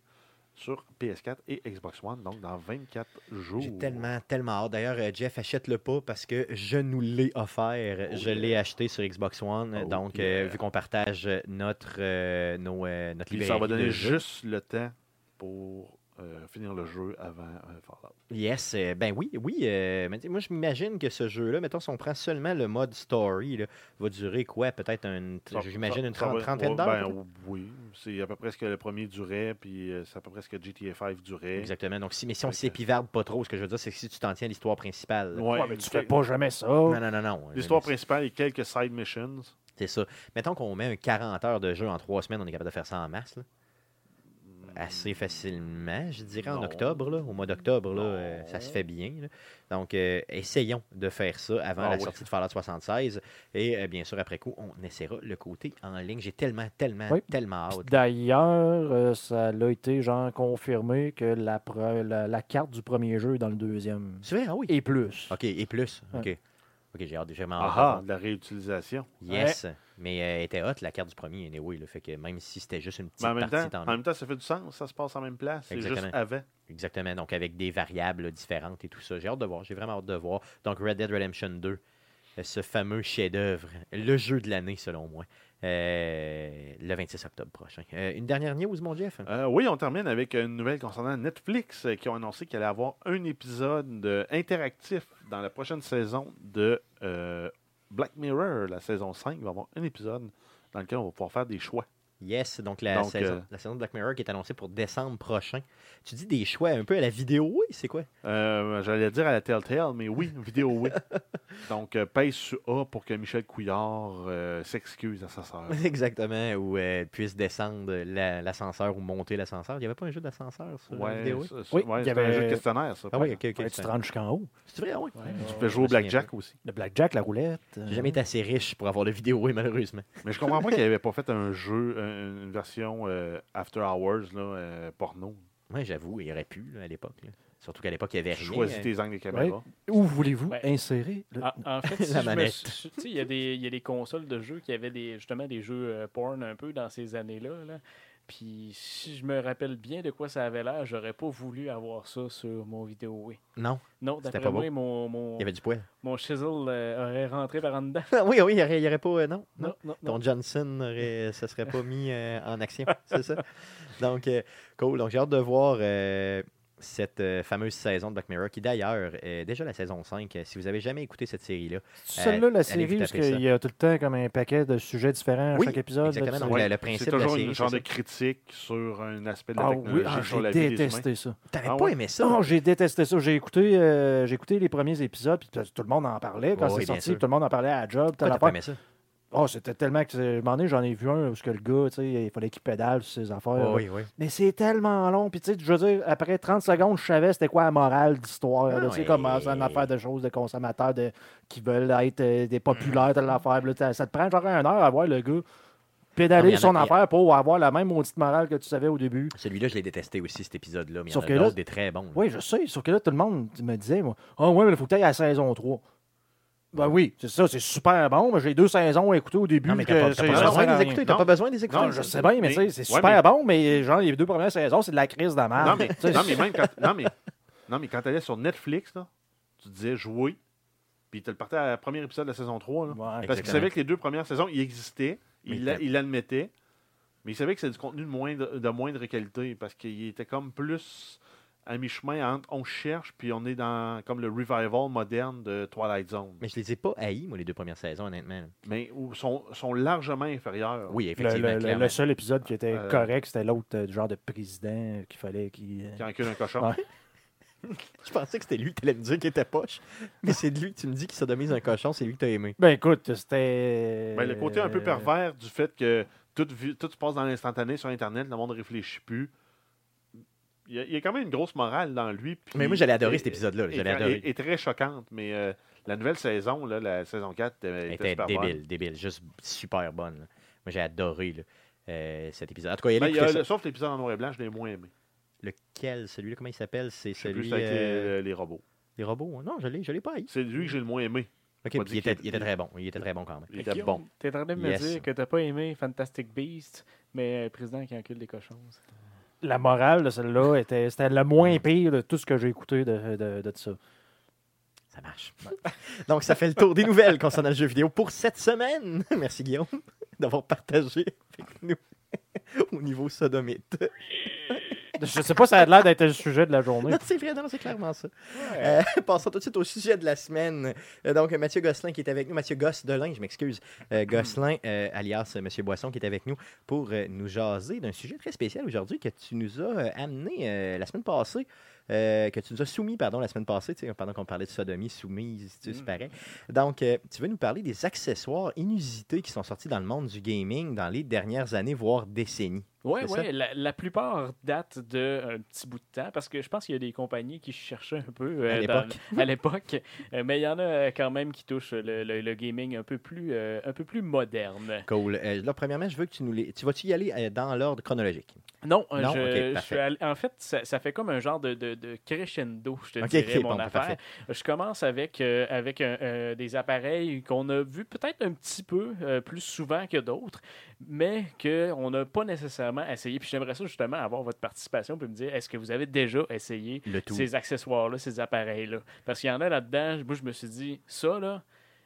Speaker 2: sur PS4 et Xbox One, donc dans 24 jours.
Speaker 1: J'ai tellement, tellement hâte. D'ailleurs, euh, Jeff, achète-le pas parce que je nous l'ai offert.
Speaker 2: Oh
Speaker 1: je
Speaker 2: yeah.
Speaker 1: l'ai acheté sur Xbox One.
Speaker 2: Oh
Speaker 1: donc, euh,
Speaker 2: yeah.
Speaker 1: vu qu'on partage notre, euh, nos, euh, notre
Speaker 2: Puis ça va
Speaker 1: librairie de
Speaker 2: donner
Speaker 1: jeux.
Speaker 2: juste le temps pour euh, finir le jeu avant euh, Fallout.
Speaker 1: Yes, euh, ben oui, oui. euh, mais tu sais, moi, je m'imagine que ce jeu-là, mettons, si on prend seulement le mode story, là, va durer quoi Peut-être, une,
Speaker 2: Ça-
Speaker 1: Ben, j'imagine,
Speaker 2: ça-
Speaker 1: une
Speaker 2: ça
Speaker 1: trente-
Speaker 2: va-
Speaker 1: trentaine
Speaker 2: ouais,
Speaker 1: d'heures. peut-être?
Speaker 2: Ben oui, c'est à peu près ce que le premier durait, puis euh, c'est à peu près ce que GTA 5 durait.
Speaker 1: Exactement. Donc, si, mais si on
Speaker 2: Fait que-
Speaker 1: s'épivarde pas trop, ce que je veux dire, c'est que si tu t'en tiens à l'histoire principale.
Speaker 2: Ouais,
Speaker 4: Ouais, mais tu fais
Speaker 2: que-
Speaker 4: pas jamais ça.
Speaker 1: Non, non, non, non.
Speaker 2: L'histoire principale et quelques side missions.
Speaker 1: C'est ça. Mettons qu'on met un 40 heures de jeu en trois semaines, on est capable de faire ça en mars. là. Assez facilement, je dirais, en
Speaker 2: Hmm. Non.
Speaker 1: octobre. là. Au mois d'octobre, là, euh,
Speaker 2: Non.
Speaker 1: ça se fait bien. là. Donc, euh, essayons de faire ça avant
Speaker 2: Ah
Speaker 1: la
Speaker 2: oui.
Speaker 1: sortie de Fallout 76. Et euh, bien sûr, après coup, on essaiera le côté en ligne. J'ai tellement, tellement,
Speaker 4: Oui.
Speaker 1: tellement
Speaker 4: Puis
Speaker 1: hâte.
Speaker 4: D'ailleurs, euh, ça l'a été genre confirmé que la, pre- la, la carte du premier jeu est dans le deuxième.
Speaker 1: Tu veux? Ah oui.
Speaker 4: Et plus.
Speaker 1: OK, et plus.
Speaker 4: Ouais.
Speaker 1: OK. OK, j'ai hâte, j'ai vraiment hâte de voir.
Speaker 2: Ah, de la réutilisation.
Speaker 1: Yes. Mais euh, elle était hot, la carte du premier, anyway. Là, fait que même si c'était juste une petite
Speaker 2: Mais en même,
Speaker 1: partie,
Speaker 2: temps,
Speaker 1: tant
Speaker 2: en même temps, ça fait du sens, ça se passe en même place, c'est juste
Speaker 1: Exactement.
Speaker 2: avant.
Speaker 1: Exactement. Donc, avec des variables là, différentes et tout ça. J'ai hâte de voir. J'ai vraiment hâte de voir. Donc, Red Dead Redemption 2, euh, ce fameux chef-d'œuvre, le jeu de l'année, selon moi, euh, le 26 octobre prochain. Euh, une dernière news, mon Jeff
Speaker 2: Euh, oui, on termine avec une nouvelle concernant Netflix euh, qui ont annoncé qu'il allait avoir un épisode euh, interactif dans la prochaine saison de euh, Black Mirror, la saison 5. Il va y avoir un épisode dans lequel on va pouvoir faire des choix.
Speaker 1: Yes, donc la,
Speaker 2: Donc,
Speaker 1: saison,
Speaker 2: euh,
Speaker 1: la saison de Black Mirror qui est annoncée pour décembre prochain. Tu dis des choix un peu à la vidéo, oui, c'est quoi?
Speaker 2: Euh, J'allais dire à la Telltale, mais oui, vidéo oui. Donc, euh, pèse sur A pour que Michel Couillard euh, s'excuse à sa sœur.
Speaker 1: Exactement, où elle puisse descendre la- l'ascenseur ou monter l'ascenseur. Il n'y avait pas un jeu d'ascenseur sur la
Speaker 2: Ouais,
Speaker 1: vidéo?
Speaker 2: ça- ça-
Speaker 4: Oui,
Speaker 2: ouais,
Speaker 4: il y
Speaker 2: c'est un
Speaker 4: avait-
Speaker 2: jeu de questionnaire, ça.
Speaker 1: Ah oui, ok, ok.
Speaker 4: Ouais, tu te rends jusqu'en haut.
Speaker 1: C'est vrai, ah oui.
Speaker 2: Tu peux jouer au Blackjack aussi.
Speaker 4: Le blackjack, la roulette. euh,
Speaker 1: J'ai jamais été assez riche pour avoir le vidéo, oui, malheureusement.
Speaker 2: Mais je comprends pas qu'il n'avait pas fait un jeu, un- une version euh, After Hours là, euh, porno.
Speaker 1: Oui, j'avoue, il aurait pu là, à l'époque. là. Surtout qu'à l'époque, il y avait
Speaker 2: Tu
Speaker 1: rien.
Speaker 2: choisis
Speaker 1: hein.
Speaker 2: tes angles de caméra.
Speaker 4: Où voulez-vous
Speaker 3: Ouais.
Speaker 4: insérer le-
Speaker 3: En,
Speaker 1: Ah.
Speaker 3: Ah, en fait, si
Speaker 1: La
Speaker 3: je me
Speaker 1: manette.
Speaker 3: suis- tu sais, il y, a des- il y a des consoles de jeux qui avaient des, justement des jeux euh, porn un peu dans ces années-là. là. Puis si je me rappelle bien de quoi ça avait l'air, j'aurais pas voulu avoir ça sur mon vidéo. oui.
Speaker 1: Non,
Speaker 3: Non,
Speaker 1: C'était
Speaker 3: d'après
Speaker 1: pas
Speaker 3: moi,
Speaker 1: beau.
Speaker 3: mon, mon,
Speaker 1: il y avait du poil.
Speaker 3: mon chisel euh, aurait rentré par en dedans.
Speaker 1: oui, oui, il n'y aurait, il y aurait pas. euh, non, non.
Speaker 3: Non, non, non.
Speaker 1: Ton Johnson aurait, ça serait pas mis euh, en action, c'est ça? Donc, euh, cool. Donc, j'ai hâte de voir euh, cette euh, fameuse saison de Black Mirror, qui d'ailleurs est déjà la saison 5. Euh, Si vous avez jamais écouté cette série-là,
Speaker 4: C'est Celle-là, la
Speaker 1: allez
Speaker 4: série,
Speaker 1: vous
Speaker 4: parce
Speaker 1: taper Euh, ça.
Speaker 4: qu'il y a tout le temps comme un paquet de sujets différents à
Speaker 1: Oui,
Speaker 4: chaque épisode. là,
Speaker 1: exactement.
Speaker 4: tu sais.
Speaker 1: Donc,
Speaker 2: Ouais.
Speaker 1: le- le principe
Speaker 2: c'est
Speaker 1: de la
Speaker 2: toujours
Speaker 1: série,
Speaker 2: une genre
Speaker 1: c'est
Speaker 2: de critique sur un aspect de la
Speaker 4: Ah oui,
Speaker 2: technologie,
Speaker 4: ah,
Speaker 2: sur la
Speaker 4: j'ai
Speaker 2: vie des humains.
Speaker 4: détesté ça.
Speaker 1: t'avais
Speaker 2: Ah
Speaker 1: pas
Speaker 2: ouais.
Speaker 1: aimé ça?
Speaker 4: Non, j'ai détesté ça. J'ai écouté, euh, j'ai écouté les premiers épisodes, puis tout le monde en parlait. Quand
Speaker 1: Oh, Oui,
Speaker 4: c'est
Speaker 1: bien
Speaker 4: sorti,
Speaker 1: sûr.
Speaker 4: tout le monde en parlait à la job.
Speaker 1: Pourquoi
Speaker 4: telle
Speaker 1: t'as pas
Speaker 4: affaire.
Speaker 1: aimé ça?
Speaker 4: Oh, c'était tellement que je m'en ai, j'en ai vu un où ce que le gars, tu sais, il fallait qu'il pédale sur ses affaires. là.
Speaker 1: oui, oui.
Speaker 4: Mais c'est tellement long. Puis tu sais, je veux dire, après 30 secondes, je savais c'était quoi la morale d'histoire.
Speaker 1: Ah
Speaker 4: là.
Speaker 1: ouais.
Speaker 4: C'est comme euh, c'est une affaire de choses de consommateurs de, qui veulent être euh, des populaires de l'affaire. Puis là, t'as- Ça te prend genre une heure à voir le gars
Speaker 1: Non, mais
Speaker 4: pédaler
Speaker 1: y en a-
Speaker 4: son
Speaker 1: y a-
Speaker 4: affaire pour avoir la même maudite morale que tu savais au début.
Speaker 1: Celui-là, je l'ai détesté aussi, cet épisode-là, mais il y en
Speaker 4: Sauf
Speaker 1: a
Speaker 4: que là-
Speaker 1: d'autres des très bons. là.
Speaker 4: Oui, je sais. Sauf que là, tout le monde me disait, moi, ah ouais, mais il faut que tu ailles à la saison 3. Ben oui, c'est ça, c'est super bon. mais J'ai deux saisons à écouter au début.
Speaker 1: Non, mais
Speaker 4: que
Speaker 1: t'as pas, t'as
Speaker 4: c'est-
Speaker 1: pas
Speaker 4: ça
Speaker 1: besoin
Speaker 4: sert
Speaker 1: de
Speaker 4: à
Speaker 1: les
Speaker 4: rien.
Speaker 1: écouter. T'as
Speaker 2: Non.
Speaker 1: pas besoin de les écouter.
Speaker 4: Non, je sais bien, mais tu sais, c'est
Speaker 2: Ouais,
Speaker 4: super bon, mais genre, les deux premières saisons, c'est de la crise de la merde.
Speaker 2: Non, mais, non, mais même quand, non, mais, non, mais quand t'allais sur Netflix, là, tu disais jouer, puis tu le partais à la première épisode de la saison 3. là.
Speaker 4: Ouais.
Speaker 2: parce qu'il
Speaker 1: exactement.
Speaker 2: savait que les deux premières saisons, il existait,
Speaker 1: Mais
Speaker 2: il,
Speaker 1: il
Speaker 2: l'a-
Speaker 1: était-
Speaker 2: il l'admettait, mais il savait que c'est du contenu de moindre, de moindre qualité, parce qu'il était comme plus à mi-chemin entre on cherche, puis on est dans comme le revival moderne de Twilight Zone. Mais,
Speaker 1: Mais je les ai pas haïs, moi, les deux premières saisons, honnêtement. là.
Speaker 2: où sont, sont largement inférieurs.
Speaker 1: Oui,
Speaker 4: Le,
Speaker 1: effectivement,
Speaker 4: le- le,
Speaker 1: clairement.
Speaker 4: seul épisode qui était
Speaker 2: Euh,
Speaker 4: correct, c'était l'autre euh, genre de président qu'il fallait qu'il. euh,
Speaker 2: Qui encule un cochon.
Speaker 4: Ouais.
Speaker 1: Je pensais que c'était lui que t'allais me dire qu'il était poche, mais c'est de lui que tu me dis qu'il sodomise un cochon, c'est lui que t'as aimé.
Speaker 4: Ben écoute, c'était. euh,
Speaker 2: Ben, le côté un peu pervers du fait que tout, vi- tout se passe dans l'instantané sur Internet, le monde ne réfléchit plus. Il y, a, il y a quand même une grosse morale dans lui. puis-
Speaker 1: Mais moi, j'allais adorer cet
Speaker 2: et-
Speaker 1: épisode-là, là.
Speaker 2: et-
Speaker 1: j'allais
Speaker 2: et-
Speaker 1: adorer.
Speaker 2: et très choquante, mais euh, la nouvelle saison, là, la saison 4, était,
Speaker 1: Elle
Speaker 2: était
Speaker 1: était
Speaker 2: super bonne.
Speaker 1: débile, débile, juste super bonne. là. Moi, j'ai adoré là, euh, cet épisode. En tout cas, il
Speaker 2: Ben, il y a
Speaker 1: ça.
Speaker 2: le- sauf l'épisode en noir et blanc, je l'ai moins aimé.
Speaker 1: Lequel Celui-là, comment il s'appelle C'est
Speaker 2: Je sais plus,
Speaker 1: celui.
Speaker 2: c'était avec les-
Speaker 1: euh,
Speaker 2: les, robots.
Speaker 1: Les robots hein? Non, je l'ai je l'ai pas haï.
Speaker 2: C'est lui que j'ai le moins aimé.
Speaker 1: Ok,
Speaker 2: pas
Speaker 1: puis
Speaker 2: dit
Speaker 1: il était,
Speaker 2: qu'il-
Speaker 1: il était très bon. Il était très bon quand même.
Speaker 2: Il
Speaker 3: Fait
Speaker 2: était
Speaker 3: que,
Speaker 2: bon.
Speaker 3: T'es en train de me
Speaker 1: Yes.
Speaker 3: dire que t'as pas aimé Fantastic Beast, mais euh, Président qui encule des cochons. ça.
Speaker 4: La morale de celle-là était, c'était le moins pire de tout ce que j'ai écouté de, de, de ça.
Speaker 1: Ça marche. Donc, ça fait le tour des nouvelles concernant le jeu vidéo pour cette semaine. Merci Guillaume d'avoir partagé avec nous au niveau sodomite.
Speaker 4: Je sais pas si ça a l'air d'être le sujet de la journée.
Speaker 1: Non, c'est vrai, non, non, c'est clairement ça. Euh, passons tout de suite au sujet de la semaine. Euh, donc, Mathieu Gosselin qui est avec nous, Mathieu Gosselin, je m'excuse, euh, Gosselin, euh, alias euh, Monsieur Boisson, qui est avec nous pour euh, nous jaser d'un sujet très spécial aujourd'hui que tu nous as euh, amené euh, la semaine passée. euh, que tu nous as soumis, pardon, la semaine passée, tu sais, pendant qu'on parlait de sodomie, soumise, tu sais, c'est
Speaker 3: Mm.
Speaker 1: pareil. Donc, euh, tu veux nous parler des accessoires inusités qui sont sortis dans le monde du gaming dans les dernières années, voire décennies.
Speaker 3: Oui,
Speaker 1: C'est ça?
Speaker 3: oui. La, la plupart datent d'un petit bout de temps parce que je pense qu'il y a des compagnies qui cherchaient un peu euh,
Speaker 1: À
Speaker 3: dans-
Speaker 1: l'époque.
Speaker 3: à l'époque. Euh, mais il y en a euh, quand même qui touchent le, le- le gaming un peu plus, euh, un peu plus moderne.
Speaker 1: Cool. Euh, là, premièrement, je veux que tu nous les... Tu vas-tu y aller euh, dans l'ordre chronologique?
Speaker 3: Non, euh,
Speaker 1: Non?
Speaker 3: je,
Speaker 1: Ok,
Speaker 3: je
Speaker 1: parfait.
Speaker 3: suis allé- en fait, ça, ça fait comme un genre de, de- de crescendo, je te
Speaker 1: Ok,
Speaker 3: dirais,
Speaker 1: ok,
Speaker 3: mon
Speaker 1: bon,
Speaker 3: affaire.
Speaker 1: parfait.
Speaker 3: Je commence avec, euh, avec un- euh, des appareils qu'on a vus peut-être un petit peu euh, plus souvent que d'autres, mais qu'on n'a pas nécessairement essayé. Puis j'aimerais ça justement avoir votre participation pour me dire, est-ce que vous avez déjà essayé
Speaker 1: Le tout.
Speaker 3: ces accessoires-là, ces appareils-là. Parce qu'il y en a là-dedans, moi, je me suis dit, ça, là,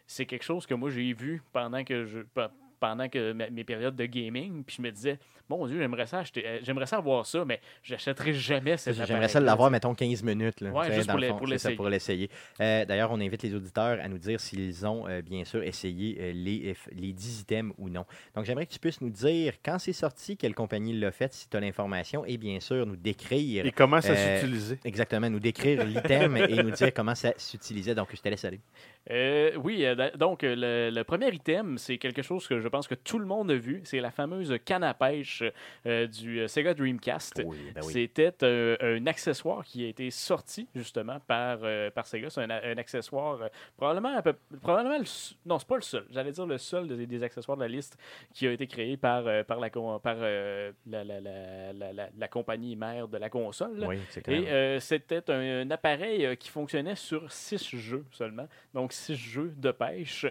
Speaker 3: c'est quelque chose que moi, j'ai vu pendant que je pe- pendant que ma- mes périodes de gaming, puis je me disais, mon Dieu, j'aimerais ça acheter, euh, j'aimerais ça avoir ça, mais j'achèterai jamais cette
Speaker 1: J'aimerais ça l'avoir, mettons, 15 minutes. Là,
Speaker 3: Ouais,
Speaker 1: tu sais,
Speaker 3: juste
Speaker 1: dans
Speaker 3: pour
Speaker 1: le
Speaker 3: l'e-
Speaker 1: fond,
Speaker 3: pour
Speaker 1: c'est ça,
Speaker 3: l'essayer.
Speaker 1: pour l'essayer. Euh, D'ailleurs, on invite les auditeurs à nous dire s'ils ont, euh, bien sûr, essayé euh, les, eff- les 10 items ou non. Donc, j'aimerais que tu puisses nous dire quand c'est sorti, quelle compagnie l'a fait, si tu as l'information, et bien sûr, nous décrire.
Speaker 2: Et comment ça
Speaker 1: Euh,
Speaker 2: s'utilisait?
Speaker 1: Exactement, nous décrire l'item et nous dire comment ça s'utilisait. Donc, je te laisse aller.
Speaker 3: Euh, oui, euh, da- donc euh, le, le premier item, c'est quelque chose que je pense que tout le monde a vu. C'est la fameuse canne à pêche euh, du euh, Sega Dreamcast.
Speaker 1: Oui, ben oui.
Speaker 3: C'était euh, un accessoire qui a été sorti justement par, euh, par Sega. C'est un, a- un accessoire euh, probablement, à peu- probablement le, s- non, c'est pas le seul. J'allais dire le seul des, des accessoires de la liste qui a été créé par, euh, par, la, con- par euh, la, la- la- la- la- la compagnie mère de la console.
Speaker 1: Oui, exactement.
Speaker 3: Et euh, c'était un, un appareil euh, qui fonctionnait sur six jeux seulement, donc six jeux de pêche.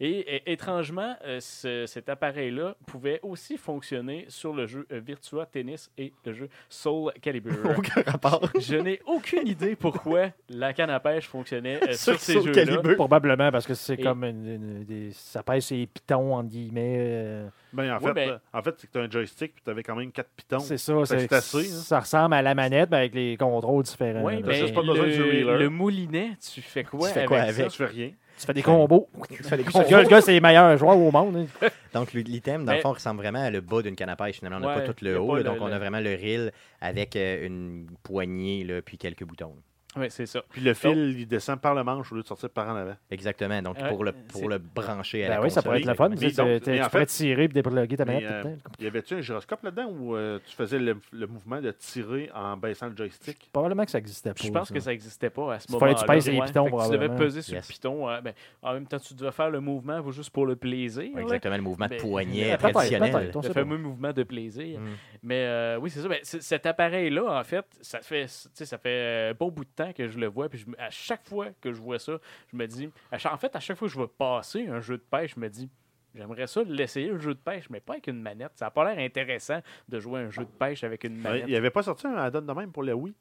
Speaker 3: Et, et- étrangement, euh, ce- cet appareil-là pouvait aussi fonctionner sur le jeu euh, Virtua Tennis et le jeu Soul Calibur.
Speaker 1: Aucun rapport.
Speaker 3: Je n'ai aucune idée pourquoi la canne à pêche fonctionnait euh,
Speaker 1: Sur
Speaker 3: sur ces
Speaker 1: Soul
Speaker 3: jeux-là.
Speaker 1: Calibur.
Speaker 4: Probablement parce que c'est
Speaker 3: Et-
Speaker 4: comme une, une- des, ça pèse ses pitons entre guillemets. euh,
Speaker 2: Ben, en,
Speaker 3: Oui,
Speaker 2: fait,
Speaker 3: ben-
Speaker 2: euh, en fait, c'est que tu as un joystick puis tu avais quand même quatre pitons.
Speaker 4: c'est ça,
Speaker 2: fait que
Speaker 4: Ben, c'est,
Speaker 2: c'est assez, hein.
Speaker 4: ça ressemble à la manette mais avec les contrôles différents.
Speaker 3: Ouais,
Speaker 4: là.
Speaker 2: T'as
Speaker 3: mais
Speaker 2: juste pas besoin du
Speaker 3: le,
Speaker 2: reeler.
Speaker 3: le moulinet, tu fais quoi,
Speaker 1: Tu fais
Speaker 3: avec,
Speaker 1: quoi
Speaker 3: ça?
Speaker 1: avec?
Speaker 2: Tu fais rien.
Speaker 4: tu fais des combos.
Speaker 1: fais des
Speaker 4: Le gars, le gars, c'est les meilleurs joueurs au monde. hein.
Speaker 1: Donc, l- l'item, dans le
Speaker 3: Mais-
Speaker 1: fond, ressemble vraiment à le bas d'une canne à pêche. Finalement, on n'a
Speaker 3: Ouais,
Speaker 1: pas tout
Speaker 3: y
Speaker 1: le
Speaker 3: a
Speaker 1: haut.
Speaker 3: pas
Speaker 1: là,
Speaker 3: le-
Speaker 1: donc, on
Speaker 3: le-
Speaker 1: a vraiment le reel avec euh, une poignée, là, puis quelques boutons.
Speaker 3: Ouais, c'est ça.
Speaker 2: Puis le fil, il descend par le manche au lieu de sortir par en avant.
Speaker 1: Exactement. Donc,
Speaker 3: Ouais,
Speaker 1: pour, le,
Speaker 3: c'est-
Speaker 1: pour le brancher à la
Speaker 4: Ben oui, ça
Speaker 1: console,
Speaker 4: pourrait être le fun.
Speaker 1: exactement.
Speaker 4: tu sais,
Speaker 2: Mais donc-
Speaker 4: tu-
Speaker 2: mais
Speaker 4: tu
Speaker 2: en
Speaker 4: pourrais
Speaker 2: fait-
Speaker 4: tirer et débloquer ta
Speaker 2: Mais,
Speaker 4: manette.
Speaker 2: euh,
Speaker 4: tout le temps.
Speaker 2: Y avait-tu un gyroscope là-dedans ou euh, tu faisais le, le mouvement de tirer en baissant le joystick?
Speaker 4: Probablement que ça existait pas.
Speaker 3: Je pense
Speaker 4: ça.
Speaker 3: que ça n'existait pas à ce
Speaker 4: Il
Speaker 3: moment-là.
Speaker 4: fallait que tu pèses les
Speaker 3: Ouais,
Speaker 4: pitons,
Speaker 3: fait que Tu devais
Speaker 4: probablement.
Speaker 3: peser sur
Speaker 1: Yes.
Speaker 3: le piton. ouais, ben, en même temps, tu devais faire le mouvement pour- juste pour le plaisir. là.
Speaker 1: Exactement, le mouvement de
Speaker 3: Mais-
Speaker 1: poignet
Speaker 4: Peut-être, peut-être,
Speaker 1: traditionnel.
Speaker 4: on
Speaker 3: Le
Speaker 4: sait pas.
Speaker 3: fameux mouvement de plaisir.
Speaker 1: Mm.
Speaker 3: Mais euh, oui, c'est ça. Ben, c- cet appareil-là, en fait, ça fait, tu sais, ça fait euh, bon bout de temps que je le vois. Puis je me- à chaque fois que je vois ça, je me dis. à cha- en fait, à chaque fois que je vais passer un jeu de pêche, je me dis. J'aimerais ça l'essayer, le jeu de pêche, mais pas avec une manette. Ça n'a pas l'air intéressant de jouer à un jeu de pêche avec une
Speaker 2: Ouais,
Speaker 3: manette.
Speaker 2: Ben, Il n'y avait pas sorti un add-on de même pour la Wii?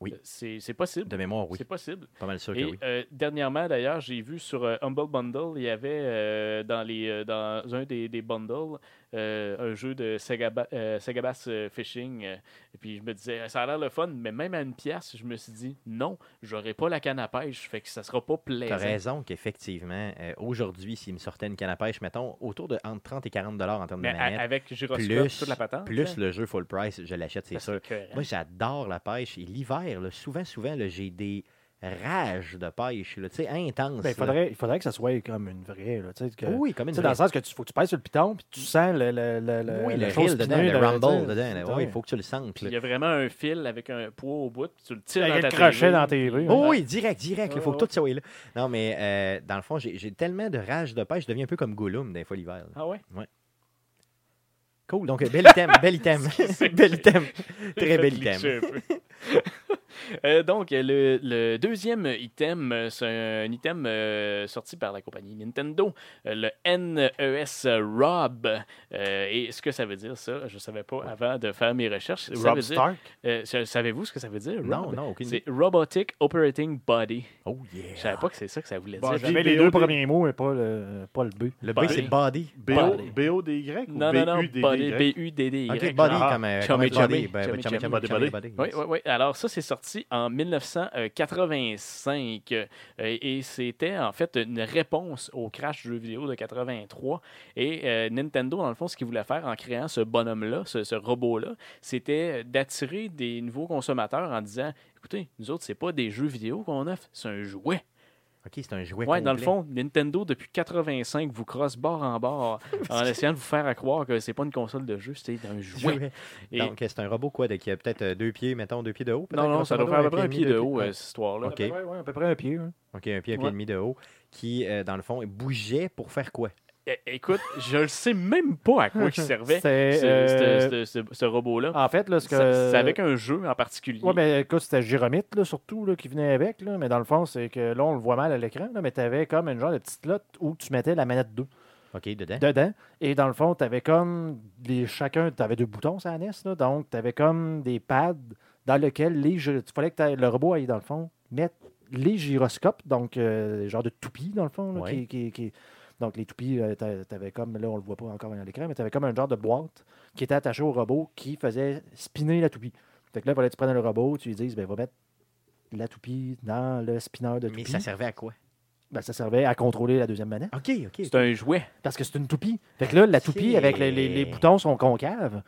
Speaker 1: Oui.
Speaker 3: C'est c'est possible.
Speaker 1: De mémoire, oui.
Speaker 3: C'est possible.
Speaker 1: Pas mal sûr que
Speaker 3: Et
Speaker 1: oui.
Speaker 3: euh, dernièrement, d'ailleurs, j'ai vu sur euh, Humble Bundle, il y avait euh, dans, les, euh, dans un des, des bundles euh, un jeu de Sega Ba- euh, Sega Bass euh, Fishing. euh, et puis je me disais, ça a l'air le fun, mais même à une pièce, je me suis dit, non, j'aurai pas la canne à pêche, fait que ça sera pas
Speaker 1: T'as
Speaker 3: plaisant.
Speaker 1: raison qu'effectivement, euh, aujourd'hui, s'il me sortait une canne à pêche, mettons, autour de entre 30 et 40 dollars en termes
Speaker 3: Mais
Speaker 1: de
Speaker 3: a-
Speaker 1: manette,
Speaker 3: avec gyroscope,
Speaker 1: plus,
Speaker 3: toute la patente. hein?
Speaker 1: plus le jeu full price, je l'achète, c'est sûr. Moi,
Speaker 3: sûr.
Speaker 1: j'adore la pêche. Et l'hiver, là, souvent, souvent, là, j'ai des rages de pêche, là, tu sais, intenses.
Speaker 4: Ben, il,
Speaker 1: là.
Speaker 4: faudrait, il faudrait que ça soit comme une vraie. Là, tu sais, que-
Speaker 1: Oui, comme
Speaker 4: tu
Speaker 1: une
Speaker 4: sais, dans le
Speaker 1: vraie-
Speaker 4: sens que tu, faut que tu pèses sur le piton puis tu sens le, le, le, le,
Speaker 1: Oui,
Speaker 4: la
Speaker 1: le
Speaker 4: chose
Speaker 1: reel dedans,
Speaker 4: spinner,
Speaker 1: le
Speaker 4: là, tu
Speaker 1: rumble
Speaker 4: sais.
Speaker 1: dedans. là.
Speaker 4: Ouais.
Speaker 1: Ouais, il faut que tu le sentes.
Speaker 3: Il
Speaker 1: là.
Speaker 3: y a vraiment un fil avec un poids au bout, puis tu le tires
Speaker 4: Avec
Speaker 3: dans
Speaker 4: le
Speaker 3: ta
Speaker 4: crochet
Speaker 3: télé.
Speaker 4: dans tes rues. hein.
Speaker 1: Oh oui, direct, direct. Il faut
Speaker 3: Ah,
Speaker 1: que tout soit là. Non, mais euh, dans le fond, j'ai j'ai tellement de rage de pêche, je deviens un peu comme Gollum des fois l'hiver. là.
Speaker 3: Ah ouais?
Speaker 1: Cool. Donc, euh, bel item, bel item. bel item. Très bel item.
Speaker 3: Glitché un peu. Euh, donc, euh, le, le deuxième item, euh, c'est un item euh, sorti par la compagnie Nintendo, euh, le NES Rob. Euh, et ce que ça veut dire, ça, je ne savais pas avant de faire mes recherches. Ça
Speaker 2: Rob
Speaker 3: veut dire-
Speaker 2: Stark?
Speaker 3: euh, sa- Savez-vous ce que ça veut dire,
Speaker 1: Non,
Speaker 3: Rob?
Speaker 1: non, aucune
Speaker 3: C'est Robotic Operating Body.
Speaker 1: Oh
Speaker 3: Je
Speaker 1: yeah.
Speaker 3: savais pas que c'est ça que ça voulait
Speaker 1: Bah,
Speaker 2: Bon,
Speaker 3: dire.
Speaker 2: j'ai-
Speaker 4: J'avais les
Speaker 2: BOD.
Speaker 4: deux premiers mots et pas le, pas le B.
Speaker 1: Le B,
Speaker 3: Body.
Speaker 1: c'est body.
Speaker 2: BO BODY ou
Speaker 3: Non, non, non,
Speaker 2: BUDY?
Speaker 3: body, B-U-D-D-Y.
Speaker 1: OK, body
Speaker 2: Ah,
Speaker 1: comme, euh,
Speaker 3: chummy,
Speaker 1: comme un
Speaker 3: chummy,
Speaker 1: body. Ben,
Speaker 3: chummy,
Speaker 1: ben, chummy,
Speaker 2: chummy,
Speaker 1: chummy,
Speaker 2: body,
Speaker 1: body.
Speaker 3: Oui, oui, oui. Alors, ça, c'est sorti en 1985 euh, et c'était en fait une réponse au crash jeux vidéo de 83. Et euh, Nintendo, dans le fond, ce qu'il voulait faire en créant ce bonhomme-là, ce, ce robot-là, c'était d'attirer des nouveaux consommateurs en disant écoutez, nous autres, c'est pas des jeux vidéo qu'on offre, c'est un jouet.
Speaker 1: OK, c'est un jouet
Speaker 3: Ouais, dans le
Speaker 1: complet.
Speaker 3: fond, Nintendo, depuis 85, vous crosse bord en bord en essayant de vous faire à croire que c'est pas une console de jeu, c'est un jouet.
Speaker 1: Jouet.
Speaker 3: Et-
Speaker 1: Donc, c'est un robot quoi, de- qui a peut-être euh, deux pieds, mettons, deux pieds de haut.
Speaker 3: non,
Speaker 1: peut-être,
Speaker 3: non,
Speaker 1: grosso
Speaker 3: ça doit
Speaker 1: modo,
Speaker 3: faire à peu près un pied de
Speaker 1: deux
Speaker 3: haut,
Speaker 1: pieds.
Speaker 3: euh, cette histoire-là.
Speaker 1: Ok.
Speaker 4: À peu près, ouais, à peu près un pied. hein.
Speaker 1: euh, OK, un pied, un pied
Speaker 3: Ouais.
Speaker 1: et demi de haut, qui, euh, dans le fond, bougeait pour faire quoi?
Speaker 3: É- Eh, Écoute, je ne sais même pas à quoi il servait ce,
Speaker 4: C'était, euh,
Speaker 3: ce- ce- ce- ce robot-là.
Speaker 4: En fait, là, ce que.
Speaker 3: Ça- C'est avec un jeu en particulier.
Speaker 4: Oui, mais écoute, c'était Gyromite, là, surtout, là, qui venait avec. Là, mais dans le fond, c'est que là, on le voit mal à l'écran, là, mais tu avais comme une genre de petite lot où tu mettais la manette 2
Speaker 1: OK, dedans.
Speaker 4: dedans. Et dans le fond, tu avais comme. Les, chacun, tu avais deux boutons, ça, NES. Là, donc, tu avais comme des pads dans lesquels les gy- tu fallait que t'ailles- le robot aille, dans le fond, mettre les gyroscopes, donc euh, genre de toupie, dans le fond, là,
Speaker 1: Ouais.
Speaker 4: qui, qui- qui- Donc, les toupies, euh, t'a- t'avais comme, là, on le voit pas encore à l'écran, mais t'avais comme un genre de boîte qui était attachée au robot qui faisait spinner la toupie. Fait que là, il fallait que tu prennes le robot, tu lui dises, ben, va mettre la toupie dans le spinner de
Speaker 1: Mais
Speaker 4: toupie.
Speaker 1: ça servait à quoi?
Speaker 4: Ben, ça servait à contrôler la deuxième manette.
Speaker 1: OK, OK.
Speaker 3: C'est un jouet.
Speaker 4: Parce que c'est une toupie. Fait que là, la toupie
Speaker 1: Ok.
Speaker 4: avec les, les- les boutons sont concaves.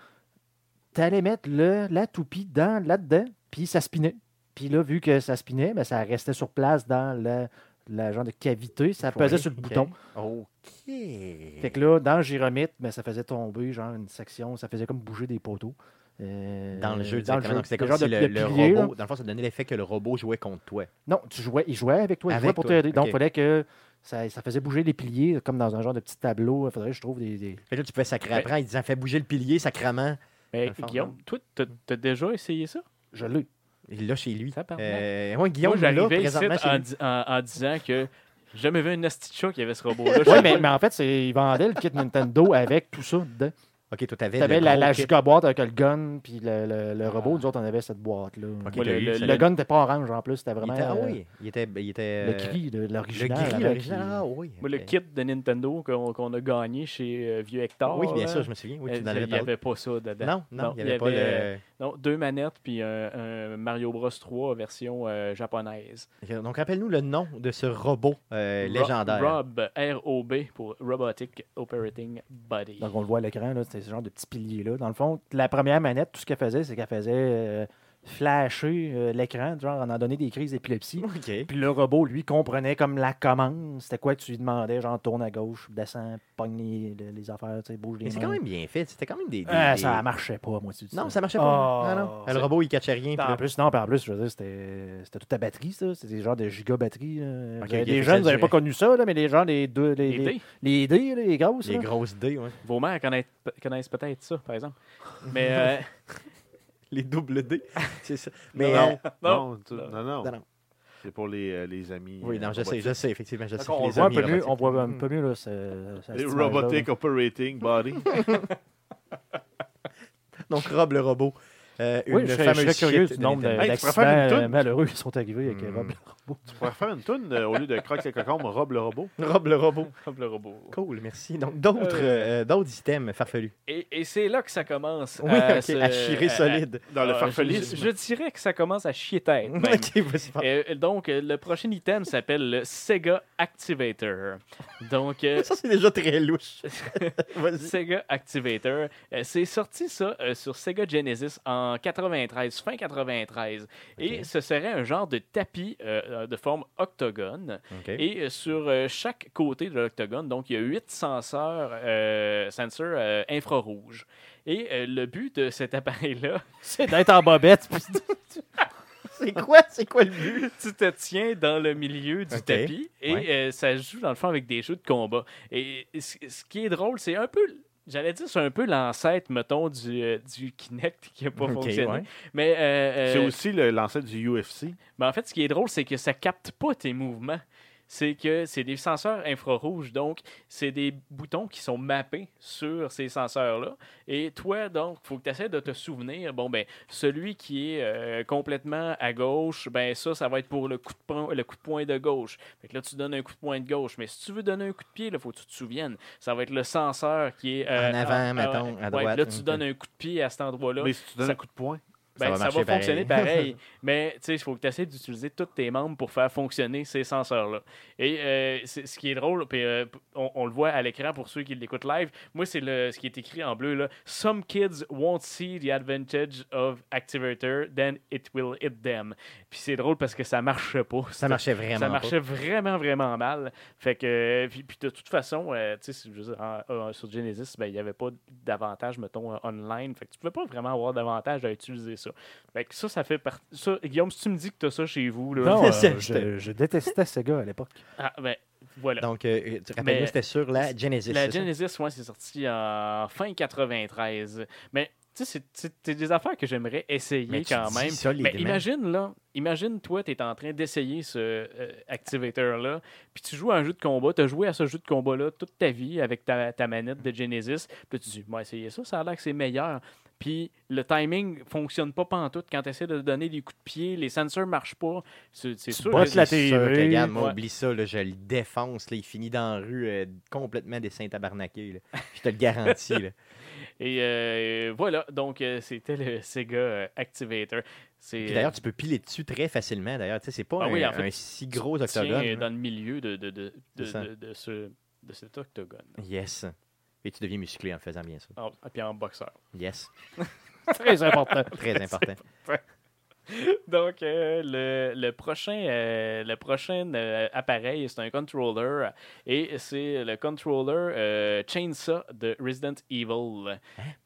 Speaker 4: T'allais mettre le, la toupie dans, là-dedans, puis ça spinait. Puis là, vu que ça spinait, ben, ça restait sur place dans la, la genre de cavité. Ça pesait
Speaker 1: Ouais,
Speaker 4: sur le
Speaker 1: ok.
Speaker 4: bouton.
Speaker 1: OK.
Speaker 4: Fait que là, dans le gyromètre, ben, ça faisait tomber genre une section. Ça faisait comme bouger des poteaux. Euh,
Speaker 1: dans le jeu,
Speaker 4: dans
Speaker 1: directement. Donc, c'était comme
Speaker 4: genre
Speaker 1: si
Speaker 4: de-
Speaker 1: le,
Speaker 4: de
Speaker 1: le
Speaker 4: pilier, là.
Speaker 1: robot, dans le fond, ça donnait l'effet que le robot jouait contre toi.
Speaker 4: Non, tu jouais, il jouait avec toi, il
Speaker 1: Avec
Speaker 4: jouait pour
Speaker 1: toi,
Speaker 4: t'aider. Donc,
Speaker 1: ok.
Speaker 4: il fallait que ça, ça faisait bouger les piliers, comme dans un genre de petit tableau. Il faudrait que je trouve des- des,
Speaker 1: Fait que là, tu pouvais sacrer après en disant fais bouger le pilier sacrement.
Speaker 3: Mais
Speaker 1: Dans le fond,
Speaker 3: Guillaume, toi, t'as- t'as déjà essayé ça?
Speaker 4: Je l'ai.
Speaker 1: Il l'a chez lui.
Speaker 3: Tabarnak.
Speaker 1: Euh, ouais, Guillaume,
Speaker 3: Moi,
Speaker 1: il l'a
Speaker 3: j'arrivais ici
Speaker 1: présentement chez
Speaker 3: en,
Speaker 1: lui.
Speaker 3: di- en- en disant que j'ai jamais vu une hostie de chat qui avait ce robot-là.
Speaker 4: Oui, mais, mais en fait, c'est, ils vendaient le kit Nintendo avec tout ça dedans.
Speaker 1: OK, toi, t'avais
Speaker 4: T'avais
Speaker 1: le
Speaker 4: la,
Speaker 1: gros
Speaker 4: la
Speaker 1: kit.
Speaker 4: gigaboîte avec le gun puis le, le- le robot.
Speaker 3: Ah.
Speaker 4: Nous autres, on avait cette boîte-là.
Speaker 1: OK,
Speaker 3: Moi,
Speaker 1: t'as
Speaker 3: le-
Speaker 1: eu
Speaker 3: le-
Speaker 1: ça.
Speaker 4: Le gun n'était pas orange en plus, c'était
Speaker 1: Il
Speaker 4: vraiment
Speaker 1: était, ah
Speaker 4: euh,
Speaker 1: oui, il était... Il était
Speaker 4: le
Speaker 1: euh,
Speaker 4: gris, le-
Speaker 1: Le
Speaker 4: l'original.
Speaker 1: gris,
Speaker 4: avec-
Speaker 1: l'original. Ah oui.
Speaker 3: Moi, le
Speaker 1: ok.
Speaker 3: kit de Nintendo qu'on qu'on a gagné chez euh, Vieux Hector.
Speaker 1: Oui, bien
Speaker 3: là,
Speaker 1: sûr, je me souviens. Oui, tu en avais
Speaker 3: il n'y
Speaker 1: parlé.
Speaker 3: avait pas ça dedans.
Speaker 1: Non, non, il n'y avait pas le.
Speaker 3: non, deux manettes puis un, un Mario Bros 3 version euh, japonaise.
Speaker 1: Donc, rappelle-nous le nom de ce robot euh,
Speaker 3: Ro-
Speaker 1: légendaire.
Speaker 3: Rob, R-O-B pour Robotic Operating Body.
Speaker 4: Donc, on le voit à l'écran, là, c'était ce genre de petit pilier-là. Dans le fond, la première manette, tout ce qu'elle faisait, c'est qu'elle faisait euh, flasher euh, l'écran, genre en en donner des crises d'épilepsie.
Speaker 1: OK.
Speaker 4: Puis le robot, lui, comprenait comme la commande. C'était quoi que tu lui demandais, genre tourne à gauche, descends, pogne les, les- les affaires, tu sais, bouge les
Speaker 1: Mais c'est
Speaker 4: mains.
Speaker 1: quand même bien fait. C'était quand même des. des-
Speaker 4: Ah,
Speaker 1: des-
Speaker 4: ça marchait pas, moi, tu dis
Speaker 1: Non,
Speaker 4: ça.
Speaker 1: ça marchait pas.
Speaker 4: Oh.
Speaker 1: Non, non. Le robot, il cachait rien. puis
Speaker 4: En
Speaker 1: là-
Speaker 4: plus, non, puis en plus, je veux dire, c'était c'était toute ta batterie, ça. C'était des genres de gigabatteries. là.
Speaker 1: Ok,
Speaker 4: Les-
Speaker 1: ok,
Speaker 4: les
Speaker 1: fait
Speaker 4: jeunes,
Speaker 1: ça
Speaker 4: vous n'avez pas
Speaker 1: durait.
Speaker 4: connu ça, là, mais les gens, les deux, les,
Speaker 3: Les
Speaker 4: les,
Speaker 3: dés.
Speaker 4: les dés, là, les grosses.
Speaker 1: Les
Speaker 4: là.
Speaker 1: grosses dés, ouais.
Speaker 3: Vos mères connaissent, connaissent peut-être ça, par exemple. Mais euh,
Speaker 1: Les doubles dés. C'est ça. Mais.
Speaker 2: non,
Speaker 1: euh,
Speaker 2: non, non, tu- non, non.
Speaker 1: non, non.
Speaker 2: C'est pour les, euh, les amis.
Speaker 1: Oui, non,
Speaker 2: euh,
Speaker 1: je sais, je sais, effectivement, je sais.
Speaker 4: on,
Speaker 1: que les
Speaker 4: le voit un
Speaker 1: amis
Speaker 4: peu mieux,
Speaker 1: robotiques-
Speaker 4: on voit un peu mieux, là, ce, ce-
Speaker 2: Les
Speaker 4: cette image-là,
Speaker 2: Robotic
Speaker 4: là.
Speaker 2: Operating Body.
Speaker 1: Donc, Rob le robot. Euh,
Speaker 4: Oui,
Speaker 1: une
Speaker 4: je serais, je
Speaker 1: fameuse
Speaker 4: serais curieux
Speaker 1: shit
Speaker 4: du nombre de-
Speaker 1: Nintendo.
Speaker 2: Hey, tu pourrais
Speaker 4: d'accidents
Speaker 2: faire une
Speaker 4: euh,
Speaker 2: toune.
Speaker 4: malheureux qui sont arrivés avec euh, Rob.
Speaker 2: tu pourrais faire une toune euh, au lieu de Croc et Cocombe, Rob le robot.
Speaker 1: Rob le robot.
Speaker 3: comme le robot.
Speaker 1: Cool, merci. Donc, d'autres euh, d'autres items farfelus.
Speaker 3: Et, et c'est là que ça commence.
Speaker 1: Oui,
Speaker 3: à,
Speaker 1: ok,
Speaker 3: se-
Speaker 1: à chirer
Speaker 3: à-
Speaker 1: solide.
Speaker 2: Dans le
Speaker 3: Ah,
Speaker 2: farfelisme.
Speaker 3: Je, je dirais que ça commence à chier tête. même.
Speaker 1: Ok, vas-y, parle.
Speaker 3: Euh, donc, euh, le prochain item s'appelle le Sega Activator. Donc, euh,
Speaker 1: Ça, c'est déjà très louche. Vas-y.
Speaker 3: Sega Activator, euh, c'est sorti ça euh, sur Sega Genesis en 93, fin 93. Et ce serait un genre de tapis euh, de forme octogone.
Speaker 1: OK.
Speaker 3: Et euh, sur euh, chaque côté de l'octogone, donc il y a huit senseurs, euh, sensors euh, infrarouges. Et euh, le but de cet appareil-là,
Speaker 4: C'est d'être en bobette. puis-
Speaker 1: C'est quoi, c'est quoi le but?
Speaker 3: tu te tiens dans le milieu du
Speaker 1: Ok.
Speaker 3: tapis et
Speaker 1: Ouais.
Speaker 3: euh, ça se joue dans le fond avec des jeux de combat. Et ce ce qui est drôle, c'est un peu, j'allais dire, c'est un peu l'ancêtre, mettons, du, euh, du Kinect qui n'a pas
Speaker 1: Ok,
Speaker 3: fonctionné.
Speaker 1: ouais.
Speaker 3: Mais, euh,
Speaker 2: C'est
Speaker 3: euh,
Speaker 2: aussi le- l'ancêtre du UFC.
Speaker 3: mais Ben, en fait, ce qui est drôle, c'est que ça capte pas tes mouvements. C'est que c'est des senseurs infrarouges, donc c'est des boutons qui sont mappés sur ces senseurs-là. Et toi, donc, faut que tu essaies de te souvenir, bon, ben, celui qui est euh, complètement à gauche, ben, ça, ça va être pour le coup de, pon- le coup de poing de gauche. Fait que là, tu donnes un coup de poing de gauche. Mais si tu veux donner un coup de pied, il faut que tu te souviennes. Ça va être le senseur qui est.
Speaker 1: En avant, mettons, à
Speaker 3: Euh, ah, ouais,
Speaker 1: droite.
Speaker 3: là, tu
Speaker 1: Ok.
Speaker 3: donnes un coup de pied à cet endroit-là.
Speaker 2: Mais si tu donnes
Speaker 3: ça-
Speaker 2: un coup de poing,
Speaker 1: Ça
Speaker 3: Ben,
Speaker 1: va
Speaker 3: ça va,
Speaker 1: marcher pareil.
Speaker 3: fonctionner pareil. mais tu sais, il faut que tu essaies d'utiliser tous tes membres pour faire fonctionner ces senseurs-là. Et euh, c'est- ce qui est drôle, puis, euh, p- on, on le voit à l'écran pour ceux qui l'écoutent live. Moi, c'est le- ce qui est écrit en bleu là. Some kids won't see the advantage of activator, then it will hit them. Puis c'est drôle parce que ça marchait pas.
Speaker 1: Ça marchait vraiment
Speaker 3: Ça
Speaker 1: pas.
Speaker 3: marchait vraiment, vraiment mal. Fait que, euh, puis, puis de toute façon, euh, tu sais, je veux dire, en- en- sur Genesis, ben, il n'y avait pas d'avantage, mettons, euh, online. Fait que tu pouvais pas vraiment avoir d'avantage à utiliser ça. Fait que ça, ça fait partie. Ça, Guillaume, si tu me dis que tu as ça chez vous, là.
Speaker 4: Non, euh,
Speaker 1: C'est-
Speaker 4: je, je détestais ce gars à l'époque.
Speaker 3: Ah, ben, voilà.
Speaker 1: Donc, euh, tu- rappelle-nous,
Speaker 3: Mais-
Speaker 1: c'était sur la Genesis.
Speaker 3: La
Speaker 1: c'est ça?
Speaker 3: Genesis, ouais, c'est sorti en fin 93. Mais Tu sais, c'est- c'est c'est des affaires que j'aimerais essayer
Speaker 1: Mais tu
Speaker 3: quand
Speaker 1: dis
Speaker 3: même.
Speaker 1: ça, les
Speaker 3: Mais
Speaker 1: demandes.
Speaker 3: imagine, là, imagine, toi, tu es en train d'essayer ce euh, Activator-là, puis tu joues à un jeu de combat, tu as joué à ce jeu de combat-là toute ta vie avec ta, ta manette de Genesis, puis tu dis, moi, essayer ça, ça a l'air que c'est meilleur. Puis le timing fonctionne pas pantoute quand tu essaies de donner des coups de pied, les sensors marchent pas. C'est c'est
Speaker 4: Tu
Speaker 3: sûr.
Speaker 4: bottes
Speaker 3: que-
Speaker 4: la
Speaker 1: C'est sûr que,
Speaker 4: TV,
Speaker 1: regarde, moi,
Speaker 3: ouais.
Speaker 1: oublie ça, là, je le défonce. Là, il finit dans la rue euh, complètement des saints tabarnaqués. là. Je te le garantis. là.
Speaker 3: Et euh, voilà, donc euh, c'était le Sega euh, Activator. C'est euh,
Speaker 1: Puis d'ailleurs, tu peux piler dessus très facilement. D'ailleurs, tu sais, c'est pas
Speaker 3: Ah
Speaker 1: un,
Speaker 3: oui, en fait,
Speaker 1: un si gros
Speaker 3: tiens,
Speaker 1: octogone.
Speaker 3: euh,
Speaker 1: là.
Speaker 3: dans le milieu de, de, de, de,
Speaker 1: C'est ça.
Speaker 3: de- de ce, de cet octogone.
Speaker 1: Yes. Et tu deviens musclé en le faisant bien ça.
Speaker 3: En- Et puis en boxeur.
Speaker 1: Yes.
Speaker 4: Très important.
Speaker 1: Très important.
Speaker 3: Donc, euh, le, le prochain, euh, le prochain euh, appareil, c'est un controller. Et c'est le controller euh, Chainsaw de Resident Evil.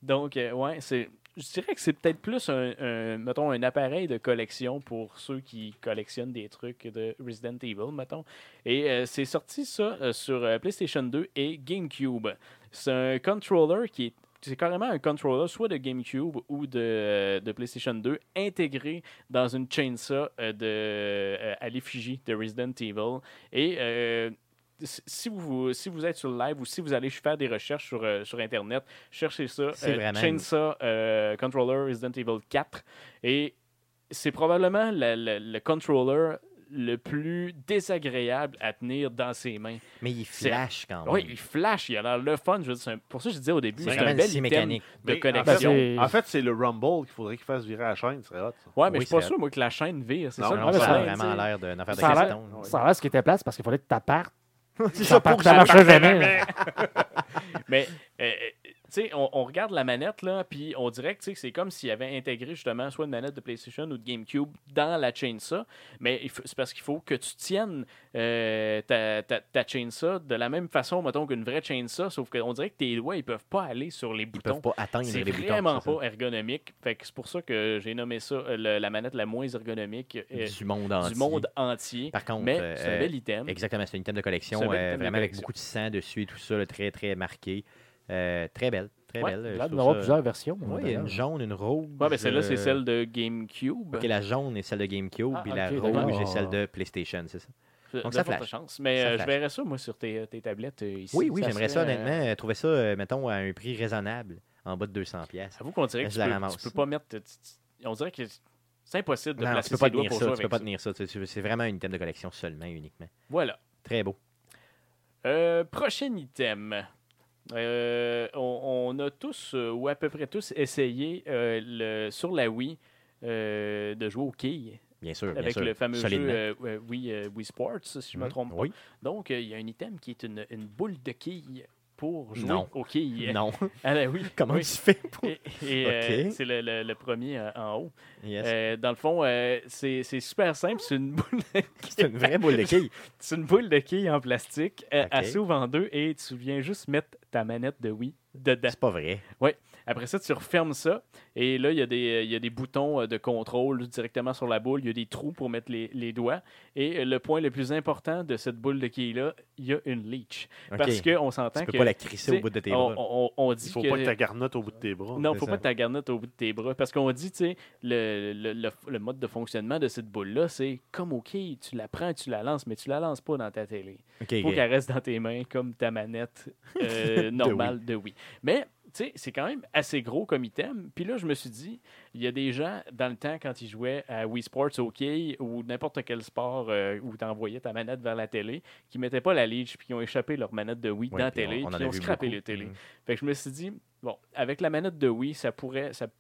Speaker 3: Donc, euh, ouais, c'est. Je dirais que c'est peut-être plus un, un- mettons, un appareil de collection pour ceux qui collectionnent des trucs de Resident Evil, mettons. Et euh, c'est sorti ça euh, sur euh, PlayStation 2 et GameCube. C'est un controller qui est c'est carrément un controller soit de GameCube ou de, de PlayStation 2 intégré dans une chainsaw euh, de, euh, à l'effigie de Resident Evil. Et euh, si- si vous, si vous êtes sur le live ou si vous allez faire des recherches sur, euh, sur Internet, cherchez ça.
Speaker 1: C'est vraiment-
Speaker 3: Chainsaw euh, Controller Resident Evil 4. Et c'est probablement la- la- le controller le plus désagréable à tenir dans ses mains.
Speaker 1: Mais il
Speaker 3: C'est-
Speaker 1: flash quand même.
Speaker 3: Oui, il flash, il a l'air le fun. Je veux dire, c'est un- pour ça, je disais au
Speaker 1: Ah
Speaker 3: début,
Speaker 1: c'est
Speaker 3: c'est
Speaker 1: quand
Speaker 3: un
Speaker 1: même
Speaker 3: bel
Speaker 1: si
Speaker 3: item
Speaker 1: mécanique.
Speaker 3: de
Speaker 2: Mais,
Speaker 3: connexion.
Speaker 2: En
Speaker 3: Ouais,
Speaker 2: fait, en fait, c'est le Rumble qu'il faudrait qu'il fasse virer à la chaîne. Ce serait hot, ça.
Speaker 3: mais
Speaker 1: Oui,
Speaker 3: je suis pas
Speaker 1: c'est-
Speaker 3: sûr, moi, que la chaîne vire. C'est
Speaker 2: Non,
Speaker 3: ça le
Speaker 1: Non,
Speaker 2: Ouais,
Speaker 1: ça a
Speaker 3: problème.
Speaker 1: vraiment
Speaker 3: tu sais.
Speaker 1: l'air d'une affaire de
Speaker 4: Ça a l'air-
Speaker 1: piston, là.
Speaker 4: Ça a l'air ce qui était place parce qu'il fallait que t'appartes.
Speaker 1: C'est
Speaker 4: Ça,
Speaker 1: pour
Speaker 4: part- ça marchait jamais.
Speaker 3: Mais, euh, tu sais, on, on regarde la manette, là, puis on dirait que tu sais, c'est comme s'il avait intégré justement soit une manette de PlayStation ou de GameCube dans la chainsaw. Mais il faut- c'est parce qu'il faut que tu tiennes euh, ta, ta, ta chainsaw de la même façon, mettons, qu'une vraie chainsaw, sauf qu'on dirait que tes doigts, ils peuvent pas aller sur les
Speaker 1: Ils
Speaker 3: boutons.
Speaker 1: peuvent pas atteindre
Speaker 3: C'est
Speaker 1: les boutons.
Speaker 3: vraiment
Speaker 1: c'est ça.
Speaker 3: pas ergonomique. Fait que c'est pour ça que j'ai nommé ça euh, le- la manette la moins ergonomique euh,
Speaker 1: Du monde entier.
Speaker 3: du monde entier.
Speaker 1: Par contre,
Speaker 3: Mais
Speaker 1: euh,
Speaker 3: c'est un bel item.
Speaker 1: Exactement, c'est un item de collection,
Speaker 3: C'est un bel
Speaker 1: euh,
Speaker 3: item de
Speaker 1: vraiment avec
Speaker 3: collection.
Speaker 1: beaucoup de sang dessus et tout ça, là, très, très marqué. Euh, très belle, très
Speaker 3: Ouais,
Speaker 1: belle. euh, je
Speaker 4: Il y a
Speaker 1: trouve
Speaker 4: d'avoir
Speaker 1: ça-
Speaker 4: plusieurs versions.
Speaker 1: Oui, il y a
Speaker 4: d'ailleurs.
Speaker 1: une jaune, une rouge.
Speaker 3: Ouais, ben celle-là, c'est
Speaker 1: euh,
Speaker 3: celle de GameCube.
Speaker 1: OK, la jaune est celle de GameCube,
Speaker 3: Ah,
Speaker 1: puis
Speaker 3: ok, Ah.
Speaker 1: la
Speaker 4: d'accord.
Speaker 1: rouge est celle de PlayStation, c'est ça?
Speaker 3: Euh,
Speaker 1: Donc,
Speaker 3: de
Speaker 1: ça
Speaker 3: forte
Speaker 1: flash.
Speaker 3: chance. Mais
Speaker 1: Ça
Speaker 3: euh, je
Speaker 1: flash.
Speaker 3: verrais ça, moi, sur tes, tes tablettes euh, ici.
Speaker 1: Oui, oui,
Speaker 3: Ça
Speaker 1: j'aimerais ça,
Speaker 3: serait, euh,
Speaker 1: honnêtement. euh, trouver ça, euh, mettons, à un prix raisonnable, en bas de 200 pièces.
Speaker 3: J'avoue qu'on dirait que
Speaker 1: Je
Speaker 3: tu
Speaker 1: la
Speaker 3: peux,
Speaker 1: ramasse.
Speaker 3: tu peux pas mettre. tu- tu- On dirait que c'est impossible de
Speaker 1: Non, tu
Speaker 3: placer
Speaker 1: peux pas
Speaker 3: ses doigts
Speaker 1: tenir
Speaker 3: pour
Speaker 1: ça,
Speaker 3: jouer
Speaker 1: tu peux
Speaker 3: avec
Speaker 1: pas
Speaker 3: ça.
Speaker 1: tenir ça. tu- tu- C'est vraiment un item de collection seulement, uniquement.
Speaker 3: Voilà.
Speaker 1: Très beau.
Speaker 3: Euh, prochain item. Euh, on, on a tous, euh, ou à peu près tous, essayé euh, le- sur la Wii euh, de jouer aux quilles
Speaker 1: Bien sûr, Euh, bien
Speaker 3: avec
Speaker 1: sûr.
Speaker 3: le fameux
Speaker 1: solidement.
Speaker 3: jeu euh, euh, Wii, euh, Wii Sports, si je me
Speaker 1: Mhm.
Speaker 3: trompe pas.
Speaker 1: Oui,
Speaker 3: Donc, euh, il y a un item qui est une, une boule de quilles pour jouer
Speaker 1: Non.
Speaker 3: aux quilles.
Speaker 1: non.
Speaker 3: Ah, ben oui.
Speaker 1: Comment
Speaker 3: oui.
Speaker 1: tu fais pour...
Speaker 3: Et, et, euh,
Speaker 1: Ok.
Speaker 3: c'est le, le- le premier euh, en haut.
Speaker 1: Yes.
Speaker 3: Euh, dans le fond, euh, c'est c'est super simple. C'est une boule
Speaker 1: C'est une vraie boule de quilles.
Speaker 3: C'est une boule de quilles en plastique. Euh,
Speaker 1: Ok.
Speaker 3: Elle s'ouvre en deux et tu viens juste mettre ta manette de Wii dedans.
Speaker 1: C'est pas vrai.
Speaker 3: Après ça, tu refermes ça. Et là, il y, a des- il y a des boutons euh, de contrôle directement sur la boule. Il y a des trous pour mettre les, les doigts. Et euh, le point le plus important de cette boule de quilles-là, il y a une leash.
Speaker 1: Ok.
Speaker 3: Parce qu'on s'entend
Speaker 1: tu peux
Speaker 3: que.
Speaker 1: pas la crisser
Speaker 3: tu
Speaker 1: au bout de
Speaker 3: sais,
Speaker 1: tes
Speaker 3: on,
Speaker 1: bras.
Speaker 3: on- on- on
Speaker 2: Il
Speaker 3: dit
Speaker 2: faut
Speaker 3: que-
Speaker 2: pas que tu garnotte au bout de tes bras.
Speaker 3: non,
Speaker 1: C'est
Speaker 3: faut
Speaker 1: ça.
Speaker 3: pas que ta garnette au bout de tes bras. Parce qu'on dit, tu sais, le, le- le- le mode de fonctionnement de cette boule-là, c'est comme OK, tu la prends, tu la lances, mais tu la lances pas dans ta télé.
Speaker 1: Ok,
Speaker 3: Il faut
Speaker 1: ok.
Speaker 3: qu'elle reste dans tes mains comme ta manette euh, normale de Wii. Mais, tu sais, c'est quand même assez gros comme item. Puis là, je me suis dit, il y a des gens, dans le temps, quand ils jouaient à Wii Sports OK ou n'importe quel sport euh, où tu envoyais ta manette vers la télé, qui mettaient pas la leash puis qui ont échappé leur manette de Wii
Speaker 1: Ouais,
Speaker 3: dans la
Speaker 1: puis
Speaker 3: télé,
Speaker 1: on- on en
Speaker 3: puis ils
Speaker 1: a
Speaker 3: ont
Speaker 1: vu
Speaker 3: scrappé
Speaker 1: beaucoup.
Speaker 3: les télé.
Speaker 1: Mhm.
Speaker 3: Fait que je me suis dit, bon, avec la manette de Wii, ça pourrait. Ça, tu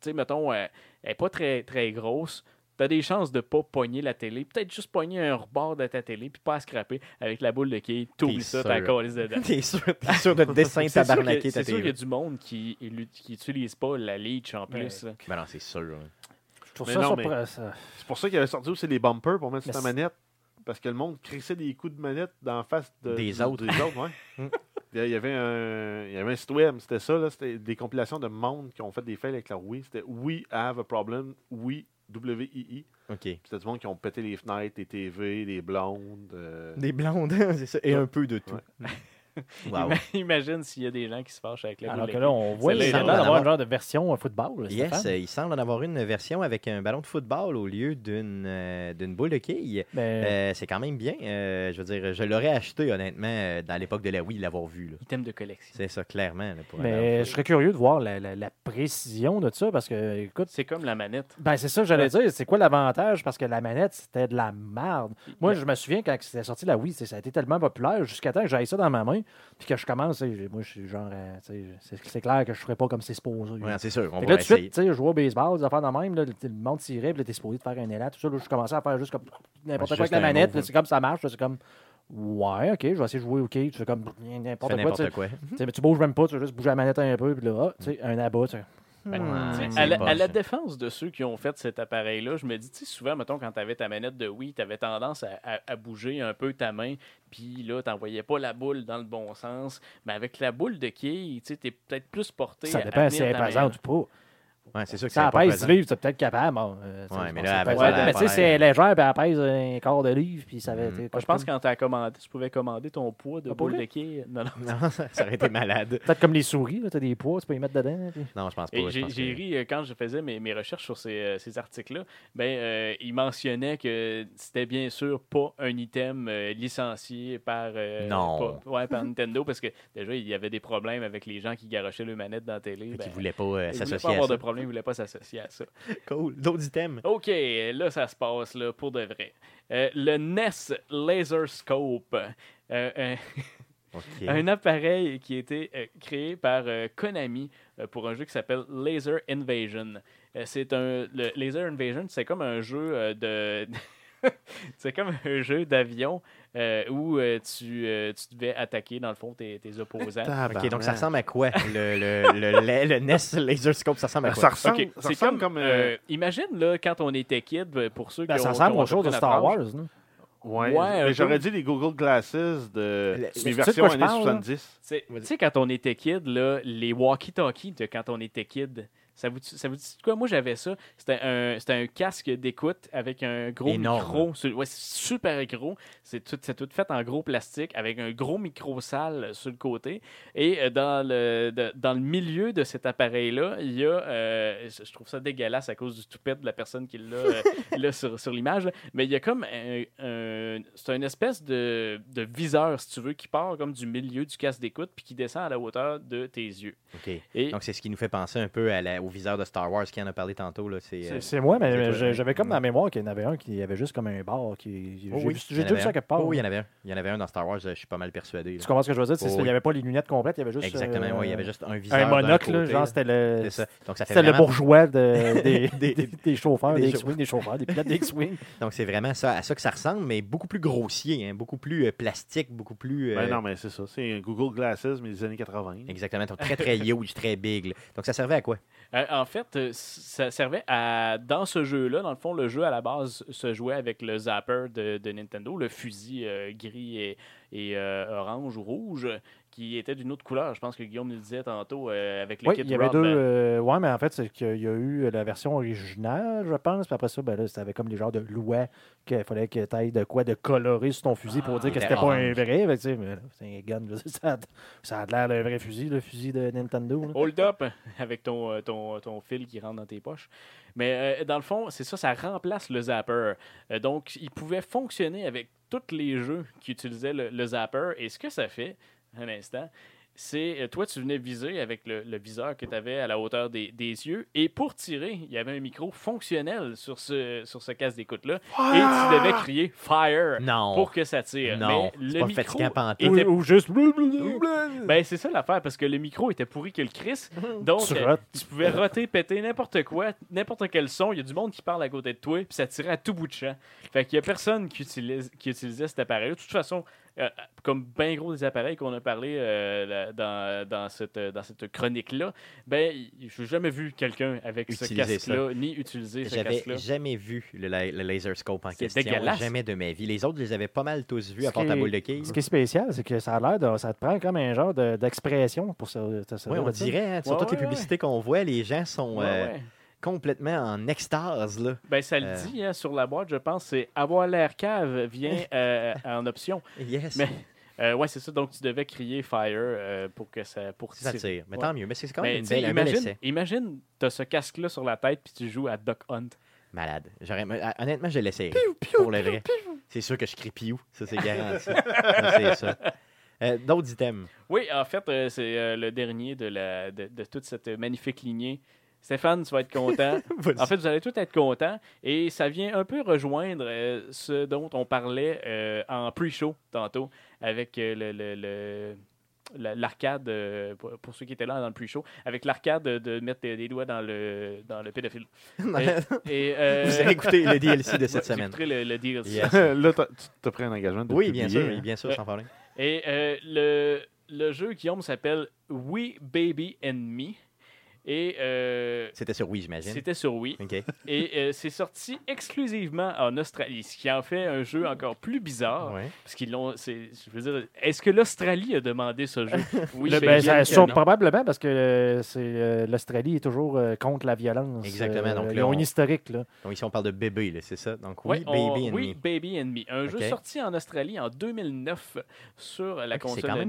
Speaker 3: sais, mettons, euh, elle n'est pas très, très grosse. T'as des chances de pas pogner la télé. Peut-être juste pogner un rebord de ta télé, puis pas à scraper avec la boule de quille. T'oublies
Speaker 1: T'es
Speaker 3: ça, t'as
Speaker 1: sûr.
Speaker 3: encore dedans.
Speaker 1: T'es sûr, t'es sûr de dessin
Speaker 3: C'est sûr que-
Speaker 1: tabarnaqué ta
Speaker 3: c'est sûr qu'il y
Speaker 1: télé.
Speaker 3: a du monde qui n'utilise pas la leech en plus. là.
Speaker 1: Ben non, c'est sûr. hein.
Speaker 4: Je trouve
Speaker 2: Mais
Speaker 4: ça
Speaker 2: non,
Speaker 4: surprenant. ça.
Speaker 2: C'est pour ça qu'il avait sorti aussi les bumpers pour mettre sur
Speaker 4: Mais
Speaker 2: ta
Speaker 4: c'est-
Speaker 2: manette. Parce que le monde crissait des coups de manette dans la face de-
Speaker 1: Des
Speaker 2: du-
Speaker 1: autres.
Speaker 2: Des autres ouais.
Speaker 1: Mm.
Speaker 2: Il y a- il y avait un, il y avait un site web, c'était ça, là, c'était des compilations de monde qui ont fait des fails avec leur Wii. C'était We have a problem, We, W-I-I.
Speaker 1: OK.
Speaker 2: Puis C'était du monde qui ont pété les fenêtres, les TV, les blondes. euh,
Speaker 1: Des blondes, c'est ça. Et un peu de tout.
Speaker 2: Ouais.
Speaker 1: Wow.
Speaker 3: Ima- Imagine s'il y a des gens qui se fâchent avec la
Speaker 4: Alors
Speaker 3: boule.
Speaker 4: que là, on voit
Speaker 3: Celle-là, il
Speaker 4: les gens
Speaker 3: doit en
Speaker 4: avoir
Speaker 1: avoir.
Speaker 4: un genre de version euh, football. là,
Speaker 1: Yes,
Speaker 4: Stéphane.
Speaker 1: euh, il semble en avoir une version avec un ballon de football au lieu d'une euh, d'une boule de quille.
Speaker 4: Mais
Speaker 1: Euh, c'est quand même bien. euh, je veux dire, je l'aurais acheté honnêtement euh, dans l'époque de la Wii, l'avoir vu. là.
Speaker 3: Item de collection.
Speaker 1: C'est ça, clairement. là, pour un ballon de
Speaker 4: mais je
Speaker 1: foot.
Speaker 4: serais curieux de voir la, la- la précision de ça parce que, écoute,
Speaker 3: C'est comme la manette.
Speaker 4: Ben, c'est ça, que j'allais dire. C'est quoi l'avantage? Parce que la manette, c'était de la merde. Moi, je me souviens quand c'était sorti la Wii, c'est- ça a été tellement populaire jusqu'à temps que j'aille ça dans ma main. Puis que je commence, tu sais, j'ai- moi, je suis genre. euh, tu sais, C'est c'est clair que je ferais pas comme c'est supposé.
Speaker 1: Ouais, c'est sûr, on
Speaker 4: Fait que
Speaker 1: va
Speaker 4: là, tout de
Speaker 1: essayer.
Speaker 4: suite, tu sais, je jouais au baseball, des affaires de même, là, le, le monde tirait, puis là, t'es supposé de faire un élan, tout ça. Là, je commençais à faire juste comme n'importe
Speaker 1: Ouais,
Speaker 4: quoi avec
Speaker 1: juste
Speaker 4: la
Speaker 1: un
Speaker 4: manette,
Speaker 1: move,
Speaker 4: là, c'est comme ça marche, là, c'est comme. Ouais, ok, je vais essayer de jouer, ok, tu fais comme n'importe
Speaker 1: Fais
Speaker 4: quoi, tu
Speaker 1: n'importe
Speaker 4: sais.
Speaker 1: quoi.
Speaker 4: Tu sais, mais tu bouges même pas, tu veux juste bouger la manette un peu, puis là, ah, tu sais, un abat, tu sais.
Speaker 1: Ouais,
Speaker 3: Ben, Tu sais,
Speaker 1: c'est
Speaker 3: à, la,
Speaker 1: poche.
Speaker 3: à la défense de ceux qui ont fait cet appareil-là, je me dis, tu sais, souvent, mettons, quand tu avais ta manette de Wii, tu avais tendance à, à- à bouger un peu ta main, puis là, tu pas la boule dans le bon sens. Mais avec la boule de quille, tu es peut-être plus porté
Speaker 4: Ça
Speaker 3: à- à
Speaker 4: dépend si
Speaker 3: tenir
Speaker 4: elle est
Speaker 3: ta main.
Speaker 4: pesante ou pas.
Speaker 1: Ouais, c'est sûr que
Speaker 4: Ça
Speaker 1: c'est pas
Speaker 4: pèse
Speaker 1: présent.
Speaker 4: livres, c'est peut-être capable. bon, euh, tu sais,
Speaker 1: Ouais,
Speaker 4: je
Speaker 1: mais
Speaker 4: pense
Speaker 1: là, elle
Speaker 4: que ça
Speaker 3: pèse
Speaker 4: pèse- mais tu sais,
Speaker 1: pareil.
Speaker 4: c'est légère, puis elle pèse un quart de livre, puis ça va
Speaker 1: Hmm.
Speaker 4: être.
Speaker 3: Je pense que quand tu as commandé, tu pouvais commander ton poids de
Speaker 4: Ah, pour
Speaker 3: boule de
Speaker 4: vrai?
Speaker 3: quille. Non, non.
Speaker 1: Non, ça aurait été malade.
Speaker 4: Peut-être comme les souris, là, t'as des poids, tu peux les mettre dedans. puis-
Speaker 1: Non, je pense pas.
Speaker 3: Et
Speaker 1: je
Speaker 3: j'ai
Speaker 1: pense
Speaker 3: j'ai
Speaker 1: que-
Speaker 3: ri euh, quand je faisais mes, mes recherches sur ces, euh, ces articles-là. Ben, euh, il mentionnait que c'était bien sûr pas un item euh, licencié par, euh,
Speaker 1: Non.
Speaker 3: pas- ouais, par Nintendo parce que déjà, il y avait des problèmes avec les gens qui garochaient le manette dans la télé.
Speaker 1: Fait
Speaker 3: Ben,
Speaker 1: qu'ils voulaient pas euh,
Speaker 3: ils voulaient pas
Speaker 1: s'associer à
Speaker 3: avoir
Speaker 1: ça.
Speaker 3: de problème, ils voulaient pas s'associer à ça.
Speaker 1: Cool. D'autres items.
Speaker 3: OK, là, ça se passe là, pour de vrai. Euh, le NES Laser Scope. Euh, un-
Speaker 1: OK.
Speaker 3: un appareil qui a été euh, créé par euh, Konami euh, pour un jeu qui s'appelle Laser Invasion. Euh, c'est un le Laser Invasion, c'est comme un jeu euh, de c'est comme un jeu d'avion euh, où euh, tu, euh, tu devais attaquer dans le fond tes, tes opposants.
Speaker 1: OK, donc ça ressemble à quoi? Le, le, le, le- le NES Laser Scope, ça ressemble à quoi?
Speaker 2: Ben, Ça ressemble,
Speaker 3: Ok,
Speaker 2: ça
Speaker 3: c'est
Speaker 2: ressemble
Speaker 3: comme,
Speaker 2: comme. euh,
Speaker 3: euh, imagine là quand on était kid euh, pour ceux
Speaker 4: Ben,
Speaker 3: qui ont
Speaker 4: ça ressemble
Speaker 3: qui ont
Speaker 4: aux choses de
Speaker 3: à peu près
Speaker 4: Star
Speaker 3: notre âge.
Speaker 4: Wars. non?
Speaker 2: ouais,
Speaker 3: ouais, un
Speaker 2: mais j'aurais dit
Speaker 3: peu.
Speaker 2: les Google Glasses de.
Speaker 1: c'est-tu
Speaker 2: Les
Speaker 4: de quoi
Speaker 2: versions
Speaker 4: je
Speaker 2: années
Speaker 4: parle, là?
Speaker 2: 70.
Speaker 3: C'est- Tu sais, quand on était kid, là, les walkie-talkies de quand on était kid, ça vous, ça vous dit de quoi? Moi, j'avais ça. C'était un, c'était un casque d'écoute avec un gros
Speaker 1: Énorme.
Speaker 3: micro. Sur- ouais, c'est super gros. C'est tout, c'est tout fait en gros plastique avec un gros micro sale sur le côté. Et euh, dans le, de- dans le milieu de cet appareil-là, il y a, euh, je je trouve ça dégueulasse à cause du toupette de la personne qui l'a euh, là, sur, sur l'image, là. mais il y a comme un, un- c'est une espèce de, de viseur, si tu veux, qui part comme du milieu du casque d'écoute puis qui descend à la hauteur de tes yeux.
Speaker 1: OK.
Speaker 3: Et
Speaker 1: Donc, c'est ce qui nous fait penser un peu à la- au viseur de Star Wars qui en a parlé tantôt. Là. C'est, euh,
Speaker 4: C'est- C'est moi,
Speaker 1: c'est
Speaker 4: mais
Speaker 1: toi, hein.
Speaker 4: je- j'avais comme dans la mémoire qu'il y en avait un qui avait juste comme un bar. qui
Speaker 1: Oh
Speaker 4: J'ai
Speaker 1: oui,
Speaker 4: vu-
Speaker 1: il y
Speaker 4: j'ai
Speaker 1: en
Speaker 4: déjà vu
Speaker 1: avait
Speaker 4: ça
Speaker 1: un.
Speaker 4: quelque part.
Speaker 1: Oh oui, il y en avait un. Il y en avait un dans Star Wars, euh, je suis pas mal persuadé. là.
Speaker 4: Tu comprends ce que je veux dire? C'est-
Speaker 1: Oh
Speaker 4: c'est-
Speaker 1: oui.
Speaker 4: Il n'y avait pas les lunettes complètes, il y avait juste.
Speaker 1: Exactement,
Speaker 4: euh,
Speaker 1: ouais, il y avait juste un viseur.
Speaker 4: Un
Speaker 1: d'un
Speaker 4: monocle, là,
Speaker 1: côté,
Speaker 4: genre
Speaker 1: là.
Speaker 4: c'était le.
Speaker 1: C'est ça. Donc, ça fait
Speaker 4: C'était le
Speaker 1: vraiment-
Speaker 4: bourgeois de- des, des, des chauffeurs,
Speaker 1: des
Speaker 4: des,
Speaker 1: chauffeurs.
Speaker 4: X-Wing, des chauffeurs, des pilotes des X-Wing.
Speaker 1: Donc, c'est vraiment ça, à ça que ça ressemble, mais beaucoup plus grossier, hein, beaucoup plus euh, plastique, beaucoup plus. euh,
Speaker 2: Ben non, mais c'est ça. C'est un Google Glasses, mais des années 80.
Speaker 1: Exactement. Donc, très, très huge, très big. là. Donc, ça servait à quoi?
Speaker 3: Euh, en fait, euh, ça servait à. Dans ce jeu-là, dans le fond, le jeu à la base se jouait avec le zapper de, de Nintendo, le fusil euh, gris et, et, euh, orange ou rouge, euh, qui était d'une autre couleur. Je pense que Guillaume nous le disait tantôt euh, avec le
Speaker 4: Oui,
Speaker 3: kit
Speaker 4: il y avait
Speaker 3: Rob,
Speaker 4: deux.
Speaker 3: euh,
Speaker 4: euh, ouais, mais en fait, c'est qu'il y a eu la version originale, je pense. Puis après ça, ben là, c'était comme les genres de lois qu'il fallait que tu de quoi de colorer sur ton fusil pour
Speaker 3: Ah,
Speaker 4: dire
Speaker 1: il
Speaker 4: que
Speaker 1: était
Speaker 4: c'était pas un
Speaker 1: orange.
Speaker 4: vrai. Fait que, tu sais, mais là, c'est un gun. je veux dire, Ça a, ça a l'air d'un vrai fusil, le fusil de Nintendo. là.
Speaker 3: Hold up avec ton, euh, ton, ton fil qui rentre dans tes poches. Mais euh, dans le fond, c'est ça, ça remplace le zapper. Euh, donc, il pouvait fonctionner avec tous les jeux qui utilisaient le, le zapper. Et ce que ça fait, un instant, c'est euh, toi, tu venais viser avec le, le viseur que tu avais à la hauteur des, des yeux. Et pour tirer, il y avait un micro fonctionnel sur ce, sur ce casque d'écoute-là. Et tu devais crier Fire
Speaker 1: Non.
Speaker 3: pour que ça tire.
Speaker 1: Non,
Speaker 3: Mais
Speaker 1: c'est
Speaker 3: le
Speaker 1: pas
Speaker 3: micro
Speaker 1: fatigant pantoute.
Speaker 4: Ou,
Speaker 3: était
Speaker 4: ou juste.
Speaker 3: ben, c'est ça l'affaire, parce que le micro était pourri que le Chris. Donc,
Speaker 4: Tu
Speaker 3: euh,
Speaker 4: rotes.
Speaker 3: tu pouvais roter, péter n'importe quoi, n'importe quel son. Il y a du monde qui parle à côté de toi, puis ça tirait à tout bout de champ. Fait qu'il y a personne qui, utilise, qui utilisait cet appareil. De toute façon, euh, comme bien gros des appareils qu'on a parlé euh, là- dans, dans cette, euh, dans cette chronique-là, ben, je n'ai jamais vu quelqu'un avec
Speaker 1: Utiliser
Speaker 3: ce casque-là, ni utiliser ce
Speaker 1: J'avais
Speaker 3: casque-là.
Speaker 1: jamais vu le, la- le laser scope en
Speaker 3: C'est
Speaker 1: question.
Speaker 3: dégueulasse.
Speaker 1: Jamais de ma vie. Les autres, je les avais pas mal tous vus, à
Speaker 4: Ce
Speaker 1: part
Speaker 4: qui
Speaker 1: ta
Speaker 4: est-
Speaker 1: boule de quille.
Speaker 4: Ce qui est spécial, c'est que ça a l'air de. Ça te prend comme un genre de- d'expression pour ça.
Speaker 1: Oui, on dirait, hein, sur
Speaker 3: Ouais,
Speaker 1: toutes
Speaker 3: ouais,
Speaker 1: les publicités qu'on voit, les gens sont
Speaker 3: Ouais,
Speaker 1: euh,
Speaker 3: ouais.
Speaker 1: complètement en extase. Là.
Speaker 3: Ben, ça le
Speaker 1: Euh.
Speaker 3: dit hein, sur la boîte, je pense, c'est avoir l'air cave vient euh, en option.
Speaker 1: Yes.
Speaker 3: Mais Euh, ouais, c'est ça. Donc, tu devais crier fire euh, pour que ça. Pour
Speaker 1: Ça
Speaker 3: tirer.
Speaker 1: tire. Mais
Speaker 3: Ouais.
Speaker 1: tant mieux. Mais c'est quand
Speaker 3: Mais
Speaker 1: même une
Speaker 3: tu sais,
Speaker 1: belle, un bel
Speaker 3: imagine,
Speaker 1: essai.
Speaker 3: imagine, t'as ce casque-là sur la tête puis tu joues à Duck Hunt.
Speaker 1: Malade. J'aurais- mais, Honnêtement, je l'essayerais. Pour le vrai. C'est sûr que je crie piou. Ça, c'est garanti. Ça, c'est ça. Euh, D'autres items.
Speaker 3: Oui, en fait, euh, c'est euh, le dernier de, la, de, de toute cette magnifique lignée. Stéphane, tu vas être content. en fait, vous allez tous être contents. Et ça vient un peu rejoindre euh, ce dont on parlait euh, en pre-show tantôt avec euh, le- le- le- la- l'arcade, euh, pour, pour ceux qui étaient là dans le pre-show, avec l'arcade de, de mettre des, des doigts dans le, dans le pédophile. Et, euh,
Speaker 1: Vous avez écouté le DLC de cette
Speaker 3: ouais, j'ai
Speaker 1: semaine.
Speaker 3: écouté Le, le DLC.
Speaker 1: Yes.
Speaker 2: Là, t'as- tu t'as pris un engagement de
Speaker 1: Oui,
Speaker 2: le
Speaker 1: bien
Speaker 2: publier,
Speaker 1: sûr,
Speaker 2: hein.
Speaker 1: bien sûr, sans problème.
Speaker 3: Et euh, le, le jeu, Guillaume, s'appelle We Baby and Me. Et euh,
Speaker 1: C'était sur oui, j'imagine.
Speaker 3: c'était sur Wii.
Speaker 1: OK.
Speaker 3: Et euh, c'est sorti exclusivement en Australie, ce qui en fait un jeu encore plus bizarre.
Speaker 1: Ouais.
Speaker 3: Parce qu'ils l'ont. c'est- Je veux dire, est-ce que l'Australie a demandé ce jeu Oui,
Speaker 4: Le-
Speaker 3: je
Speaker 4: ben,
Speaker 3: pense
Speaker 4: ça,
Speaker 3: que
Speaker 4: sur-
Speaker 3: non.
Speaker 4: probablement parce que euh, c'est, euh, l'Australie est toujours euh, contre la violence.
Speaker 1: Exactement,
Speaker 4: Euh,
Speaker 1: donc
Speaker 4: ils
Speaker 1: là,
Speaker 4: ont
Speaker 1: on-
Speaker 4: un historique. Là.
Speaker 1: Donc ici, on parle de bébé, là, c'est ça? Donc oui,
Speaker 3: Ouais, on-
Speaker 1: baby and
Speaker 3: oui,
Speaker 1: me.
Speaker 3: Baby and Me. Un
Speaker 1: Ok.
Speaker 3: jeu sorti en Australie en 2009 sur la
Speaker 1: Ok, c'est
Speaker 3: console
Speaker 1: quand même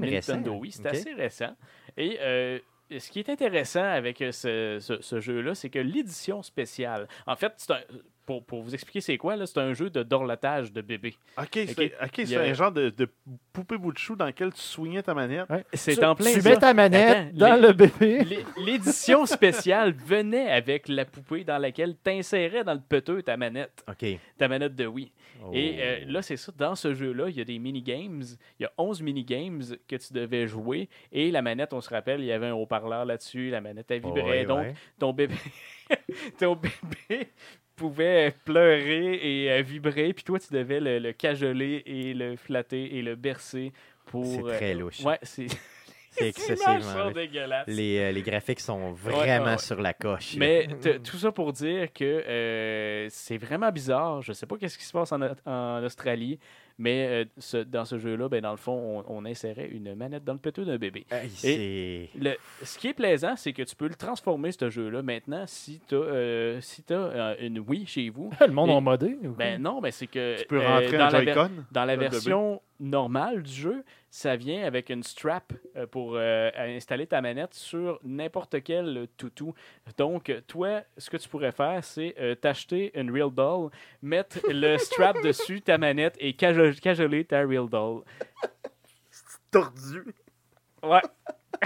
Speaker 1: récent.
Speaker 3: Nintendo Wii. C'est
Speaker 1: Ok.
Speaker 3: assez récent. Et euh, ce qui est intéressant avec euh, ce, ce- ce jeu-là, c'est que l'édition spéciale. En fait, c'est un- pour, pour vous expliquer c'est quoi, là, c'est un jeu de dorlotage de bébé.
Speaker 2: Ok, c'est ok,
Speaker 3: Il y
Speaker 2: c'est
Speaker 3: avait-
Speaker 2: un genre de, de poupée bout de chou dans lequel tu soignais ta manière.
Speaker 3: C'est
Speaker 4: Tu-
Speaker 3: en plein
Speaker 4: Tu
Speaker 3: ça.
Speaker 4: mets ta manette
Speaker 3: Attends,
Speaker 4: dans
Speaker 3: les-
Speaker 4: le bébé.
Speaker 3: L'é- L'édition spéciale venait avec la poupée dans laquelle t'insérais dans le peteux ta manette,
Speaker 1: OK.
Speaker 3: ta manette de Wii.
Speaker 1: Oh.
Speaker 3: Et euh, là, c'est ça. Dans ce jeu-là, il y a des mini-games. Il y a 11 mini-games que tu devais jouer. Et la manette, on se rappelle, il y avait un haut-parleur là-dessus. La manette, elle vibrait.
Speaker 1: Ouais,
Speaker 3: donc,
Speaker 1: ouais.
Speaker 3: ton bébé... ton bébé pouvait pleurer et euh, vibrer. Puis toi, tu devais le, le cajoler et le flatter et le bercer pour...
Speaker 1: C'est
Speaker 3: euh,
Speaker 1: très louche.
Speaker 3: Ouais, c'est...
Speaker 1: C'est
Speaker 3: Les images
Speaker 1: excessivement
Speaker 3: sont
Speaker 1: louche.
Speaker 3: dégueulasses.
Speaker 1: Les, euh, les graphiques sont vraiment
Speaker 3: ouais, ouais.
Speaker 1: sur la coche. là.
Speaker 3: Mais
Speaker 2: euh,
Speaker 3: t- tout ça pour dire que euh, c'est vraiment bizarre. Je sais pas qu'est-ce qui se passe en, Au- en Australie, mais euh, ce- dans ce jeu-là, ben, dans le fond, on, on insérait une manette dans le péteux d'un bébé.
Speaker 1: Hey, c'est...
Speaker 3: Le- ce qui est plaisant, c'est que tu peux le transformer, ce jeu-là, maintenant, si tu as, une Wii chez vous.
Speaker 4: Le monde
Speaker 3: Et-
Speaker 4: en modé. ou quoi?
Speaker 3: Ben non, mais c'est que
Speaker 2: Tu peux
Speaker 3: euh,
Speaker 2: rentrer
Speaker 3: dans
Speaker 2: un
Speaker 3: la ver-
Speaker 2: Joy-Con.
Speaker 3: dans la
Speaker 2: Dans le
Speaker 3: version normale du jeu, ça vient avec une strap euh, pour euh, installer ta manette sur n'importe quel euh, toutou. Donc, euh, toi, ce que tu pourrais faire, c'est euh, t'acheter une Real Doll, mettre le strap dessus, ta manette, et cajo- cajoler ta Real Doll.
Speaker 2: Tordu.
Speaker 3: Ouais.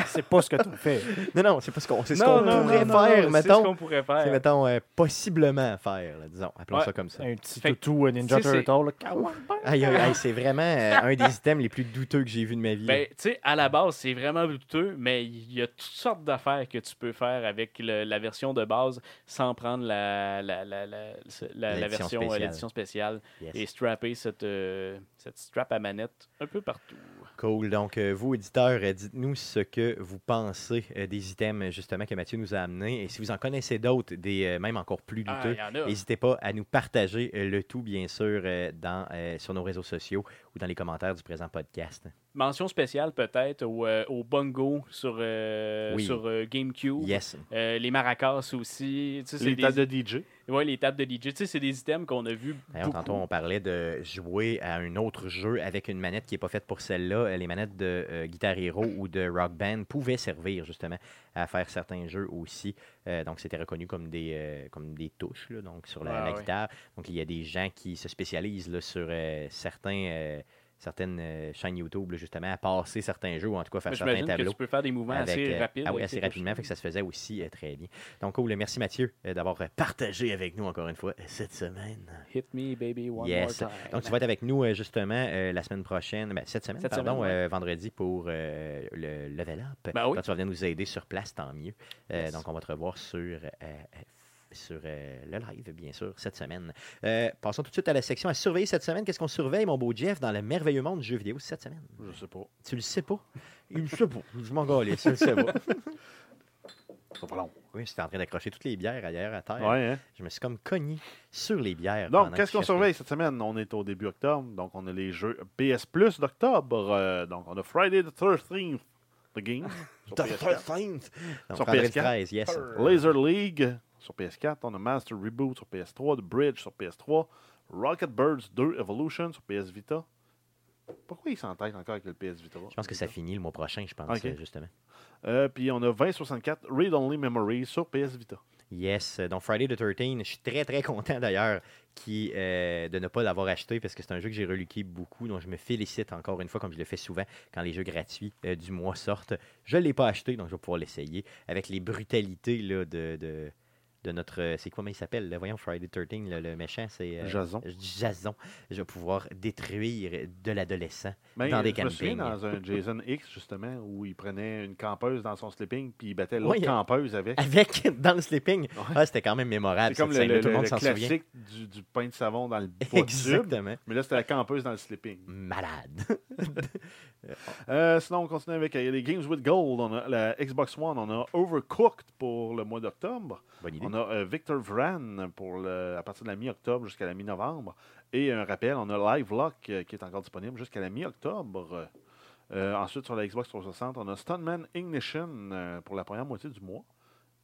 Speaker 4: C'est pas ce que tu fait.
Speaker 1: Non, non, c'est pas ce qu'on, c'est ce
Speaker 3: Non,
Speaker 1: qu'on
Speaker 3: non,
Speaker 1: pourrait
Speaker 3: non, non,
Speaker 1: faire,
Speaker 3: non, C'est ce
Speaker 1: mettons.
Speaker 3: qu'on pourrait
Speaker 1: C'est,
Speaker 3: faire.
Speaker 1: mettons, euh, possiblement faire, là, disons. Appelons
Speaker 3: Ouais.
Speaker 1: ça comme ça.
Speaker 4: Un petit
Speaker 3: Fait que-
Speaker 4: toutou euh, Ninja
Speaker 3: Tu sais, c'est-
Speaker 4: Turtle. là, kawaii.
Speaker 1: Aïe, aïe, aïe, c'est vraiment euh, un des items les plus douteux que j'ai vu de ma vie.
Speaker 3: Ben, tu sais, à la base, c'est vraiment douteux, mais il y a toutes sortes d'affaires que tu peux faire avec le- la version de base sans prendre la, la, la, la, la- la
Speaker 1: L'édition
Speaker 3: version, euh,
Speaker 1: spéciale.
Speaker 3: l'édition spéciale
Speaker 1: Yes.
Speaker 3: et strapper cette, euh, cette strap à manette un peu partout.
Speaker 1: Cool. Donc, euh, vous, éditeurs, euh, dites-nous ce que vous pensez euh, des items, euh, justement, que Mathieu nous a amenés. Et si vous en connaissez d'autres, des euh, même encore plus
Speaker 3: Ah,
Speaker 1: douteux,
Speaker 3: il y en a.
Speaker 1: N'hésitez pas à nous partager euh, le tout, bien sûr, euh, dans, euh, sur nos réseaux sociaux ou dans les commentaires du présent podcast.
Speaker 3: Mention spéciale peut-être au, euh, au bongo sur, euh,
Speaker 1: Oui.
Speaker 3: sur euh, GameCube.
Speaker 1: Yes.
Speaker 3: Euh, les maracas aussi. Tu sais, c'est
Speaker 2: Les
Speaker 3: des-
Speaker 2: tables de DJ.
Speaker 3: ouais, les tables de DJ. Tu sais, c'est des items qu'on a vus
Speaker 1: D'ailleurs, tantôt,
Speaker 3: beaucoup.
Speaker 1: Ben, on parlait de jouer à un autre jeu avec une manette qui n'est pas faite pour celle-là. Euh, Les manettes de euh, Guitar Hero ou de Rock Band pouvaient servir, justement, à faire certains jeux aussi. Euh, donc, c'était reconnu comme des, euh, comme des touches là, donc, sur la,
Speaker 3: Ah,
Speaker 1: la
Speaker 3: ouais.
Speaker 1: guitare. Donc, il y a des gens qui se spécialisent là, sur euh, certains, euh, certaines euh, chaînes YouTube, là, justement, à passer certains jeux ou en tout cas faire
Speaker 3: Mais
Speaker 1: certains
Speaker 3: J'imagine que
Speaker 1: tableaux.
Speaker 3: tu peux faire des mouvements
Speaker 1: avec,
Speaker 3: assez
Speaker 1: euh,
Speaker 3: rapides.
Speaker 1: ah oui,
Speaker 3: avec
Speaker 1: assez
Speaker 3: tes touches.
Speaker 1: rapidement, fait que ça se faisait aussi euh, très bien. Donc, cool. Merci Mathieu euh, d'avoir euh, partagé avec nous encore une fois euh, cette semaine.
Speaker 3: Hit me, baby, one
Speaker 1: Yes.
Speaker 3: more time.
Speaker 1: Donc, tu vas être avec nous euh, justement euh, la semaine prochaine, ben, cette semaine,
Speaker 3: Ben Cette
Speaker 1: pardon,
Speaker 3: semaine,
Speaker 1: euh, vendredi pour euh, le level up.
Speaker 3: Ben oui.
Speaker 1: Quand tu vas venir nous aider sur place, tant mieux. Euh,
Speaker 3: Yes.
Speaker 1: Donc, on va te revoir sur. euh, euh, sur euh, le live, bien sûr, cette semaine. Euh, passons tout de suite à la section à surveiller cette semaine. Qu'est-ce qu'on surveille, mon beau Jeff, dans le merveilleux monde du jeu vidéo cette semaine?
Speaker 2: Je sais pas.
Speaker 1: Tu le sais pas? Il le sait pas. Je m'en galisse, il le sait pas.
Speaker 2: C'est pas long.
Speaker 1: Oui, j'étais en train d'accrocher toutes les bières ailleurs à terre.
Speaker 2: Ouais, hein?
Speaker 1: Je me suis comme cogné sur les bières. pendant
Speaker 2: Donc,
Speaker 1: que
Speaker 2: qu'est-ce qu'on
Speaker 1: je cherchais.
Speaker 2: surveille cette semaine? On est au début octobre, donc on a les jeux PS Plus d'octobre. Euh, donc, on a Friday the 13th, The Game. sur
Speaker 1: The
Speaker 2: PS4.
Speaker 1: 13th. Donc,
Speaker 2: Sur
Speaker 1: vendredi
Speaker 2: PS4.
Speaker 1: 13, yes.
Speaker 2: Laser League sur PS4. On a Master Reboot sur PS3, The Bridge sur PS3, Rocket Birds 2 Evolution sur PS Vita, Pourquoi ils s'entêtent encore avec le PS Vita
Speaker 1: Je pense que ça finit le mois prochain, je pense,
Speaker 2: Ok.
Speaker 1: euh, justement.
Speaker 2: Euh, puis on a 2064 Read Only Memory sur PS Vita.
Speaker 1: Yes, euh, donc Friday the 13 je suis très très content d'ailleurs qui, euh, de ne pas l'avoir acheté parce que c'est un jeu que j'ai reluqué beaucoup, donc je me félicite encore une fois, comme je le fais souvent, quand les jeux gratuits euh, du mois sortent. Je ne l'ai pas acheté, donc je vais pouvoir l'essayer avec les brutalités là, de, de, de notre... euh, C'est quoi, mais il s'appelle, là, voyons, Friday the 13 le, le méchant, c'est... euh,
Speaker 2: Jason.
Speaker 1: Jason. Je vais pouvoir détruire de l'adolescent.
Speaker 2: Mais
Speaker 1: Dans des
Speaker 2: je me souviens
Speaker 1: campings.
Speaker 2: dans un Jason X, justement, où il prenait une campeuse dans son sleeping, puis il battait l'autre
Speaker 1: Oui.
Speaker 2: campeuse avec.
Speaker 1: Avec, dans le sleeping, ah, c'était quand même mémorable.
Speaker 2: C'est comme
Speaker 1: cette scène-là,
Speaker 2: le, le-
Speaker 1: tout le monde
Speaker 2: le
Speaker 1: s'en souvient.
Speaker 2: classique du, du pain de savon dans le bois de tube.
Speaker 1: Exactement.
Speaker 2: Mais là, c'était la campeuse dans le sleeping.
Speaker 1: Malade.
Speaker 2: Euh, sinon, on continue avec euh, les Games with Gold. On a la Xbox One, on a Overcooked pour le mois d'octobre.
Speaker 1: Bonne idée.
Speaker 2: On a euh, Victor Vran pour le- à partir de la mi-octobre jusqu'à la mi-novembre. Et un rappel, on a LiveLock euh, qui est encore disponible jusqu'à la mi-octobre. Euh, ensuite, sur la Xbox 360, on a Stuntman Ignition euh, pour la première moitié du mois.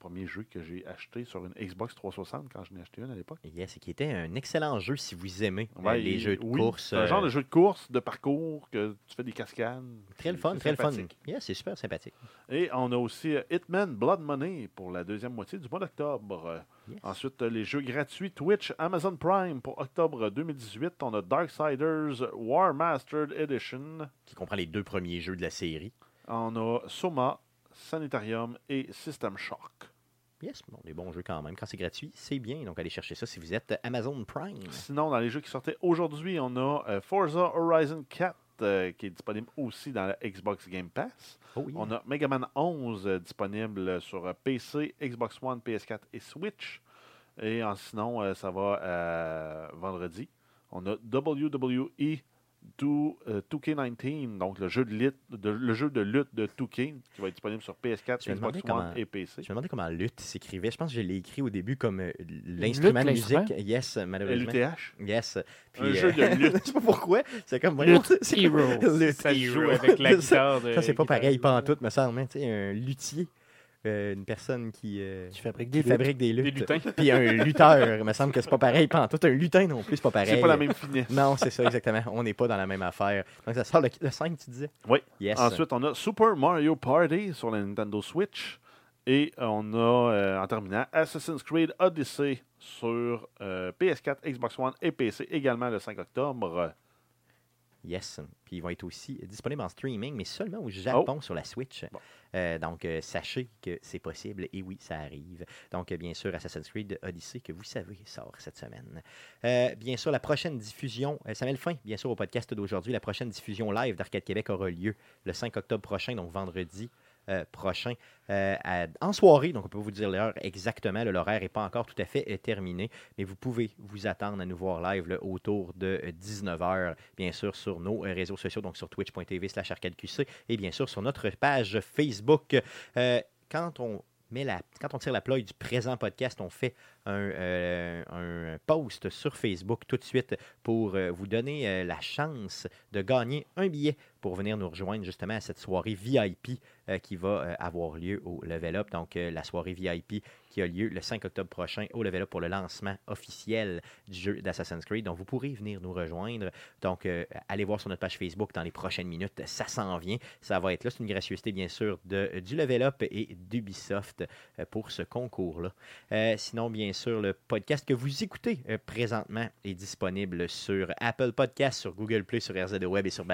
Speaker 2: Premier jeu que j'ai acheté sur une Xbox 360 quand je n'ai acheté une à l'époque.
Speaker 1: Yes, et qui était un excellent jeu si vous aimez euh,
Speaker 2: Ouais,
Speaker 1: les
Speaker 2: et-
Speaker 1: jeux de
Speaker 2: oui,
Speaker 1: course.
Speaker 2: C'est un genre
Speaker 1: euh,
Speaker 2: de jeu de course, de parcours, que tu fais des cascades.
Speaker 1: Très le
Speaker 2: C'est-
Speaker 1: fun,
Speaker 2: c'est
Speaker 1: très le fun.
Speaker 2: sympathique.
Speaker 1: Yes, c'est super sympathique.
Speaker 2: Et on a aussi euh, Hitman Blood Money pour la deuxième moitié du mois d'octobre. Euh,
Speaker 1: Yes.
Speaker 2: Ensuite, euh, les jeux gratuits Twitch, Amazon Prime pour octobre 2018. On a Darksiders War Mastered Edition.
Speaker 1: Qui comprend les deux premiers jeux de la série.
Speaker 2: On a Soma, Sanitarium et System Shock.
Speaker 1: Yes, bon, des bons jeux quand même. Quand c'est gratuit, c'est bien. Donc allez chercher ça si vous êtes Amazon Prime.
Speaker 2: Sinon, dans les jeux qui sortaient aujourd'hui, on a euh, Forza Horizon 4 euh, qui est disponible aussi dans la Xbox Game Pass.
Speaker 1: Oh oui.
Speaker 2: On a Mega Man 11 euh, disponible sur euh, PC, Xbox One, PS4 et Switch. Et en, sinon, euh, ça va euh, vendredi. On a WWE 2, euh, 2K19, donc le jeu de, lutte, de- le jeu de lutte de 2K qui va être disponible sur PS4,
Speaker 1: Je me demandais
Speaker 2: Xbox
Speaker 1: comment-
Speaker 2: One et
Speaker 1: Je
Speaker 2: PC.
Speaker 1: me demandais comment lutte s'écrivait. Je pense que je l'ai écrit au début comme euh, l'instrument de musique.
Speaker 4: l'instrument?
Speaker 1: Yes, malheureusement.
Speaker 2: LUTH,
Speaker 1: Yes. euh,
Speaker 2: un jeu de
Speaker 1: Je
Speaker 2: lutte.
Speaker 1: sais pas pourquoi. C'est comme.
Speaker 3: Lutte
Speaker 1: Hero. Lutte
Speaker 3: Ça se joue
Speaker 1: Hero.
Speaker 3: avec la
Speaker 1: Ça,
Speaker 3: guitare. de-
Speaker 1: Ça, c'est pas
Speaker 3: guitare.
Speaker 1: pareil, pas en tout, me semble. hein. Tu sais, un luthier, euh, une personne qui, euh,
Speaker 4: Tu fabriques
Speaker 1: qui
Speaker 4: des luttes.
Speaker 1: fabrique des
Speaker 3: Des
Speaker 1: luttes.
Speaker 3: lutins.
Speaker 1: Puis un lutteur, il me semble que c'est pas pareil, pas en tout. Un lutin non plus, c'est pas pareil.
Speaker 2: C'est pas la même finesse.
Speaker 1: Non, c'est ça, exactement. On n'est pas dans la même affaire. Donc, ça sort le, le 5, tu disais
Speaker 2: Oui.
Speaker 1: Yes.
Speaker 2: Ensuite, on a Super Mario Party sur la Nintendo Switch. Et on a, euh, en terminant, Assassin's Creed Odyssey sur euh, PS4, Xbox One et PC également le 5 octobre.
Speaker 1: Yes. Puis ils vont être aussi disponibles en streaming, mais seulement au Japon sur la Switch.
Speaker 2: Bon.
Speaker 1: Euh, donc, euh, sachez que c'est possible. Et oui, ça arrive. Donc, euh, bien sûr, Assassin's Creed Odyssey, que vous savez, sort cette semaine. Euh, bien sûr, la prochaine diffusion, euh, ça met le fin, bien sûr, au podcast d'aujourd'hui. La prochaine diffusion live d'Arcade Québec aura lieu le 5 octobre prochain, donc vendredi. euh, prochain euh, à- en soirée, donc on peut vous dire l'heure exactement, là, l'horaire n'est pas encore tout à fait euh, terminé, mais vous pouvez vous attendre à nous voir live là, autour de euh, 19h, bien sûr, sur nos euh, réseaux sociaux, donc sur twitch.tv slash arcadeqc et bien sûr sur notre page Facebook. Euh, quand on met la, quand on tire la ploie du présent podcast, on fait un, euh, un post sur Facebook tout de suite pour euh, vous donner euh, la chance de gagner un billet pour venir nous rejoindre justement à cette soirée VIP euh, qui va euh, avoir lieu au Level Up. Donc, euh, la soirée VIP qui a lieu le 5 octobre prochain au Level Up pour le lancement officiel du jeu d'Assassin's Creed. Donc, vous pourrez venir nous rejoindre. Donc, euh, allez voir sur notre page Facebook dans les prochaines minutes. Ça s'en vient. Ça va être là. C'est une gracieuseté, bien sûr, de, du Level Up et d'Ubisoft euh, pour ce concours-là. Euh, sinon, bien sûr, le podcast que vous écoutez euh, présentement est disponible sur Apple Podcast, sur Google Play, sur RZWeb Web et sur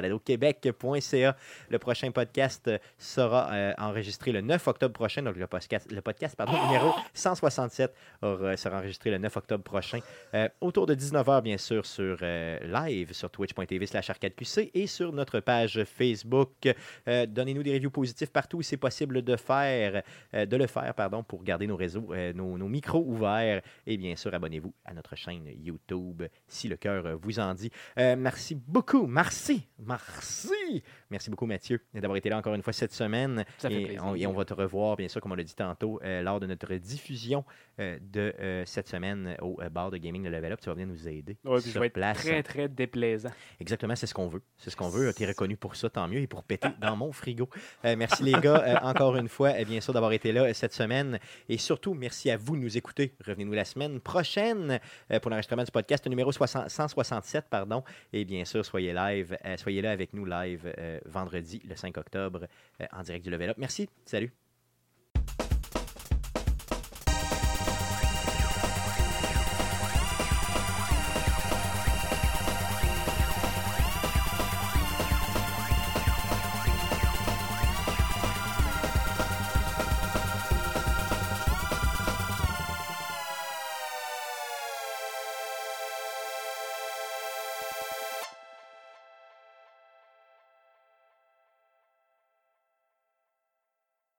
Speaker 1: baladoquebec.ca. Le prochain podcast euh, sera euh, enregistré le 9 octobre prochain. Donc, le podcast, le podcast pardon, numéro 167 aura- sera enregistré le 9 octobre prochain. Euh, autour de 19h, bien sûr, sur euh, live, sur twitch.tv slash arcadeqc et sur notre page Facebook. Euh, Donnez-nous des reviews positifs partout où c'est possible de faire, euh, de le faire, pardon, pour garder nos réseaux, euh, nos, nos micros ouverts. Et bien sûr, abonnez-vous à notre chaîne YouTube si le cœur euh, vous en dit. Euh, merci beaucoup. Merci. Merci. Oui! Merci beaucoup, Mathieu, d'avoir été là encore une fois cette semaine.
Speaker 3: Ça fait
Speaker 1: et,
Speaker 3: plaisir.
Speaker 1: On, et on va te revoir, bien sûr, comme on l'a dit tantôt, euh, lors de notre diffusion euh, de euh, cette semaine au euh, bar de gaming de Level Up. Tu vas venir nous aider
Speaker 3: Ouais, puis je
Speaker 1: sur
Speaker 3: vais être
Speaker 1: place.
Speaker 3: très, très déplaisant.
Speaker 1: Exactement, c'est ce qu'on veut. C'est ce qu'on veut. Tu es reconnu pour ça, tant mieux, et pour péter dans mon frigo. Euh, merci les gars, euh, encore une fois, euh, bien sûr, d'avoir été là euh, cette semaine. Et surtout, merci à vous de nous écouter. Revenez-nous la semaine prochaine euh, pour l'enregistrement du podcast numéro 60 167. Pardon. Et bien sûr, soyez live, euh, soyez là avec nous live euh, vendredi, le 5 octobre, euh, en direct du Level Up. Merci, salut.